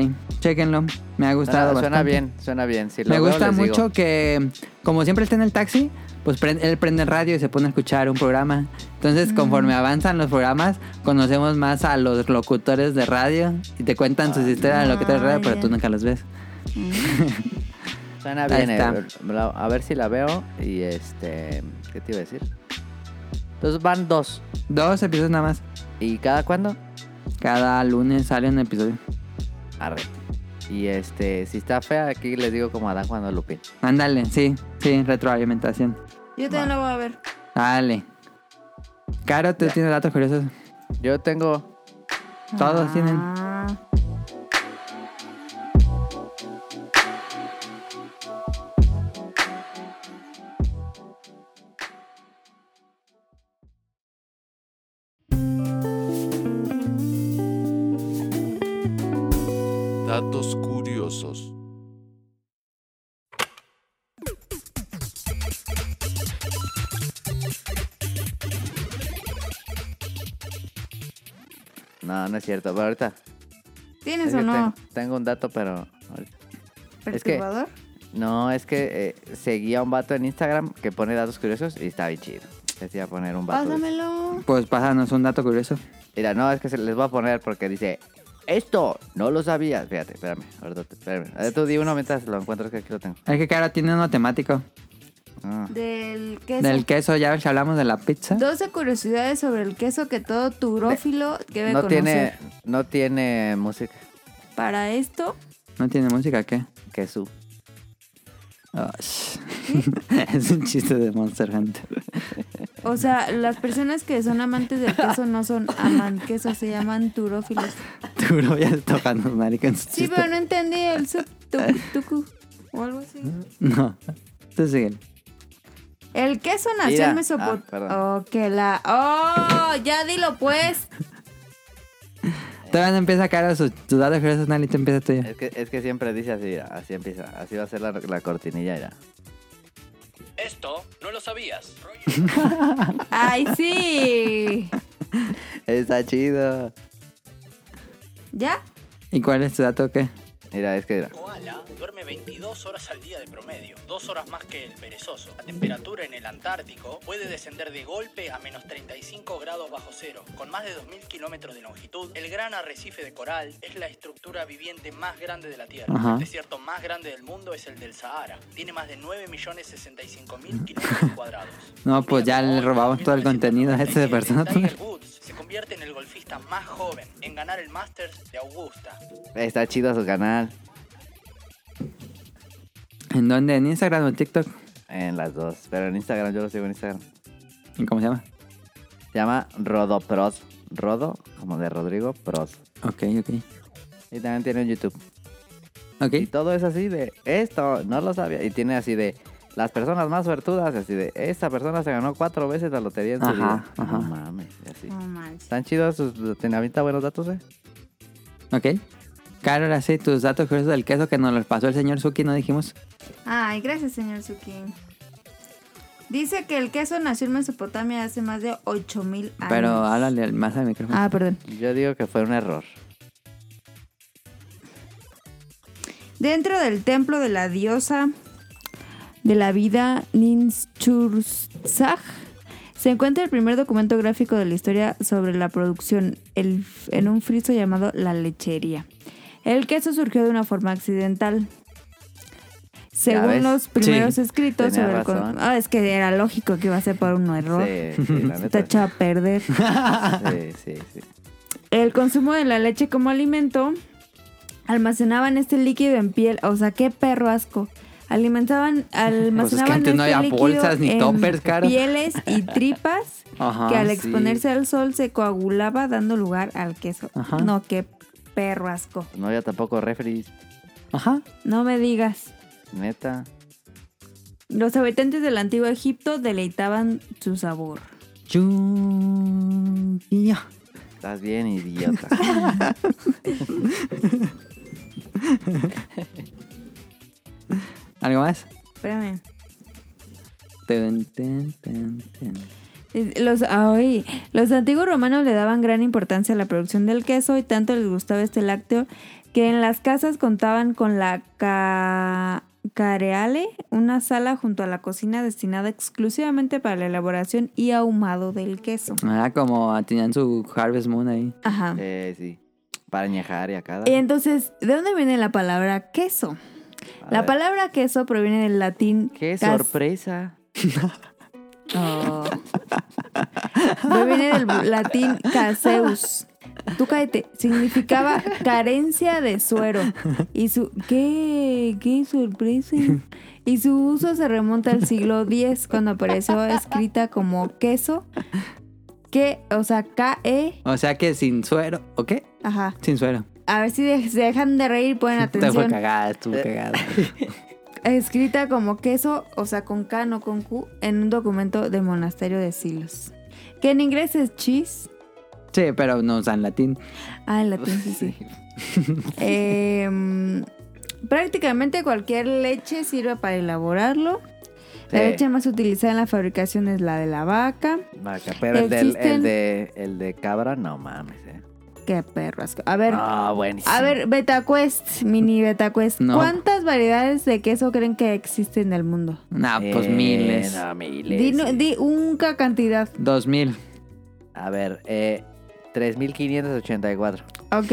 S2: chequenlo. Me ha gustado
S3: Suena, suena
S2: bastante.
S3: bien, suena bien. Si lo
S2: Me
S3: veo,
S2: gusta
S3: les digo.
S2: mucho que, como siempre está en el taxi, pues pre- él prende el radio y se pone a escuchar un programa. Entonces, conforme avanzan los programas, conocemos más a los locutores de radio y te cuentan
S3: Ah,
S2: sus historias de locutores de radio, pero tú nunca los ves.
S3: Suena
S2: Ahí
S3: bien, eh,
S2: está.
S3: me la- a ver si la veo. Y este. ¿Qué te iba a decir? Entonces van dos.
S2: Dos episodios nada más.
S3: ¿Y cada cuándo?
S2: Cada lunes sale un episodio.
S3: Arre. Y este, si está fea, aquí les digo como Adán cuando Lupin.
S2: Ándale, sí, sí, retroalimentación.
S5: Yo también la voy a ver.
S2: Dale. Caro, tú tienes datos curiosos.
S3: Yo tengo.
S1: Ah.
S2: Todos tienen.
S6: Datos curiosos.
S3: No, no es cierto, pero ahorita.
S5: ¿Tienes
S3: es
S5: o
S3: que
S5: no?
S3: ten- tengo un dato, pero. ahorita. es que-
S5: ¿Perturbador?
S3: No, es que eh, seguía un vato en Instagram que pone datos curiosos y está bien chido. Les iba a poner un vato. de esos.
S5: Pásamelo.
S2: Pues pásanos un dato curioso.
S3: Mira, no, es que se les voy a poner porque dice, esto no lo sabías. Fíjate, espérame, ahorita te- espérame. A ver, Tú di uno mientras lo encuentro, es que aquí lo tengo.
S2: Es que Caro tiene uno temático.
S3: Ah,
S5: Del queso.
S2: Del queso, ya ves que hablamos de la pizza.
S5: 12 curiosidades sobre el queso que todo turófilo debe
S3: No
S5: conocer.
S3: tiene, no tiene música.
S1: Para esto,
S2: ¿No tiene música qué?
S3: Que su.
S2: Ah, sh. es un chiste de Monster Hunter.
S1: o sea, las personas que son amantes del queso no son aman queso, se llaman turófilos.
S2: Turo ya está tocando marica en su
S1: Sí,
S2: chiste.
S1: pero no entendí el sub tucu, tucu, o algo así.
S2: No. Tú sigue.
S1: El queso nació
S3: Mira,
S1: en
S3: ah,
S1: Mesopotamia.
S3: perdón.
S1: oh, que la. ¡Oh! Ya dilo pues.
S2: Todavía no empieza Caro su, su dato curioso, Nali, tú empieza tuyo.
S3: Es que, es que siempre dice así, mira, así empieza. Así va a ser la, la cortinilla, mira.
S7: Esto no lo sabías.
S1: ¡Ay, sí!
S3: Está chido.
S1: ¿Ya?
S2: ¿Y cuál es tu dato qué?
S3: Mira, es que mira.
S7: Koala duerme 22 horas al día de promedio, dos horas más que el perezoso. La temperatura en el Antártico puede descender de golpe a menos 35 grados bajo cero. Con más de 2.000 kilómetros de longitud, el gran arrecife de coral es la estructura viviente más grande de la Tierra.
S2: Ajá.
S7: El desierto más grande del mundo es el del Sahara. Tiene más de 9.065.000 kilómetros cuadrados.
S2: No, pues ya le robamos todo el contenido a este esta persona.
S7: Tiger Woods se convierte en el golfista más joven en ganar el Masters de Augusta.
S3: Está chido su canal.
S2: ¿En dónde? ¿En Instagram o en TikTok?
S3: En las dos. Pero en Instagram, yo lo sigo en Instagram.
S2: ¿Y ¿Cómo se llama?
S3: Se llama Rodopros. Rodo, como de Rodrigo Pros.
S2: Ok, ok.
S3: Y también tiene un YouTube. Y
S2: Ok,
S3: todo es así de esto, no lo sabía. Y tiene así de las personas más suertudas, así de esta persona se ganó cuatro veces la lotería en su
S2: Ajá,
S3: vida.
S2: ajá.
S3: No mames, y así.
S5: No manches.
S3: Están chidos sus. Te avienta buenos datos, eh.
S2: ok. Carol, así tus datos curiosos del queso que nos los pasó el señor Suki, no dijimos.
S5: Ay, gracias, señor Sukin. Dice que el queso nació en Mesopotamia hace más de 8000 años.
S2: Pero háblale al- más al micrófono.
S4: Ah, perdón.
S3: Yo digo que fue un error.
S5: Dentro del templo de la diosa
S1: de la vida Ninchurzag se encuentra el primer documento gráfico de la historia sobre la producción el- en un friso llamado la lechería. El queso surgió de una forma accidental.
S3: ves.
S1: Según los primeros
S2: Sí,
S1: escritos
S3: tenía
S1: sobre el con-
S3: razón.
S1: Ah, es que era lógico que iba a ser por un error.
S3: Sí, sí, la
S1: Te
S3: neta.
S1: echa a perder.
S3: Sí, sí, sí.
S1: El consumo de la leche como alimento almacenaban este líquido en piel. O sea, qué perro asco. Alimentaban,
S2: Pues es que
S1: almacenaban
S2: antes no
S1: este
S2: había
S1: líquido
S2: bolsas ni
S1: en
S2: toppers, cara.
S1: pieles y tripas
S2: Ajá,
S1: que al
S2: sí.
S1: exponerse al sol se coagulaba dando lugar al queso.
S2: Ajá.
S1: No, qué perro asco.
S3: No había tampoco referees,
S2: Ajá.
S1: No me digas.
S3: neta.
S1: Los habitantes del antiguo Egipto deleitaban su sabor.
S2: Yuya.
S3: Estás bien, idiota.
S2: ¿Algo más?
S1: Espérame.
S2: Tun, tun, tun, tun.
S1: Los, ay, los antiguos romanos le daban gran importancia a la producción del queso y tanto les gustaba este lácteo que en las casas contaban con la ca- careale, una sala junto a la cocina destinada exclusivamente para la elaboración y ahumado del queso.
S2: Ah, como tenían su Harvest Moon ahí.
S1: Ajá.
S3: Eh, sí. Para añejar y acá.
S1: Y entonces, ¿de dónde viene la palabra queso?
S3: A
S1: La
S3: ver.
S1: palabra queso proviene del latín
S3: ¡Qué
S1: cas-
S3: sorpresa!
S1: Oh. Proviene del latín caseus. Tú cállate. Significaba carencia de suero. Y su. ¡Qué! ¡Qué sorpresa! Y su uso se remonta al siglo X, cuando apareció escrita como queso. Que, o sea, K-E.
S2: O sea que sin suero. ¿O qué?
S1: Ajá.
S2: Sin suero.
S1: A ver si de- se dejan de reír, ponen
S2: Te fue
S1: Ah, atención.
S2: cagada, estuvo cagada.
S1: Escrita como queso, o sea, con K, no con Q, en un documento del monasterio de Silos. Que en inglés es cheese.
S2: Sí, pero no usan latín.
S1: Ah, el latín, sí, sí. Em, prácticamente cualquier leche sirve para elaborarlo. La
S3: Sí.
S1: leche más utilizada en la fabricación es la de la vaca.
S3: Vaca, pero el, del, el,
S1: Existen-
S3: de, el de cabra, no mames, eh.
S1: Qué perro asco. A ver,
S3: Ah, buenísimo.
S1: a ver, BetaQuest, mini BetaQuest.
S2: No.
S1: ¿Cuántas variedades de queso creen que existen en el mundo?
S2: Nah, pues
S3: Eh,
S2: miles.
S3: no, miles.
S1: Di, no- di una cantidad.
S2: Dos mil.
S3: A ver, eh, 3584.
S1: Ok,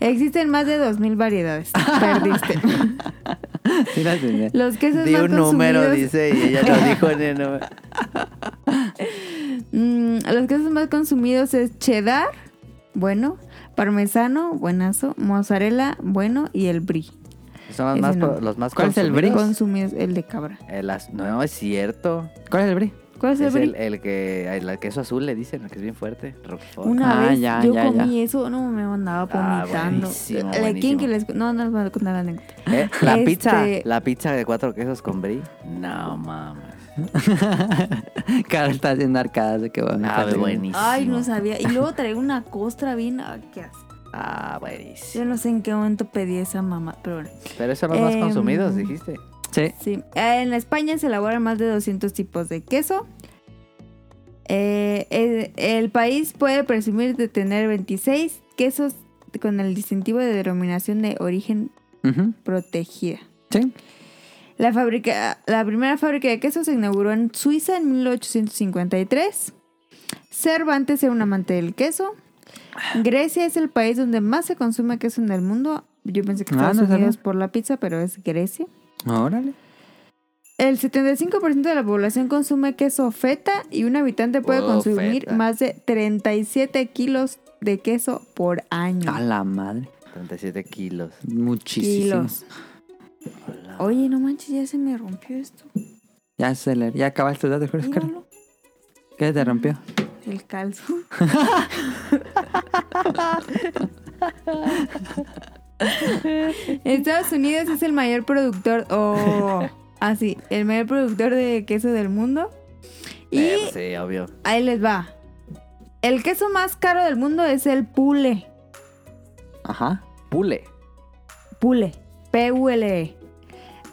S1: existen más de 2.000 variedades. Perdiste.
S2: Sí, las tenía.
S1: Los quesos
S3: Di
S1: más
S3: un número,
S1: consumidos-
S3: dice, y ella lo dijo en el número.
S1: Mm, los quesos más consumidos es cheddar, bueno, parmesano, buenazo, mozzarella, bueno, y el brie.
S3: Son los
S1: Ese
S3: más,
S1: no.
S3: po- los más
S2: ¿Cuál es el
S3: consumidos.
S1: Consumidos, el de cabra.
S3: El az- No, es cierto.
S2: ¿Cuál es el brie?
S1: ¿Cuál es,
S3: Es
S1: el brie?
S3: el, el que, el queso azul le dicen, el que es bien fuerte. Roquefort.
S1: Una
S2: Ah,
S1: vez
S2: ya,
S1: yo
S2: ya,
S1: comí eso, no me mandaba
S3: Ah,
S1: vomitando.
S3: buenísimo,
S1: ¿De
S3: buenísimo.
S1: quién que les no, no les voy a contar la anécdota.
S3: Eh, la
S1: Este-
S3: pizza, la pizza de cuatro quesos con brie. No mames.
S2: Carol está haciendo arcadas de que bueno.
S3: Ah, buenísimo.
S1: Ay, no sabía. Y luego traía una costra bien, ay, qué asco.
S3: Ah,
S1: Yo
S3: buenísimo.
S1: no sé en qué momento pedí esa mamá, pero bueno.
S3: Pero esos son los más
S1: Em,
S3: consumidos, dijiste.
S2: Sí.
S1: Sí. eh, En España se elaboran más de 200 tipos de queso. Eh, el, el país puede presumir de tener 26 quesos con el distintivo de denominación de origen
S2: Ujú.
S1: protegida.
S2: Sí.
S1: La, fábrica, la primera fábrica de queso se inauguró en Suiza en 1853. Cervantes era un amante del queso. Grecia es el país donde más se consume queso en el mundo. Yo pensé que
S2: Ah,
S1: Estados
S2: no sabía.
S1: Unidos por la pizza, pero es Grecia.
S2: Órale.
S1: El 75% de la población consume queso feta y un habitante puede
S3: Oh,
S1: consumir
S3: feta.
S1: más de 37 kilos de queso por año.
S2: A la madre.
S3: 37 kilos.
S2: Muchísimo.
S1: kilos. Oye, no manches, ya se me rompió esto.
S2: Ya se le, ya acabaste el dato, Jorge Oscar.
S1: Míralo,
S2: ¿Qué te rompió?
S1: el calzo. Estados Unidos es el mayor productor, oh, así, el mayor productor de queso del mundo. Y
S3: Eh, pues sí, obvio.
S1: Ahí les va. El queso más caro del mundo es el pule.
S2: Ajá.
S3: Pule.
S1: Pule. P-U-L-E. E.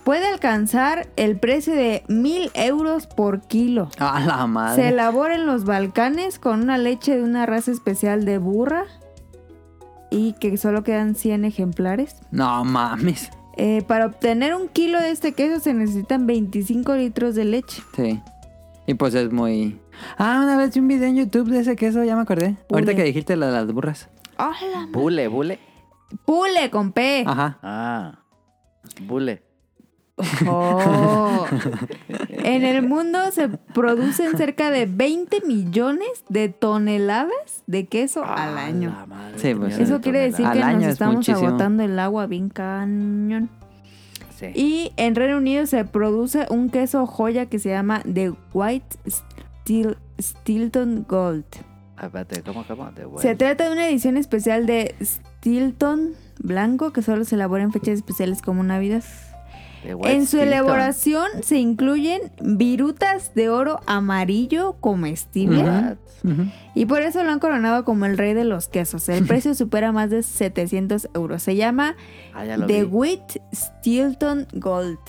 S1: Puede alcanzar el precio de mil euros por kilo.
S2: A la
S1: Se
S2: madre.
S1: elabora en los Balcanes con una leche de una raza especial de burra. Y que solo quedan 100 ejemplares.
S2: No mames.
S1: Eh, para obtener un kilo de este queso se necesitan 25 litros de leche.
S2: Sí. Y pues es muy. Ah, una vez vi un video en YouTube de ese queso, ya me acordé. Ahorita
S1: Pule.
S2: que dijiste la de las burras.
S1: ¡Hola!
S3: Pule, pule.
S1: Pule con
S3: Eh.
S1: P.
S2: Ajá.
S3: Ah. Bule.
S1: Oh. En el mundo se producen cerca de 20 millones de toneladas de queso
S2: Ah,
S1: al año.
S3: Ah, La madre,
S2: Sí, pues,
S3: tenía
S1: Eso
S3: de
S1: quiere decir
S2: toneladas.
S1: que
S2: Al año
S1: nos
S2: es
S1: estamos
S2: muchísimo.
S1: agotando el agua bien cañón.
S3: toneladas. Sí.
S1: Y en Reino Unido se produce un queso joya que se llama The White Stil- Stilton Gold.
S3: Ah, Espérate, ¿cómo, cómo? De
S1: Se
S3: vuelta.
S1: trata de una edición especial de Stilton Blanco que solo se elabora en fechas especiales como Navidad.
S3: De White
S1: En su
S3: Stilton.
S1: elaboración se incluyen virutas de oro amarillo comestible
S2: Ujú.
S3: Ah,
S2: Ujú.
S1: y por eso lo han coronado como el rey de los quesos. El precio supera más de 700 euros. Se llama
S3: Ah, ya lo
S1: The
S3: vi.
S1: Wheat Stilton Gold.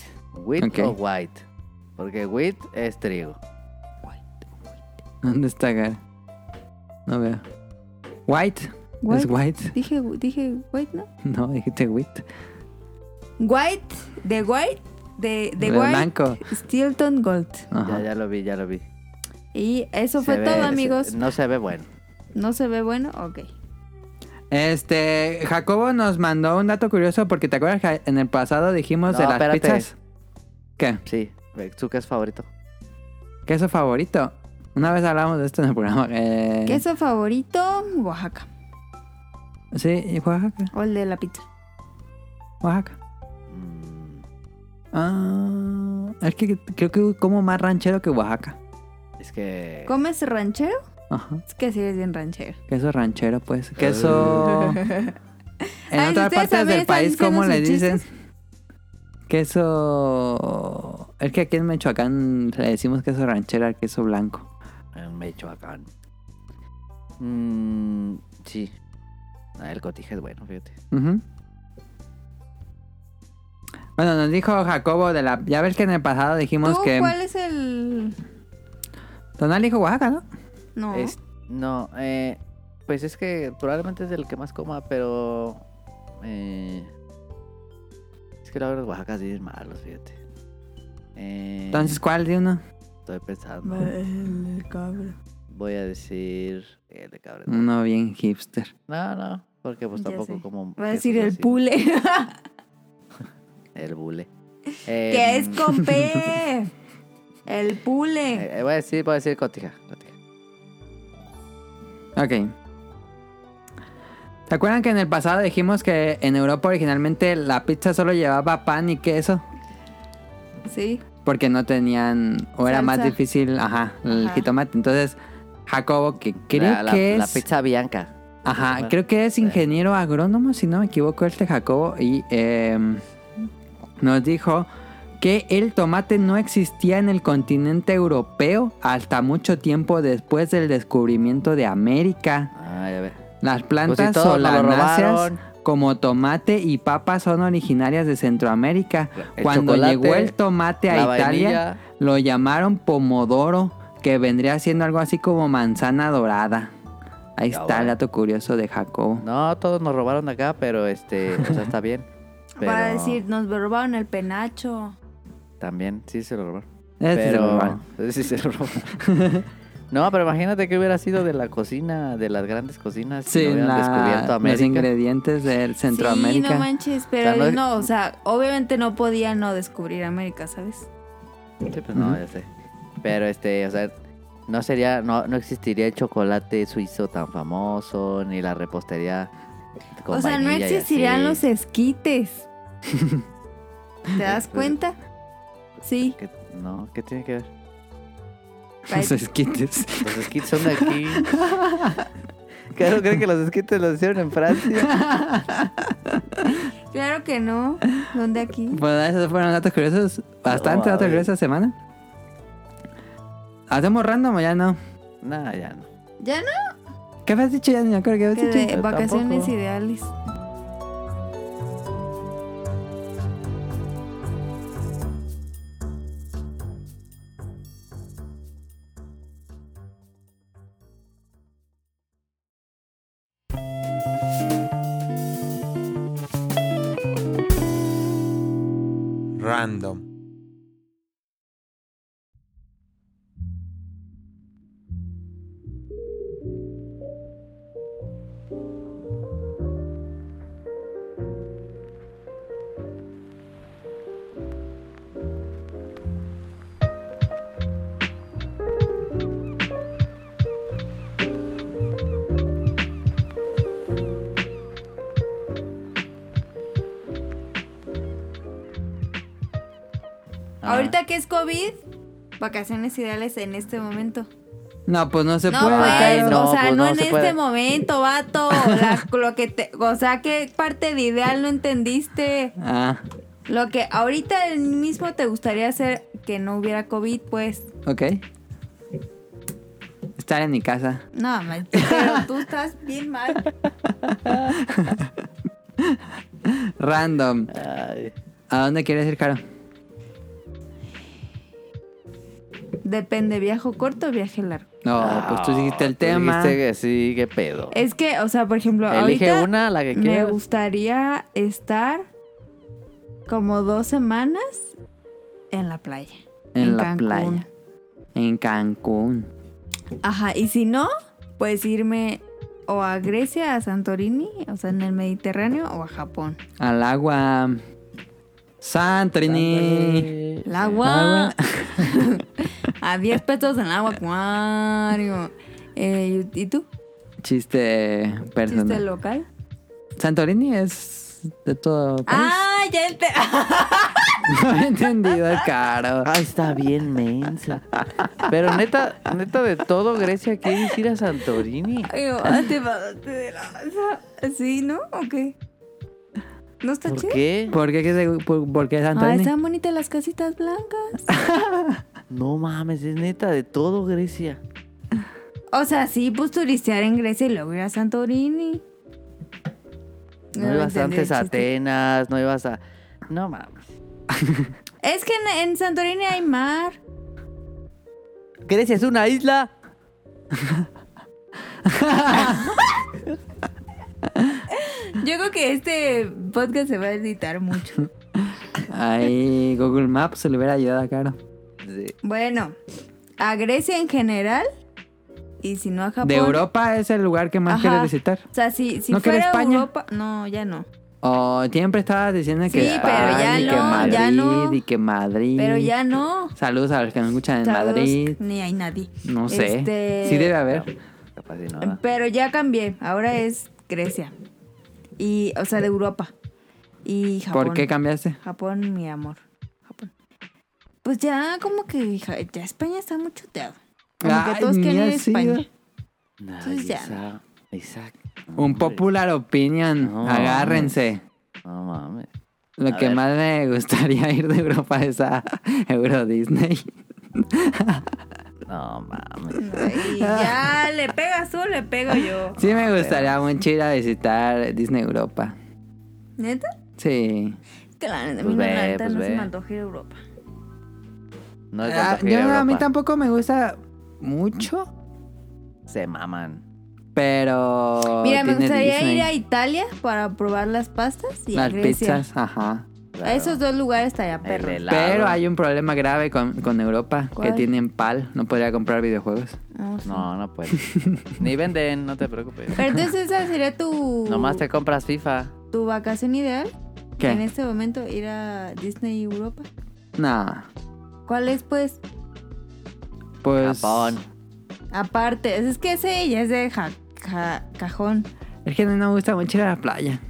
S3: Wheat
S2: Ok.
S3: o white. Porque wheat es trigo.
S2: ¿Dónde está Gar? No veo. White.
S1: White.
S2: Es white.
S1: Dije, dije white, ¿no?
S2: No, dijiste wheat.
S1: White, The White, The, the
S2: Veo
S1: White
S2: blanco.
S1: Stilton Gold.
S2: Ajá.
S3: Ya, ya lo vi, ya lo vi.
S1: Y eso fue
S3: Se ve-
S1: todo,
S3: se-
S1: amigos.
S3: no se ve bueno.
S1: ¿No se ve bueno? Ok.
S3: Eh.
S2: Este, Jacobo nos mandó un dato curioso porque te acuerdas que en el pasado dijimos
S3: No,
S2: de las
S3: espérate.
S2: pizzas. ¿Qué?
S3: Sí, su queso favorito.
S2: ¿Queso favorito? Una vez hablamos de esto en el programa. eh,
S1: Queso favorito, Oaxaca.
S2: Sí, y Oaxaca.
S1: O el de la pizza.
S2: Oaxaca.
S3: Mm,
S2: Ah, es que creo que como más ranchero que Oaxaca.
S3: es que.
S1: ¿Comes ranchero?
S2: Ajá.
S1: Es que sí eres bien ranchero.
S2: Queso ranchero, pues. Queso.
S3: Oh.
S2: En
S1: Eh. Ay,
S2: otras
S1: ustedes
S2: partes
S1: también
S2: del
S1: están
S2: país,
S1: diciendo
S2: ¿cómo le
S1: sus
S2: dicen? Queso. Es que aquí en Michoacán le decimos queso ranchero al queso blanco.
S3: En Michoacán. Mm, sí. Ah, El cotija es bueno, fíjate.
S2: Ujú. Bueno, nos dijo Jacobo de la. Ya ves que en el pasado dijimos
S1: ¿Tú
S2: que.
S1: cuál es el...?
S2: Tonal dijo Oaxaca, ¿no?
S1: No.
S3: Es- no, eh, pues es que probablemente es el que más coma, pero. eh, es que la verdad, los Oaxacas sí es malos, fíjate. Eh,
S2: Entonces, ¿cuál de uno?
S3: estoy pensando. Voy a decir. El de cabra.
S2: Uno bien hipster.
S3: No, no, porque pues
S1: Ya
S3: tampoco
S1: sé. Va
S3: como.
S1: a
S3: quesos
S1: decir el
S3: así.
S1: pule.
S3: El bule.
S1: que
S3: Em,
S1: es con P. El pule.
S3: eh, eh, voy a decir, voy a decir cotija. cotija.
S2: Ok. ¿Se acuerdan que en el pasado dijimos que en Europa originalmente la pizza solo llevaba pan y queso?
S1: Sí.
S2: porque no tenían o era más
S1: Salsa.
S2: difícil, ajá, el
S1: Ajá.
S2: jitomate. Entonces, Jacobo que creo
S3: la, la-
S2: que
S3: la
S2: es
S3: pizza bianca.
S2: ajá, creo que es ingeniero agrónomo si no me equivoco este Jacobo y em, nos dijo que el tomate no existía en el continente europeo hasta mucho tiemempo después del descubrimiento de América.
S3: Ah, ya ve.
S2: Las
S3: Pues
S2: plantas
S3: si todos nos lo
S2: solanáceas
S3: robaron.
S2: como tomate y papa son originarias de Centroamérica.
S3: El
S2: Cuando
S3: chocolate,
S2: llegó el tomate a
S3: la
S2: Italia,
S3: vainilla.
S2: lo llamaron pomodoro, que vendría siendo algo así como manzana dorada. Ahí
S3: Ya
S2: está el
S3: va.
S2: dato curioso de Jacobo.
S3: No, todos nos robaron acá, pero este, o sea, está bien. Pero
S1: Para decir, nos robaron el penacho.
S3: También, sí se lo robaron.
S2: Este se lo
S3: Pero...
S2: robaron.
S3: Sí se lo robaron. No, pero imagínate que hubiera sido de la cocina, de las grandes cocinas, si
S2: Sí,
S3: no hubieran
S2: la-
S3: descubierto
S2: los
S3: América.
S2: ingredientes del
S1: Sí,
S2: Centroamérica.
S1: no manches, pero
S3: O sea, no-
S1: no, o sea, obviamente no podía no descubrir América, ¿sabes?
S3: Sí, pues no,
S2: Ujú.
S3: ya sé. Pero este, o sea, no sería, no, no existiría el chocolate suizo tan famoso, ni la repostería. Con
S1: o sea, no
S3: vainilla y
S1: existirían
S3: así.
S1: los esquites. ¿Te das cuenta? Sí,
S3: ¿Qué- no, ¿qué tiene que ver?
S2: Los esquites.
S3: Los esquites son de aquí. Claro, creen que los esquites los hicieron en Francia.
S1: claro que no. ¿Dónde aquí?
S2: Bueno, Pues, esos fueron datos curiosos. Bastante
S3: No,
S2: datos
S3: a ver.
S2: curiosos esta semana. ¿Hacemos random o ya no?
S3: No, ya no.
S1: Ya no,
S2: ¿Qué habías dicho? Ya ni me acuerdo qué
S1: que
S2: habías
S1: de
S2: dicho.
S3: Yo
S1: vacaciones
S3: Pues tampoco.
S1: ideales.
S10: Random.
S3: Ah.
S1: Ahorita que es COVID, vacaciones ideales en este momento.
S2: No, pues no se
S1: No,
S2: puede.
S1: pues,
S3: Ay, no,
S1: o sea,
S3: pues,
S1: no,
S3: no
S1: en
S3: se
S1: este
S3: puede.
S1: momento, vato. La- lo que te- o sea, ¿qué parte de ideal no entendiste?
S2: Ah,
S1: Lo que ahorita mismo te gustaría hacer que no hubiera COVID, pues.
S2: ok. Estar en mi casa.
S1: No, man, pero tú estás bien mal.
S2: Random.
S3: Ay,
S2: ¿A dónde quieres ir, Caro?
S1: Depende, viaje corto o viaje largo.
S2: No, pues tú dijiste el tema.
S3: Ah, Dijiste que sí, qué pedo.
S1: Es que, o sea, por ejemplo,
S3: Elige
S1: ahorita
S3: una, la que
S1: me
S3: quieras.
S1: gustaría estar como dos semanas en la playa.
S2: En,
S1: en
S2: la
S1: Cancún.
S2: playa. En Cancún.
S1: Ajá, y si no, pues irme o a Grecia, a Santorini, o sea, en el Mediterráneo, o a Japón.
S2: Al agua. Santrini.
S1: El
S3: Ah,
S1: agua. a 10 pesos en el agua, acuario. Eh, ¿Y y tú?
S2: Chiste personal.
S1: ¿Chiste local?
S2: Santorini es de todo. país.
S1: Ah, ya el te-
S2: No había entendido el caro.
S3: Ay, está bien mensa. Pero neta, neta de todo Grecia, ¿quieres ir a Santorini?
S1: Digo, ah, te pasaste de lanza. ¿Sí, no? ¿O qué? ¿No está
S3: ¿Por
S1: chido?
S3: qué?
S2: ¿Por qué, que se- por, por qué
S1: Ah,
S2: Santorini?
S1: están bonitas las casitas blancas.
S3: No mames, es neta de todo Grecia.
S1: O sea, sí, pues turistear en Grecia y luego ir a Santorini.
S3: No,
S1: lo
S3: ibas
S1: entendí el
S3: antes a
S1: chiste.
S3: Atenas, no ibas a. No mames.
S1: Es que en, en Santorini hay mar.
S3: Grecia es una isla.
S1: Yo creo que este podcast se va a editar mucho.
S2: Ahí Google Maps se le hubiera ayudado a Caro.
S1: Bueno, a Grecia en general y si no a Japón.
S2: De Europa es el lugar que más
S1: Ajá.
S2: quieres visitar.
S1: O sea, si, si
S2: ¿No quieres
S1: fuera
S2: España?
S1: Europa, no, ya no.
S2: O Oh, siempre estabas diciendo que
S1: Sí, pero
S2: España
S1: ya
S2: y que
S1: no,
S2: Madrid
S1: ya no.
S2: y que Madrid.
S1: Pero ya no.
S2: Saludos a los que nos escuchan en
S1: Saludos,
S2: Madrid.
S1: Ni hay nadie.
S2: No sé.
S1: Este-
S2: Sí debe haber.
S3: Capaz si no. ¿verdad?
S1: Pero ya cambié. Ahora es Grecia. Y, o sea, de Europa. Y Japón.
S2: ¿Por qué cambiaste?
S1: Japón, mi amor. Japón. Pues ya como que ja- ya España está muy chuteado. Como
S2: Ay,
S1: que todos quieren ir a
S2: mira, sí,
S1: España.
S3: Ay,
S1: Entonces ya.
S3: Isaac, Isaac. No,
S2: Un
S3: hombre.
S2: popular opinion.
S3: No.
S2: Agárrense.
S3: No mames.
S2: Lo
S3: A
S2: que
S3: ver.
S2: más me gustaría ir de Europa es a Euro Disney.
S3: No mames.
S1: Y ya le pegas tú, le pego yo.
S2: Sí
S3: Ah,
S2: me gustaría mucho ir a visitar Disney Europa.
S1: ¿Neta?
S2: Sí.
S1: Es que la neta, a
S3: Pues
S1: mí la
S3: ve,
S1: neta
S3: pues
S1: no se
S3: ve.
S1: me antoja ir a Europa.
S3: No es
S2: Ah,
S3: tanto que
S2: yo-
S3: ir a
S2: a mí
S3: Europa.
S2: tampoco me gusta mucho.
S3: Se maman. Oh,
S2: pero.
S1: Mira, me
S2: tiene
S1: gustaría
S2: Disney.
S1: ir a Italia para probar las pastas y a
S2: Las
S1: Grecia.
S2: pizzas, ajá.
S1: A esos dos lugares estaría
S3: El
S1: perro.
S3: helado.
S2: Pero hay un problema grave con, con Europa,
S1: ¿Cuál?
S2: que tienen PAL, no podría comprar videojuegos.
S1: Ah, sí.
S3: No, no puede. Ni venden, no te preocupes.
S1: Pero entonces esa sería tu,
S3: Nomás te compras FIFA.
S1: tu vacación ideal. En
S2: ¿Qué?
S1: este momento ir a Disney Europa.
S2: No,
S1: ¿Cuál es pues?
S2: pues...
S3: Japón.
S1: Aparte, es que ese ya es de ja- ja- cajón.
S2: Es que no me gusta mucho ir a la playa.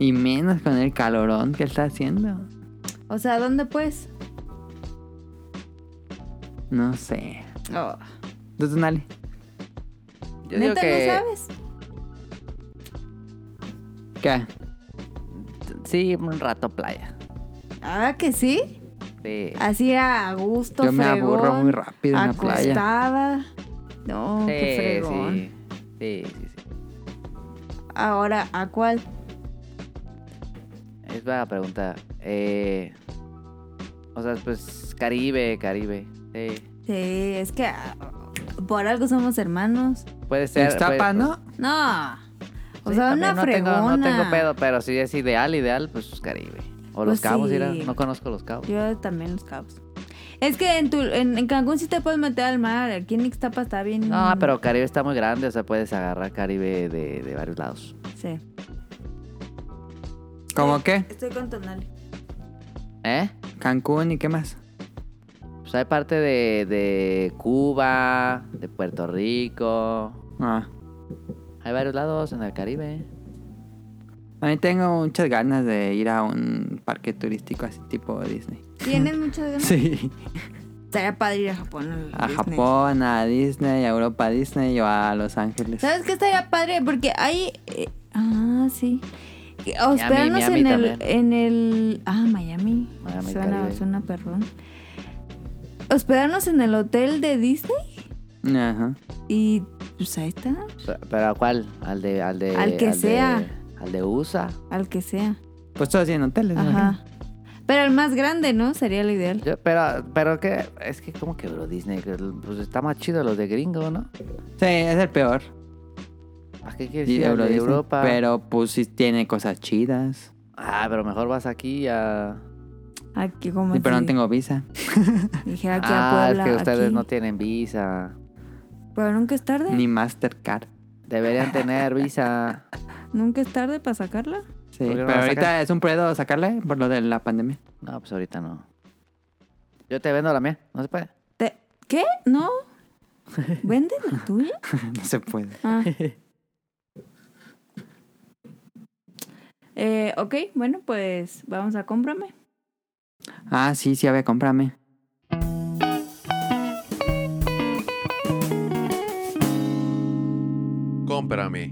S2: Y menos con el calorón que está haciendo.
S1: O sea, ¿dónde pues?
S2: No sé.
S1: Oh,
S2: ¿Tú, Tonali?
S3: Yo
S1: ¿Neta
S3: digo
S1: no
S3: que
S1: sabes?
S2: ¿Qué?
S3: sí, un rato playa.
S1: Ah, que sí.
S3: Sí.
S1: Así a gusto,
S2: Yo me aburro
S1: fregón,
S2: muy rápido en la playa.
S1: acostada. No, qué
S3: sí,
S1: fregón.
S3: sí. Sí, sí, sí.
S1: Ahora, ¿a cuál?
S3: Es buena pregunta. Eh, o sea, pues Caribe, Caribe. Sí.
S1: Sí, es que ah, por algo somos hermanos.
S3: Puede ser.
S2: Iztapa,
S3: puede-
S2: ¿no?
S1: No. O
S3: Sí,
S1: sea,
S3: también
S1: una
S3: no
S1: fregona.
S3: Tengo, no tengo pedo, pero si es ideal, ideal, pues Caribe. O
S1: Pues
S3: Los Cabos,
S1: sí.
S3: mira, no conozco Los Cabos.
S1: Yo también los cabos. Es que en, tu, en, en Cancún sí te puedes meter al mar. Aquí en Ixtapa está bien.
S3: No, pero Caribe está muy grande, o sea, puedes agarrar Caribe de, de varios lados.
S1: Sí.
S2: ¿Cómo qué?
S1: Estoy con Tonali.
S3: ¿Eh?
S2: Cancún y qué más.
S3: Pues hay parte de, de Cuba, de Puerto Rico.
S2: Ah,
S3: Hay varios lados en el Caribe.
S2: a mí tengo muchas ganas de ir a un parque turístico así tipo Disney.
S1: ¿Tienes muchas ganas?
S2: Sí.
S1: Estaría padre ir a Japón. al
S2: A
S1: Disney.
S2: Japón, a Disney, a Europa Disney o a Los Ángeles.
S1: ¿Sabes qué estaría padre? Porque hay. eh, ah, sí. Que Hospedernos
S3: Miami
S1: en, el,
S3: también.
S1: en el. Ah, Miami.
S3: Miami,
S1: suena,
S3: Caribe.
S1: suena perrón. Hospedarnos en el hotel de Disney
S2: Ajá.
S1: y pues ahí está,
S3: Pe- ¿Pero a cuál? Al de. Al, de,
S1: Al que
S3: de-
S1: sea.
S3: al de USA.
S1: al que sea.
S2: Pues todos en hoteles. ¿no?
S1: Ajá. Pero el más grande, ¿no? Sería lo ideal.
S3: Yo- pero, pero que. Es que, ¿cómo quebró Disney? Que el- Pues está más chido los de gringo, ¿no?
S2: Sí, es el peor.
S3: ¿A qué quieres
S2: Y
S3: ir? al
S2: Euro
S3: de
S2: Disney,
S3: Europa.
S2: Pero pues sí tiene cosas chidas.
S3: Ah, pero mejor vas aquí a.
S1: Aquí como
S2: Sí, pero
S1: si
S2: no tengo visa.
S1: dije aquí
S3: ah,
S1: a Puebla.
S3: es que ustedes
S1: aquí.
S3: no tienen visa.
S1: Pero nunca es tarde.
S2: Ni Mastercard.
S3: Deberían tener visa.
S1: Nunca es tarde para sacarla.
S2: Sí,
S3: ¿Por qué no
S2: pero
S3: la sacan?
S2: ahorita es un pedo sacarle por lo de la pandemia.
S3: No, pues ahorita no. Yo te vendo la mía, no se puede.
S1: Te- ¿Qué? ¿No? ¿Venden la tuya?
S2: no se puede.
S1: Ah. Eh, ok, bueno, pues vamos a cómprame.
S2: Ah, sí, sí, a ver, cómprame.
S6: Cómprame.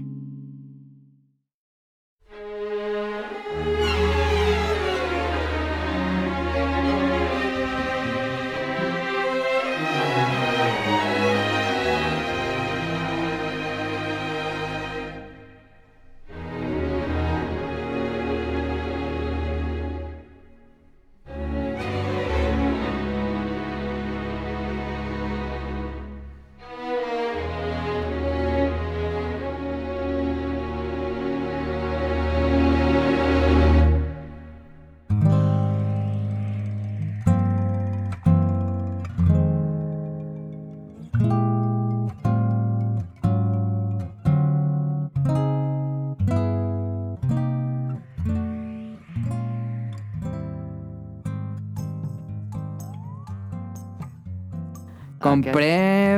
S2: Ah, Compré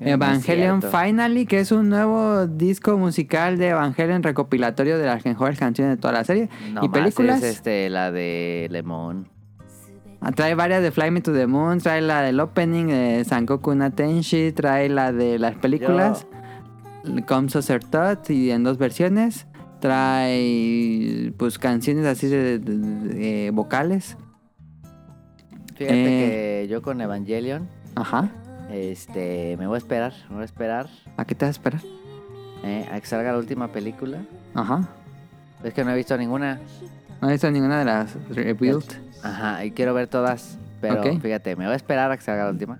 S2: Evangelion
S3: Concierto.
S2: Finally, que es un nuevo disco musical de Evangelion recopilatorio de las mejores canciones de toda la serie.
S3: No
S2: y
S3: más,
S2: películas.
S3: Es este, la de Lemon.
S2: Ah, Trae varias de Fly Me to the Moon, trae la del opening de Sankoku na Tenshi, trae la de las películas, Come Tot y en dos versiones. Trae pues canciones así de, de- de- de vocales. Eh.
S3: Fíjate que yo con Evangelion,
S2: Ajá.
S3: este, me voy a esperar, me voy a esperar
S2: ¿A qué te vas a esperar?
S3: eh, a que salga la última película.
S2: Ajá.
S3: Es que no he visto ninguna.
S2: No he visto ninguna de las Rebuild.
S3: Ajá, y quiero ver todas. Pero
S2: Ok.
S3: fíjate, me voy a esperar a que salga la última.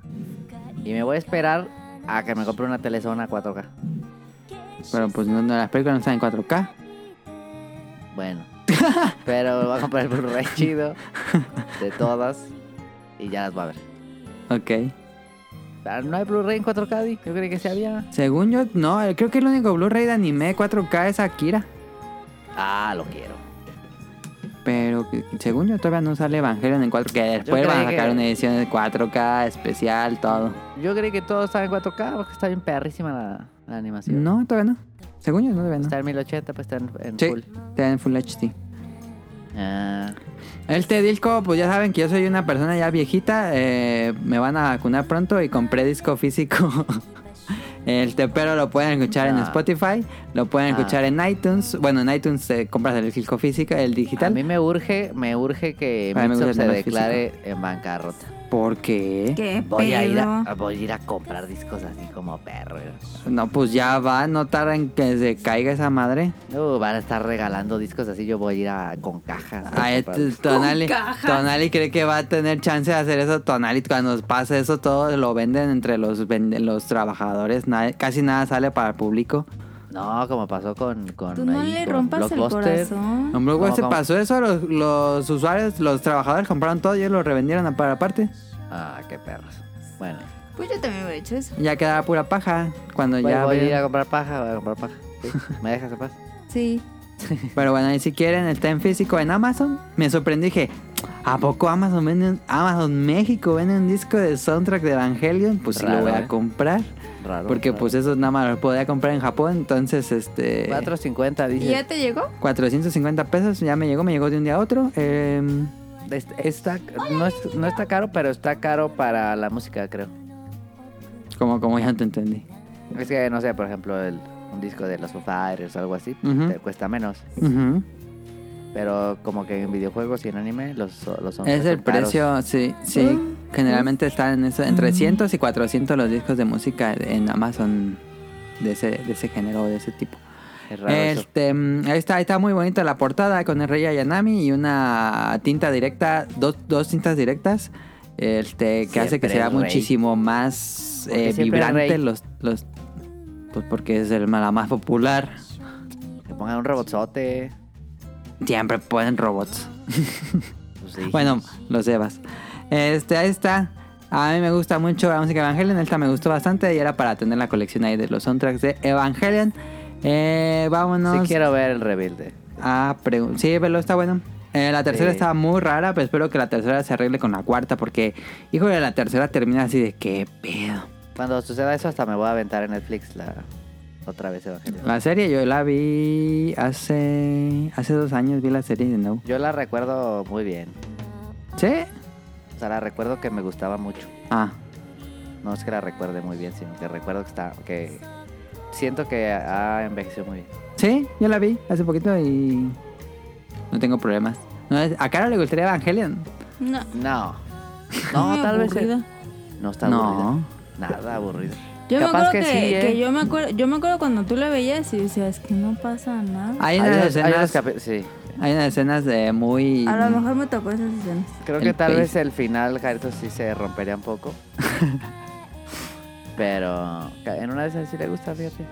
S3: Y me voy a esperar a que me compre una telezona 4K.
S2: Pero pues no, no, las películas no están en 4K.
S3: Bueno. Pero voy a comprar el Blu-ray chido de todas y ya las va a ver.
S2: Ok.
S3: Pero no hay Blu-ray en 4K, Di. Yo creí que sí había.
S2: Según yo, no, eh, creo que el único Blu-ray de anime 4K es Akira.
S3: Ah, lo quiero.
S2: Pero que- según yo todavía no sale Evangelion en 4K. Después
S3: Yo
S2: van a
S3: creí
S2: sacar
S3: que-
S2: una edición de 4K especial, todo.
S3: Yo creí que todo estaba en 4K porque está bien perrísima la, la animación.
S2: No, todavía no. Según yo, no, todavía no.
S3: Está en 1080, pues está en, en
S2: Sí,
S3: full.
S2: está en Full HD.
S3: Ah,
S2: Este disco, pues ya saben que yo soy una persona ya viejita, eh, me van a vacunar pronto y compré disco físico. Este, pero lo pueden escuchar en
S3: Ah.
S2: Spotify, lo pueden
S3: Ah.
S2: escuchar en iTunes. Bueno, en iTunes eh, compras el disco físico, el
S3: a
S2: digital.
S3: mí me urge, me urge que
S2: A mí me
S3: Mixup
S2: gusta
S3: se
S2: el más
S3: declare en bancarrota.
S2: ¿Por qué?
S5: ¿Qué
S3: Voy a, ir a,
S5: pedo?
S3: voy a ir a comprar discos así como perro.
S2: No, pues ya va, no tarda en que se caiga esa madre.
S3: No, van a estar regalando discos así. Yo voy a ir a, con cajas. a
S2: A
S3: comprar
S2: este
S3: discos.
S2: Tonali,
S5: cajas.
S2: Tonali cree que va a tener chance de hacer eso. Tonali, cuando pase eso, todo lo venden entre los, vende- los trabajadores. Nadie- casi nada sale para el público.
S3: No, como pasó con. con
S1: Tú no
S3: ahí,
S1: le
S3: con
S1: rompas el
S3: Blockbuster.
S1: corazón.
S2: En Blockbuster
S3: ¿Cómo, cómo?
S2: pasó eso, los, los usuarios, los trabajadores compraron todo y ellos lo revendieron a- para aparte.
S3: Ah, qué perros. Bueno,
S5: Pues yo también hubiera hecho eso.
S2: Ya quedaba pura paja cuando
S3: voy,
S2: ya...
S3: voy a ir
S2: abrieron.
S3: a comprar paja. Voy a comprar paja. Sí, ¿Me dejas en paz?
S1: Sí.
S2: Pero bueno, ahí si quieren, está en físico en Amazon. Me sorprendí, dije, ¿a poco Amazon vende un- Amazon México vende un disco de soundtrack de Evangelion? Pues sí lo
S3: Raro,
S2: voy
S3: ¿eh?
S2: a comprar.
S3: Raro.
S2: Porque
S3: raro.
S2: pues eso nada más lo podía comprar en Japón, entonces este...
S3: 4.50
S5: ¿Y
S3: dice.
S5: ya te llegó?
S2: 450 pesos, ya me llegó, me llegó de un día a otro. Em,
S3: Es- Está, no, es- no está caro, pero está caro para la música, creo.
S2: como, como ya te entendí.
S3: Es que, no sé, por ejemplo, el, un disco de los Foo Fighters o algo así,
S2: Ujú.
S3: te cuesta menos.
S2: Ujú.
S3: Pero como que en videojuegos y en anime los, los son
S2: Es el
S3: son caros.
S2: precio, sí, sí. Generalmente están en eso, entre 100 y 400 los discos de música en Amazon de ese, de ese género o de ese tipo.
S3: Es raro eso.
S2: Este, mm, ahí está, ahí está muy bonita la portada con el Rey Ayanami y una tinta directa, dos, dos tintas directas, este, que hace que
S3: Siempre
S2: sea
S3: el Rey.
S2: muchísimo más
S3: ¿Por qué
S2: eh,
S3: siempre el
S2: vibrante
S3: Rey?
S2: los, los, pues porque es el, la más popular.
S3: Que pongan un robotzote.
S2: Siempre ponen robots.
S3: pues sí.
S2: Bueno, los Evas. Este, ahí está. A mí me gusta mucho la música de Evangelion. Esta me gustó bastante y era para tener la colección ahí de los soundtracks de Evangelion. Eh,
S3: sí
S2: vámonos
S3: quiero ver el rebuild.
S2: a preguntar. Ah, Sí, velo, está bueno. Eh, la tercera
S3: Sí.
S2: estaba muy rara, pero espero que la tercera se arregle con la cuarta porque, híjole, la tercera termina así de qué pedo.
S3: Cuando suceda eso hasta me voy a aventar en Netflix la otra vez Evangelio.
S2: La serie yo la vi hace hace dos años, vi la serie de nuevo.
S3: Yo la recuerdo muy bien.
S2: ¿Sí?
S3: O sea, la recuerdo que me gustaba mucho.
S2: Ah,
S3: No es que la recuerde muy bien, sino que recuerdo que está que siento que ha envejecido muy bien.
S2: sí, yo la vi hace poquito y no tengo problemas. No, es- a Caro le gustaría Evangelion.
S5: No.
S3: No. No,
S1: Muy
S3: tal vez
S1: aburrida.
S3: no está
S2: No.
S3: aburrida. Nada aburrida.
S1: Yo
S3: Capaz
S1: me acuerdo
S3: que
S1: que,
S3: sí, ¿eh?
S1: que yo me acuerdo, yo me acuerdo cuando tú la veías y decías que no pasa nada.
S2: Hay
S3: Hay
S2: unas
S3: unos- hay unos
S2: escenas,
S3: capi- sí.
S2: hay unas escenas de muy
S1: A lo mejor me tocó esas escenas.
S3: Creo
S2: El
S3: que tal
S2: pace.
S3: vez el final, Jarito, sí se rompería un poco. Pero en una de esas sí le gusta, fíjate.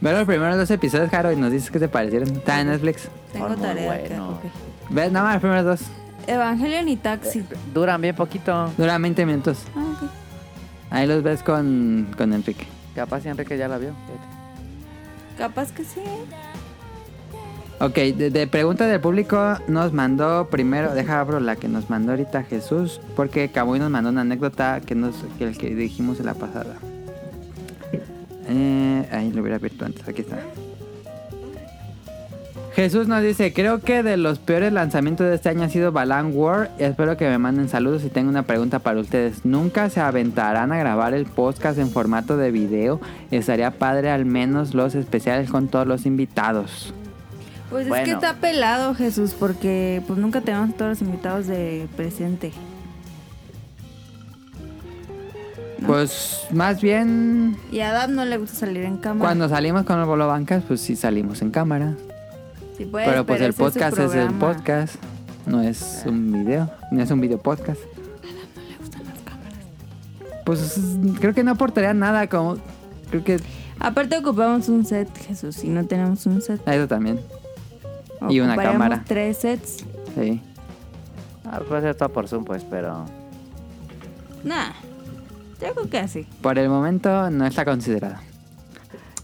S2: Ve los primeros dos episodios, Caro, y nos dices qué te parecieron. Está en Netflix.
S1: Tengo
S3: Son muy
S1: tarea que-
S3: buenos.
S1: ok.
S2: Ve nada más los primeros dos.
S1: Evangelion y Taxi.
S3: Eh, Duran bien poquito.
S2: Duran 20 minutos.
S1: Ah, ok.
S2: Ahí los ves con, con Enrique.
S3: Capaz si Enrique ya la vio. fíjate.
S1: Capaz que sí. ¿eh?
S2: Ok, de, de pregunta del público nos mandó primero, deja abro la que nos mandó ahorita Jesús, porque Camuy nos mandó una anécdota que nos que, el que dijimos en la pasada. Eh, ahí lo hubiera abierto antes, aquí está. Jesús nos dice, creo que de los peores lanzamientos de este año ha sido Balan War. Espero que me manden saludos y tengo una pregunta para ustedes. ¿Nunca se aventarán a grabar el podcast en formato de video? Estaría padre al menos los especiales con todos los invitados.
S1: Pues es que
S3: Bueno.
S1: está pelado Jesús, porque pues nunca tenemos a todos los invitados de presente.
S2: Pues más bien
S1: Y a Adam no le gusta salir en cámara.
S2: cuando salimos con los bolobancas, pues sí salimos en cámara.
S1: Sí, pues,
S2: pero pues
S1: ese
S2: el
S1: es su
S2: podcast es, el
S1: programa.
S2: podcast, no es un video, no es un video podcast. pues creo que no aportaría nada como... Creo que
S1: Aparte ocupamos un set, Jesús, y no tenemos un set.
S2: eso también. Y una
S1: Ocuparíamos
S2: cámara.
S1: tres sets.
S2: Sí.
S3: Ah, puede ser todo por Zoom, pues, pero.
S1: Nah, yo creo que así.
S2: Por el momento no está considerado.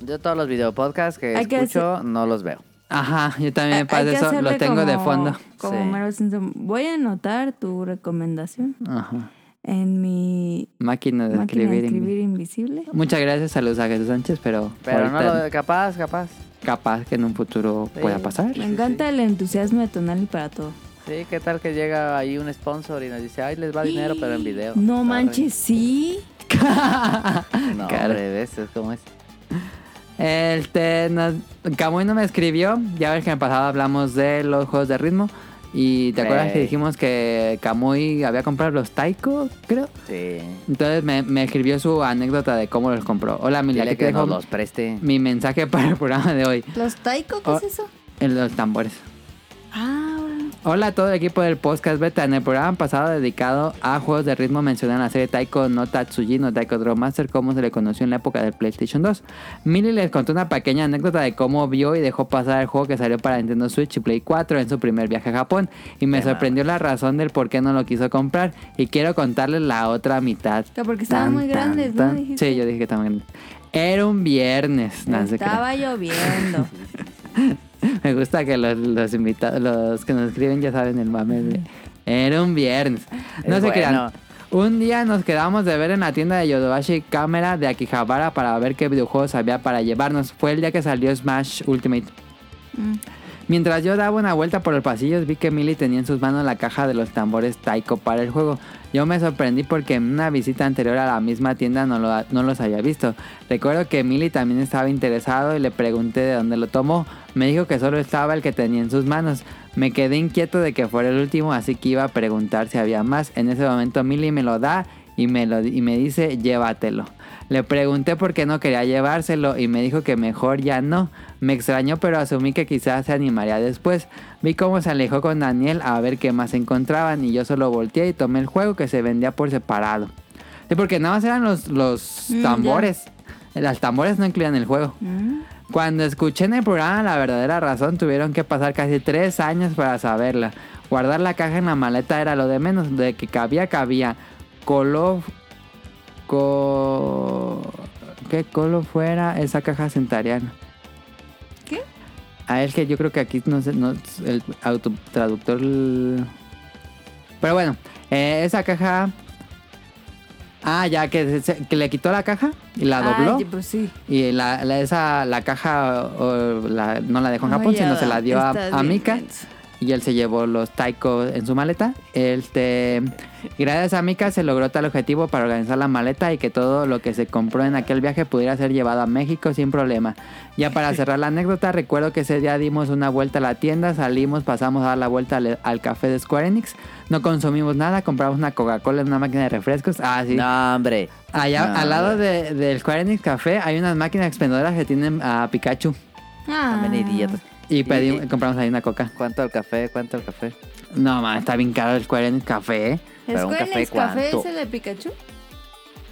S3: Yo todos los videopodcasts que
S1: Hay que
S3: escucho no los veo.
S2: Ajá, yo
S1: Hay-
S2: tambiy
S1: hay
S2: para
S1: que
S2: eso lo
S1: hacerle
S2: tengo de
S1: como-
S2: fondo.
S1: Como
S3: Sí.
S1: Homero Simpson. Voy a anotar tu recomendación
S2: Ajá.
S1: en mi
S2: Máquina de
S1: máquina de
S2: escribir.
S1: escribir invisible.
S2: Muchas gracias, saludos a Jesús Sánchez, pero,
S3: Pero no
S2: ahorita
S3: lo capaz, capaz.
S2: capaz que en un futuro
S3: Sí.
S2: pueda pasar.
S1: Me encanta el entusiasmo de Tonali para todo.
S3: Sí, ¿qué tal que llega ahí un sponsor y nos dice, ay, les va dinero, pero en video?
S1: No
S3: Arre.
S1: manches, sí.
S3: No,
S2: Cara.
S3: hombre, ¿ves? Es como es.
S2: Este, nos, Camuy no me escribió. Ya ves que en el pasado hablamos de los juegos de ritmo. Y te acuerdas
S3: Sí.
S2: que dijimos que Camuy había comprado los Taiko, creo.
S3: Sí.
S2: Entonces me, me escribió su anécdota de cómo los compró. Hola, Mila,
S3: Dile
S2: aquí
S3: que
S2: te dejo
S3: nos los preste.
S2: mi mensaje para el programa de hoy.
S5: ¿Los taiko? ¿Qué
S2: Oh.
S5: es eso?
S2: En los tambores.
S5: Ah, bueno.
S2: Hola a todo el equipo del podcast Beta. En el programa pasado dedicado a juegos de ritmo mencionan la serie Taiko no Tatsuji no Taiko Draw Master como se le conoció en la época del PlayStation 2. Millie les contó una pequeña anécdota de cómo vio y dejó pasar el juego que salió para Nintendo Switch y Play 4 en su primer viaje a Japón y me
S3: Qué
S2: sorprendió la razón del por qué no lo quiso comprar y quiero contarles la otra mitad.
S5: Que porque estaban muy grandes, ¿no? Dijiste.
S2: Sí, yo dije que estaban grandes. Era un viernes. No, no se crean.
S1: Estaba lloviendo.
S2: Me gusta que los, los invitados, los que nos escriben ya saben el mame de... Era un viernes. No
S3: Es
S2: se crean.
S3: bueno.
S2: Un día nos quedamos de ver en la tienda de Yodobashi Cámara de Akihabara para ver qué videojuegos había para llevarnos. Fue el día que salió Smash Ultimate.
S3: Mm.
S2: Mientras yo daba una vuelta por los pasillos, vi que Millie tenía en sus manos la caja de los tambores Taiko para el juego. Yo me sorprendí porque en una visita anterior a la misma tienda no, lo- no los había visto. Recuerdo que Millie también estaba interesado y le pregunté de dónde lo tomó. Me dijo que solo estaba el que tenía en sus manos. Me quedé inquieto de que fuera el último, así que iba a preguntar si había más. En ese momento Millie me lo da y me, lo, y me dice llévatelo. Le pregunté por qué no quería llevárselo y me dijo que mejor ya no. Me extrañó pero asumí que quizás se animaría después. Vi cómo se alejó con Daniel a ver qué más encontraban y yo solo volteé y tomé el juego que se vendía por separado. Sí, porque nada más eran los, los tambores. Las tambores no incluían el juego.
S5: ¿Mm?
S2: Cuando escuché en el programa la verdadera razón, tuvieron que pasar casi tres años para saberla. Guardar la caja en la maleta era lo de menos, de que cabía, cabía. Colo. Co. ¿Qué colo fuera esa caja centariana?
S5: ¿Qué?
S2: A ver, que yo creo que aquí no, sé, no el autotraductor. Pero bueno, eh, esa caja. Ah, ya que, se- se- que le quitó la caja y la dobló.
S1: Ay, pues sí.
S2: Y la, la- esa, la caja o, la- no la dejó en
S1: Ay,
S2: Japón, sino
S1: Ada,
S2: se la dio a,
S1: estás
S2: a
S1: bien
S2: Mika.
S1: menso.
S2: Y él se llevó los taiko en su maleta. Este, gracias a Mika se logró tal objetivo para organizar la maleta y que todo lo que se compró en aquel viaje pudiera ser llevado a México sin problema. Ya para cerrar la anécdota, recuerdo que ese día dimos una vuelta a la tienda, salimos, pasamos a dar la vuelta al, al café de Square Enix, no consumimos nada, compramos una Coca-Cola en una máquina de refrescos. Ah, sí.
S3: No, hombre.
S2: Allá
S3: No,
S2: al lado de- del Square Enix Café hay unas máquinas expendedoras que tienen a Pikachu. Ah.
S5: Ah,
S3: También idiotas.
S2: Y pedí-
S3: y-
S2: compramos ahí una coca.
S3: ¿Cuánto el café? ¿Cuánto el café?
S2: No, man, está bien caro el Square Enix Café. ¿eh?
S3: Pero un
S5: ¿Square
S3: café,
S5: Enix Café es
S3: ¿cuánto?
S5: el de Pikachu?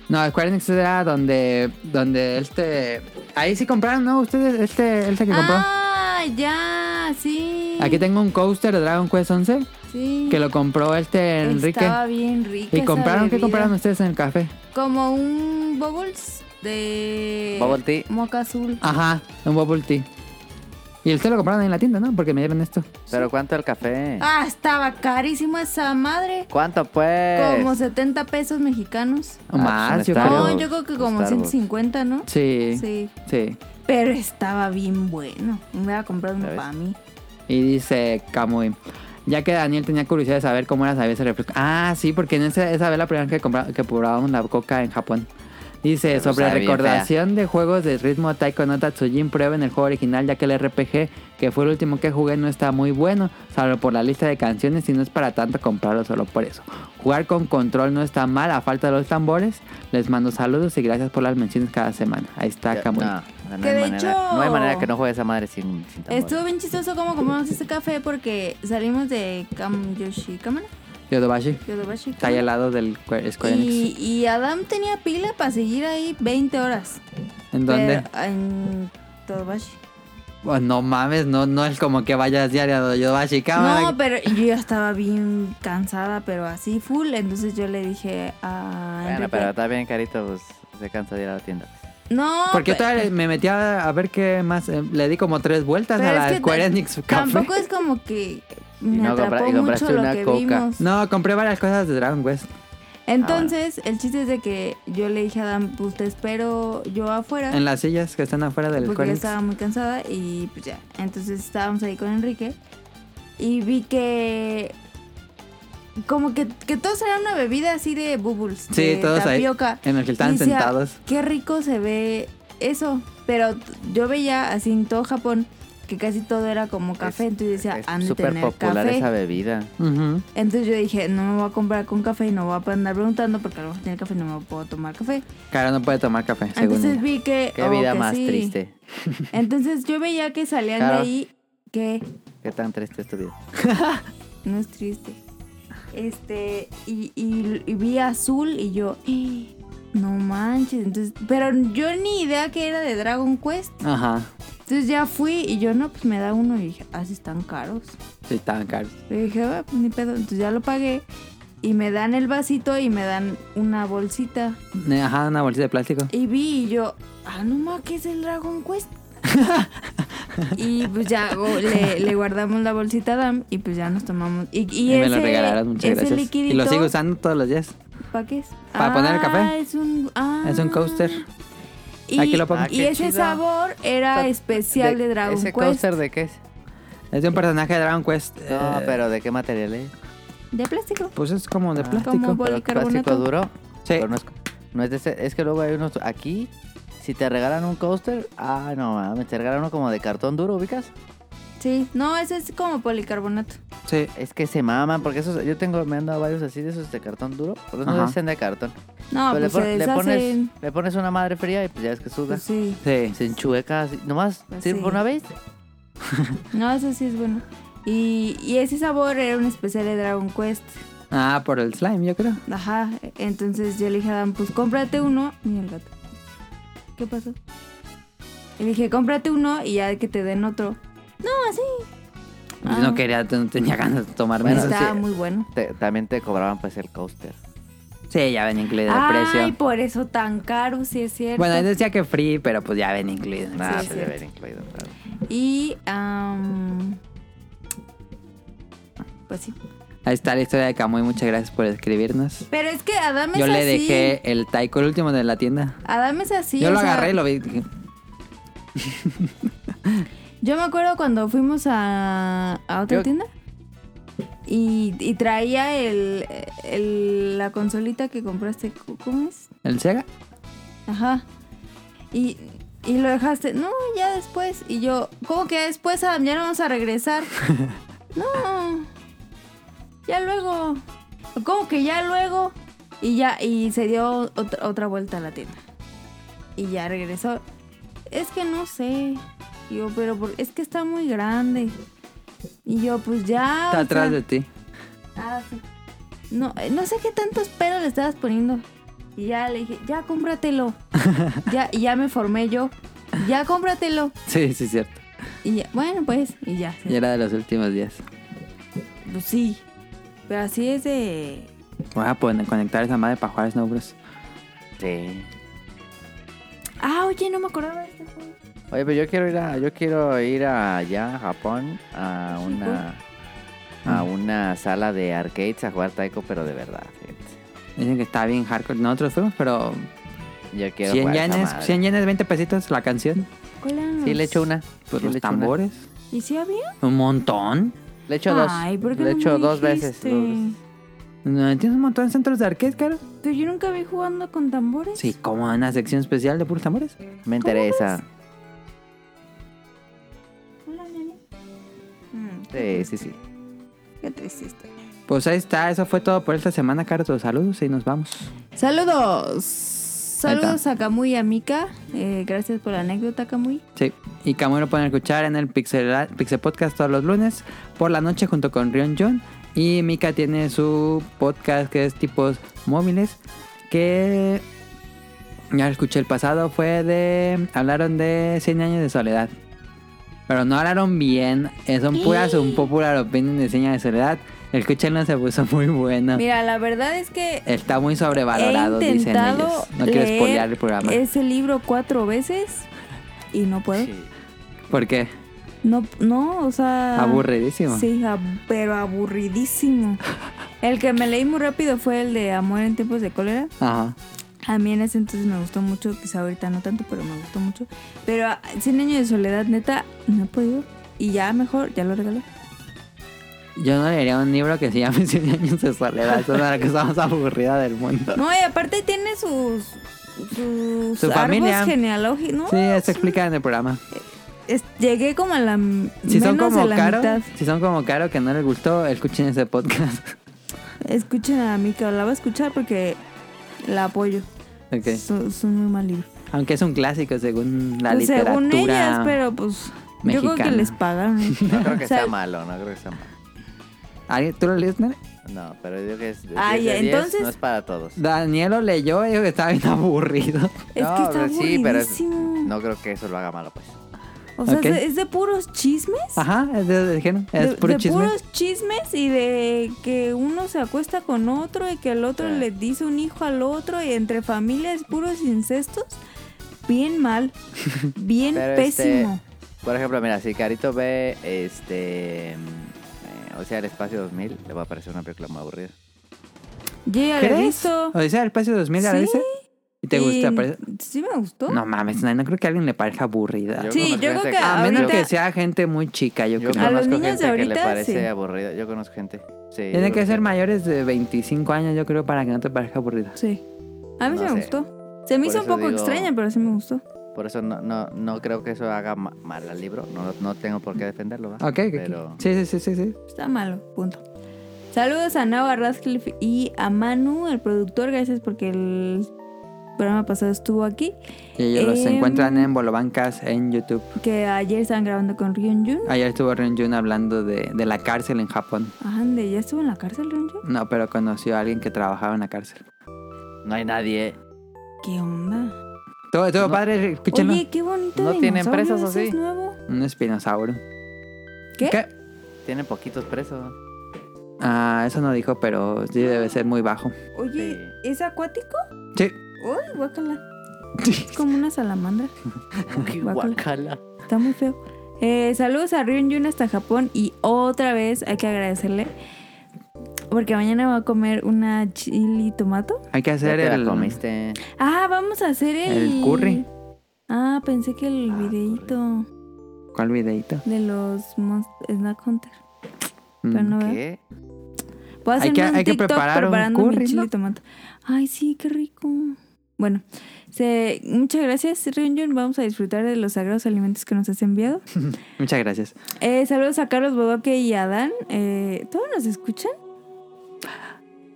S2: No, Square Enix era donde, donde este... Ahí sí compraron, ¿no? Ustedes, este, este que compró.
S5: Ah, ya, sí.
S2: Aquí tengo un coaster de Dragon Quest 11
S5: sí.
S2: que lo compró este Enrique.
S5: Estaba bien rica.
S2: ¿Y
S5: esa
S2: compraron? ¿Qué
S5: bebida.
S2: compraron ustedes en el café?
S5: Como un bubbles de
S3: Bubble tea.
S5: moca azul.
S2: Ajá, un bubble tea. Y ustedes lo compraron en la tienda, ¿no? Porque me dieron esto.
S3: ¿Pero cuánto el café?
S5: Ah, estaba carísimo esa madre.
S3: ¿Cuánto, pues?
S5: Como 70 pesos mexicanos.
S3: Ah, pues,
S2: Más,
S3: un
S2: yo
S3: Starbucks.
S2: creo.
S5: no, yo creo que como
S3: Pues Starbucks.
S5: 150, ¿no?
S2: Sí, sí,
S5: Sí.
S2: sí.
S5: Pero estaba bien bueno. Me voy a comprar uno
S3: ¿Ya ves?
S5: para mí.
S2: Y dice Kamui. Ya que Daniel tenía curiosidad de saber cómo era saber ese refresco. Ah, sí, porque en ese- esa vez la primera vez que, compra- que probábamos la coca en Japón. Dice,
S3: Pero
S2: sobre
S3: sabe bien
S2: recordación de juegos de ritmo Taiko no Tatsujin, prueba en el juego original, ya que el RPG, que fue el último que jugué, no está muy bueno, salvo por la lista de canciones, y no es para tanto comprarlo solo por eso. Jugar con control no está mal, a falta de los tambores. Les mando saludos y gracias por las menciones cada semana. Ahí está
S3: Ya-
S2: Kamui.
S3: No, o sea, no
S5: Que
S3: hay
S5: de
S3: manera,
S5: hecho-
S3: no hay manera que no juegue esa madre sin, sin tambores.
S5: Estuvo bien chistoso cómo compramos este café porque salimos de Kamyoshi Kamana
S2: Yodobashi.
S1: Yodobashi.
S2: Está ahí al lado del Square Square Enix.
S1: Y, y Adam tenía pila para seguir ahí 20 horas.
S2: ¿En dónde?
S1: Pero- en Todobashi.
S2: Oh, no mames, no, no es como que vayas diario a Yodobashi, cámara.
S1: No, pero yo ya estaba bien cansada, pero así full. Entonces yo le dije a.
S3: Bueno,
S1: Enrique,
S3: pero está bien, Carito, pues se cansa de ir a la tienda.
S1: No,
S2: Porque
S1: pe-
S2: todavía me metí a, a ver qué más. eh, le di como tres vueltas
S1: pero
S2: a
S1: es
S2: la
S1: que
S2: Square
S1: ta-
S2: Enix Café.
S1: Tampoco es como que me
S3: no compra-
S1: atrapó
S3: y compraste
S1: mucho lo
S3: una
S1: que
S3: coca.
S1: vimos.
S2: No, compré varias cosas de Dragon Quest.
S1: Entonces, el chiste es de que yo le dije a Adam, pues te espero yo afuera.
S2: En las sillas que están afuera del
S1: Ah. porque
S2: Square
S1: yo
S2: Enix.
S1: estaba muy cansada y pues ya. Entonces estábamos ahí con Enrique y vi que como que, que todos eran una bebida así de bubbles,
S2: Sí,
S1: de
S2: todos ahí.
S1: tapioca.
S2: En el que están
S1: Y decía,
S2: sentados.
S1: Qué rico se ve eso, pero t- yo veía así en todo Japón que casi todo era como café, entonces decía,
S3: Es
S1: han de
S3: súper
S1: tener
S3: popular
S1: café.
S3: esa bebida.
S2: Ujú.
S1: Entonces yo dije, no me voy a comprar con café y no voy a andar preguntando porque a lo mejor tiene café y no me puedo tomar café.
S2: Cara no puede tomar café, según
S1: Entonces
S2: ella.
S1: vi que...
S3: Qué
S1: oh,
S3: vida
S1: que
S3: más
S1: sí.
S3: triste.
S1: Entonces yo veía que salían
S3: Claro.
S1: de ahí que
S3: Qué tan triste es tu vida.
S1: no es triste. Este, y, y- y vi azul y yo, "Eh, no manches. Entonces, pero yo ni idea que era de Dragon Quest.
S2: Ajá.
S1: Entonces ya fui y yo, no, pues me da uno y dije, así están caros.
S2: Sí, estaban caros.
S1: Y dije, "Ah, pues, ni pedo. Entonces ya lo pagué y me dan el vasito y me dan una bolsita.
S2: Ajá, una bolsita de plástico.
S1: Y vi y yo, ah, no ma, ¿qué es el Dragon Quest? y pues ya go- le, le guardamos la bolsita a Adam y pues ya nos tomamos. Y, y
S2: Y me lo
S1: ese-
S2: regalaron, muchas
S1: ese
S2: gracias.
S1: liquidito,
S2: Y lo sigo usando todos los días.
S1: ¿Para qué es?
S2: para poner el café.
S1: Ah, Es un, ah.
S2: Es un coaster.
S1: Y,
S2: Aquí lo pongo.
S3: Ah,
S1: y
S3: qué
S1: ese
S3: chido.
S1: sabor era
S3: Está-
S1: especial de, Dragon
S3: ¿Ese
S1: Quest.
S3: coaster de qué es?
S2: Es de un personaje de Dragon Quest.
S3: No,
S2: eh,
S3: pero ¿de qué material es?
S1: De plástico.
S2: Pues es como de
S3: Ah.
S2: plástico.
S1: Como
S3: Pero plástico
S1: policarbonato.
S3: duro.
S2: Sí.
S3: Pero no es, no es de ese- es que luego hay unos aquí. Si te regalan un coaster, ah, no, mames, te regalan uno como de cartón duro, ubicas.
S1: Sí, no, ese es como policarbonato.
S2: Sí.
S3: Es que se maman, porque esos, yo tengo, me han dado varios así de esos de cartón duro, pero no
S2: Ajá.
S3: dicen de cartón.
S1: No,
S3: Pero le
S1: pues se
S3: pon- le, pones,
S1: deshacen.
S3: le pones una madre fría y pues ya ves que suda.
S1: Pues sí.
S2: Sí.
S3: Se enchueca así, nomás,
S1: Pues
S3: sirve
S1: sí.
S3: por una vez.
S1: No, ese sí es bueno. Y, y ese sabor era un especial de Dragon Quest.
S2: Ah, por el slime, yo creo.
S1: Ajá, entonces yo le dije a Adam, pues cómprate uno. Mira el gato. ¿Qué pasó? Y le dije, cómprate uno y ya que te den otro. No, así. Ah.
S2: Yo no quería, no tenía ganas de tomarme
S3: Bueno,
S2: eso.
S1: Está
S3: sí.
S1: muy bueno.
S3: Te- también te cobraban pues el coaster.
S2: Sí, ya ven incluido el
S1: Ay,
S2: precio.
S1: por eso tan caro, sí es cierto.
S2: Bueno, ahí decía que free, pero pues ya ven incluido. Ah,
S3: Nada,
S1: Sí,
S3: se
S1: sí.
S3: debe haber incluido. claro.
S1: Y, am, pues sí.
S2: Ahí está la historia de Kamui, muchas gracias por escribirnos.
S1: Pero es que Adam es
S2: Yo le
S1: así.
S2: dejé el taiko, el último de la tienda.
S1: Adam es así.
S2: Yo
S1: o
S2: lo
S1: sea,
S2: agarré y lo vi. dije,
S1: Yo me acuerdo cuando fuimos a, a otra
S3: Yo-
S1: tienda y, y traía el, el- la consolita que compraste. ¿Cómo es?
S2: ¿El Sega?
S1: Ajá. Y, y lo dejaste. No, ya después. Y yo, ¿cómo que ya después, Adam? Ya no vamos a regresar. no. Ya luego. ¿Cómo que ya luego? Y ya, y se dio otra, otra vuelta a la tienda. Y ya regresó. Es que no sé. Y Yo, pero por- es que está muy grande. Y yo, pues ya.
S2: Está
S1: o
S2: atrás
S1: sea,
S2: de ti.
S1: Ah, sí. No, eh, no sé qué tantos pelos le estabas poniendo. Y ya le dije, ya cómpratelo. ya, y ya me formé yo. Ya cómpratelo.
S2: Sí, sí, cierto.
S1: Y ya, bueno, pues, y ya.
S2: Y era de los últimos días.
S1: Pues sí. Pero así es de.
S2: Voy a poner, conectar esa madre para jugar a Snow Bros.
S3: Sí.
S1: Ah, oye, no me acordaba de este juego.
S3: Oye, pero yo quiero ir a, yo quiero ir allá a Japón a una
S1: Ah.
S3: a una sala de arcades a jugar taiko, pero de verdad. fíjate.
S2: Dicen que está bien hardcore. Nosotros fuimos, pero
S3: Yo quiero
S2: 100
S3: jugar esa
S2: yenes,
S3: madre.
S2: 100 yenes, 20 pesitos la canción.
S1: ¿Cuál eran
S3: Sí,
S1: los-
S3: le echo una.
S2: Pues
S3: Sí,
S2: los
S3: le echo una.
S2: tambores.
S1: ¿Y si había?
S2: Un montón.
S3: Le echo dos.
S1: Ay, ¿por qué
S3: le
S1: no
S3: echo
S1: me
S3: dos veces.
S1: dijiste?
S3: dos veces.
S2: No, tienes un montón de centros de arcade, caro.
S1: Pero yo nunca vi jugando con tambores.
S2: Sí, como una sección especial de puros tambores.
S3: Me interesa.
S1: Hola, nene. Mm,
S3: Sí, sí, sí.
S1: qué triste estoy.
S2: Pues ahí está, eso fue todo por esta semana, Carlos. Saludos y nos vamos.
S1: Saludos. Saludos a Kamui y a Mika. Eh, gracias por la anécdota, Kamui.
S2: Sí, y Camuy lo pueden escuchar en el Pixel, Pixel Podcast todos los lunes por la noche junto con Rion John Y Mika tiene su podcast que es tipos móviles. Que ya lo escuché el pasado. Fue de. Hablaron de 100 años de soledad. Pero no hablaron bien. eh, Son puras un popular opinion de 100 años de soledad. Escúchenlo, se puso muy bueno.
S1: Mira, la verdad es que
S2: Está muy
S1: he
S2: sobrevalorado, Ah. Eh, dicen ellos.
S1: intentado
S2: No quiero
S1: leer
S2: spoilear el programa.
S1: ese libro cuatro veces y no puedo.
S3: Sí.
S2: ¿Por qué?
S1: No, no, o sea...
S2: Aburridísimo.
S1: Ah, Sí, ab- pero aburridísimo. El que me leí muy rápido fue el de Amor en tiempos de cólera.
S2: Ajá.
S1: A mí en ese entonces me gustó mucho, quizá ahorita no tanto, pero me gustó mucho. Pero ah, 100 años de soledad, neta, no he podido. Y ya mejor, ya lo regalé.
S2: Yo no leería un libro que se llame 100 años de soledad. Es una de las cosas más aburridas del mundo.
S1: No, y aparte tiene sus... Sus
S2: Su familia.
S1: genealógicos, ¿no?
S2: Sí, eso explica en el programa.
S1: Es- llegué como a la m-
S2: Si son
S1: menos
S2: como
S1: de la
S2: caro,
S1: mitad.
S2: si son como caro que no les gustó, escuchen ese podcast.
S1: Escuchen a Mika, la voy a escuchar porque la apoyo.
S2: Ok.
S1: Es un es un muy mal libro.
S2: Aunque es un clásico según la
S1: Pues
S2: literatura.
S1: según ellas, pero pues yo creo
S2: mexicana.
S1: que les pagaron. ¿eh?
S3: No creo que
S1: O sea,
S3: sea malo, no creo que sea malo.
S2: ¿Alguien- ¿Tú lo lees, Nere?
S3: No, pero yo creo que es de
S1: Ay,
S3: 10 de 10,
S1: entonces-
S3: no es para todos.
S2: Daniel lo leyó y dijo que estaba bien aburrido.
S1: Es
S3: no,
S1: que está
S3: pero sí, pero es-
S1: aburridísimo.
S3: no creo que eso lo haga malo, pues.
S1: O sea,
S2: Ok.
S1: es, de, es de puros chismes.
S2: Ajá, es de, de género, es
S1: de,
S2: puro
S1: de
S2: chisme.
S1: puros chismes y de que uno se acuesta con otro y que el otro
S3: Sí.
S1: le dice un hijo al otro y entre familias puros incestos. Bien mal. Bien
S3: Pero, este,
S1: pésimo.
S3: Por ejemplo, mira, si Carito ve este. mm, eh, o sea, el espacio 2000, le va a parecer una película muy aburrida.
S1: Yo ya lo he visto.
S2: O sea, el espacio 2000 a
S1: Sí.
S2: veces. ¿Y te gusta?
S1: Y-
S2: Parece-
S1: Sí me gustó.
S2: No mames, no, no creo que a alguien le parezca aburrida.
S1: Sí,
S3: conozco
S1: yo creo
S3: gente
S1: que
S2: a menos
S1: ahorita-
S2: que sea gente muy chica, yo
S3: Yo
S2: creo.
S1: A los
S3: conozco
S1: niños de
S3: gente que le
S1: ahorita,
S3: parece
S1: sí.
S3: aburrida. Yo conozco gente. Sí, yo
S2: Tiene
S3: creo
S2: que ser
S3: sí.
S2: mayores de 25 años, yo creo, para que no te parezca aburrida.
S1: Sí. A mí sí
S3: No
S1: me
S3: sé.
S1: gustó. Se me
S3: Por
S1: hizo un
S3: eso
S1: poco
S3: digo-
S1: extraña, pero sí me gustó.
S3: Por eso no, no, no creo que eso haga ma- mal al libro. No, no tengo por qué defenderlo, ¿va?
S2: Ok, ok, ok.
S3: Pero-
S2: Sí, sí, sí, sí, sí.
S1: Está malo, punto. Saludos a Nava Radcliffe y a Manu, el productor. Gracias porque el programa pasado estuvo aquí.
S2: Y ellos los
S1: Em,
S2: encuentran en Bolobancas, en YouTube.
S1: Que ayer estaban grabando con Ryun Jun.
S2: Ayer estuvo Renjun hablando de, de la cárcel en Japón.
S1: Ande, ¿ya estuvo en la cárcel Ryun Jun?
S2: No, pero conoció a alguien que trabajaba en la cárcel.
S3: No hay nadie.
S1: ¿Qué onda?
S2: Todo, todo
S3: No.
S2: padre, escúchenlo.
S1: Oye, qué bonito.
S3: ¿No tiene
S1: dinosaurio,
S3: empresas
S1: ¿eso
S3: así?
S1: es nuevo?
S2: Un espinosauro.
S1: ¿Qué?
S3: Tienen poquitos presos.
S2: Ah, eso no dijo, pero sí debe ser muy bajo.
S1: Oye, ¿es acuático?
S2: Sí.
S1: Uy, guácala. Es como una salamandra. Guácala.
S3: Guacala.
S1: Está muy feo. Eh, saludos a Ryun Yun hasta Japón y otra vez hay que agradecerle porque mañana va a comer una chili tomato.
S2: Hay que
S3: Ya
S2: hacer
S3: te
S2: el.
S3: la comiste.
S1: Ah, vamos a hacer el...
S2: El curry.
S1: Ah, pensé que el
S3: Ah,
S1: videíto
S2: ¿Cuál videito?
S1: de los Monst- Snack Hunter.
S2: Mm.
S1: Pero no veo.
S3: ¿Qué?
S1: Voy a
S2: Hay
S1: hacer
S2: que-
S1: un
S2: hay que
S1: TikTok
S2: preparar un
S1: preparando mi
S2: curry,
S1: chili
S2: ¿no?
S1: tomato. Ay, sí, qué rico. Bueno, se- muchas gracias Ryun Yun. Vamos a disfrutar de los sagrados alimentos que nos has enviado.
S2: Muchas gracias.
S1: Eh, saludos a Carlos Bodoque y a Dan. Eh, ¿Todos nos escuchan?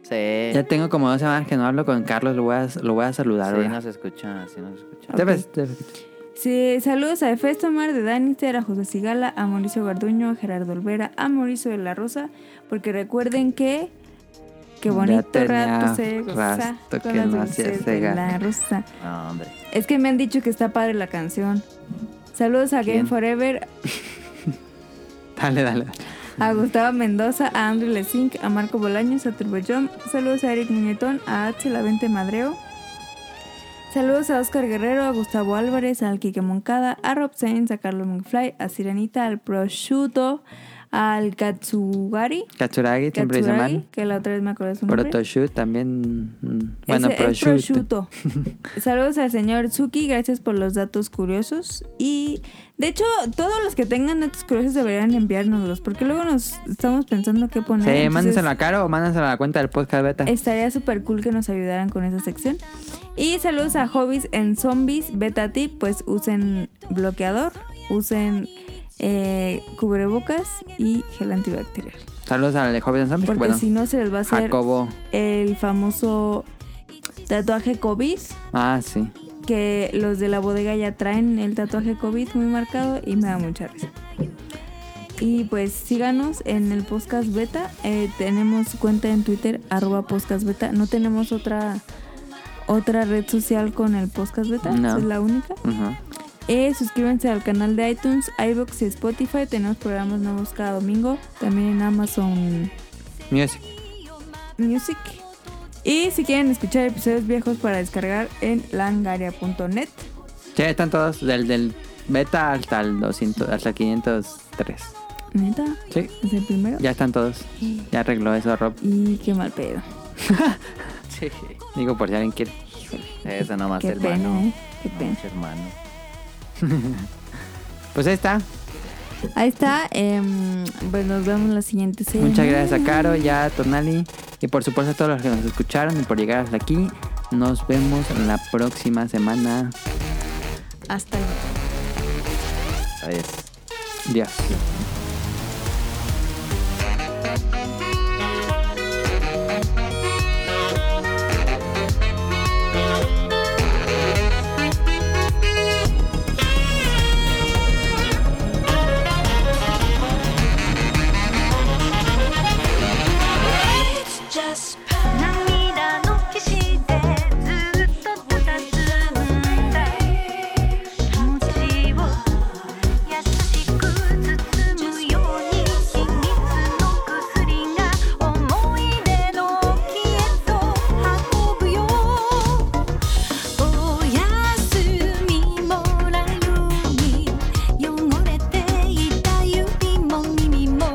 S3: Sí.
S2: Ya tengo como dos semanas que no hablo con Carlos, lo voy a, lo voy a saludar
S3: Sí
S2: ahora.
S3: nos escucha, sí nos escucha.
S2: Debes- debes-
S1: Sí, saludos a Efesto Mar de Danister, a José Sigala, a Mauricio Garduño, a Gerardo Olvera, a Mauricio de la Rosa, porque recuerden que. Qué
S2: Ya
S1: bonito
S2: tenía
S1: rato se goza con
S2: rato que
S1: las
S2: no hacía
S1: dulces
S2: ese
S1: de
S2: gane.
S1: la rosa.
S3: No, hombre.
S1: Es que me han dicho que está padre la canción. Saludos a Game
S3: ¿Quién?
S1: Forever,
S2: Dale, dale.
S1: a Gustavo Mendoza, a Andrew Lesink, a Marco Bolaños, a Turbo Jump. Saludos a Eric Muñetón, a Axel Avente Madreo. Saludos a Oscar Guerrero, a Gustavo Álvarez, al Quique Moncada, a Rob Sainz, a Carlos McFly, a Sirenita, al Prosciutto, al Katsugari.
S2: Katsuragi siempre dice
S1: Katsuragi,
S2: mal.
S1: que la otra vez me acordé de su nombre.
S2: Protoshoot también. mm, Bueno,
S1: Ese es
S2: prosciutto.
S1: prosciutto. Saludos al señor Tsuki, gracias por los datos curiosos. Y de hecho, todos los que tengan datos curiosos deberían enviárnoslos, porque luego nos estamos pensando qué poner.
S2: Sí,
S1: entonces eh,
S2: mándenselo a Caro o mándenselo a la cuenta del podcast beta.
S1: Estaría súper cool que nos ayudaran con esa sección. Y saludos a Hobbies en Zombies, Beta Tip, pues usen bloqueador, usen eh, cubrebocas y gel antibacterial.
S2: Saludos al de Hobbies and Zombies.
S1: Porque
S2: Bueno,
S1: si no se les va a hacer
S2: Jacobo.
S1: el famoso tatuaje COVID.
S2: Ah, sí.
S1: que los de la bodega ya traen el tatuaje COVID muy marcado y me da mucha risa. Y pues síganos en el podcast beta. Eh, tenemos cuenta en Twitter, arroba podcast beta. No tenemos otra otra red social con el podcast beta.
S3: No.
S1: esa Es la única.
S3: Ujú.
S1: Eh, suscríbanse al canal de iTunes, iBox y Spotify. Tenemos programas nuevos cada domingo. También en Amazon
S2: Music.
S1: Music. Y si quieren escuchar episodios viejos para descargar en langaria.net.
S2: Sí, están todos del, del beta hasta el 200, hasta el 503.
S1: Neta,
S2: Sí,
S1: es el primero.
S2: ya están todos. Ya arregló eso Rob.
S1: Y qué mal pedo.
S2: Sí. Digo, por si alguien quiere.
S3: Eso nomás,
S1: Qué
S3: hermano.
S1: pena, ¿eh? Qué
S3: No,
S1: pena.
S3: hermano.
S2: Pues ahí está.
S1: Ahí está. em, pues nos vemos la siguiente semana.
S2: Muchas gracias a Caro y a Tonali. Y por supuesto a todos los que nos escucharon y por llegar hasta aquí. Nos vemos la próxima semana.
S1: Hasta luego.
S3: Adiós.
S2: Dios.
S9: It's just 涙の騎士でずっと佇んだ気持ちを優しく包むように秘密の薬が思い出の木へと運ぶよおやすみもらうに汚れていた指も耳も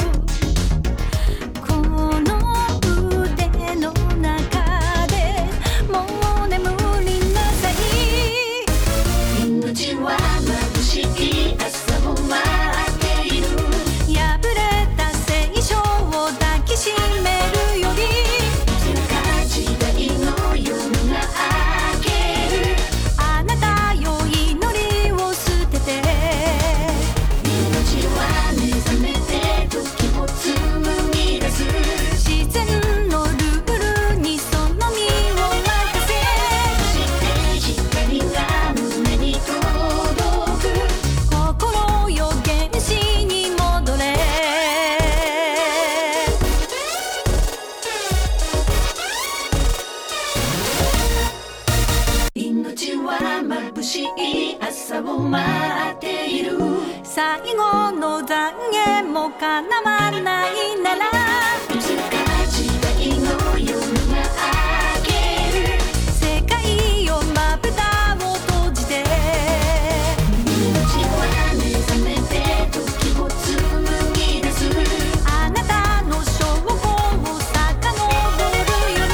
S9: この腕の中でもう眠りなさい命は眩しい朝を待っている破れた聖書を抱きしめるより時代の夜が明けるあなたよ祈りを捨てて命は目覚めて時を紡ぎ出す自然のルールにその身を任せそして光が胸に届く心よ原始に戻れ命は眩しい朝を待っている最後の残悔も叶わないならいつか時代の夜が明ける世界よまぶたを閉じて命は目覚めて時を紡ぎ出すあなたの証拠を遡るよ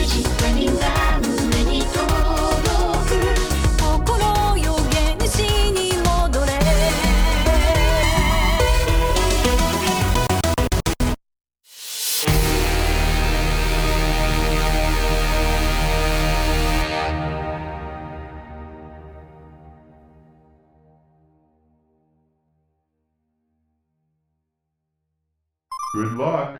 S9: うに光が胸に届く心よ原始に戻れ
S11: Good luck.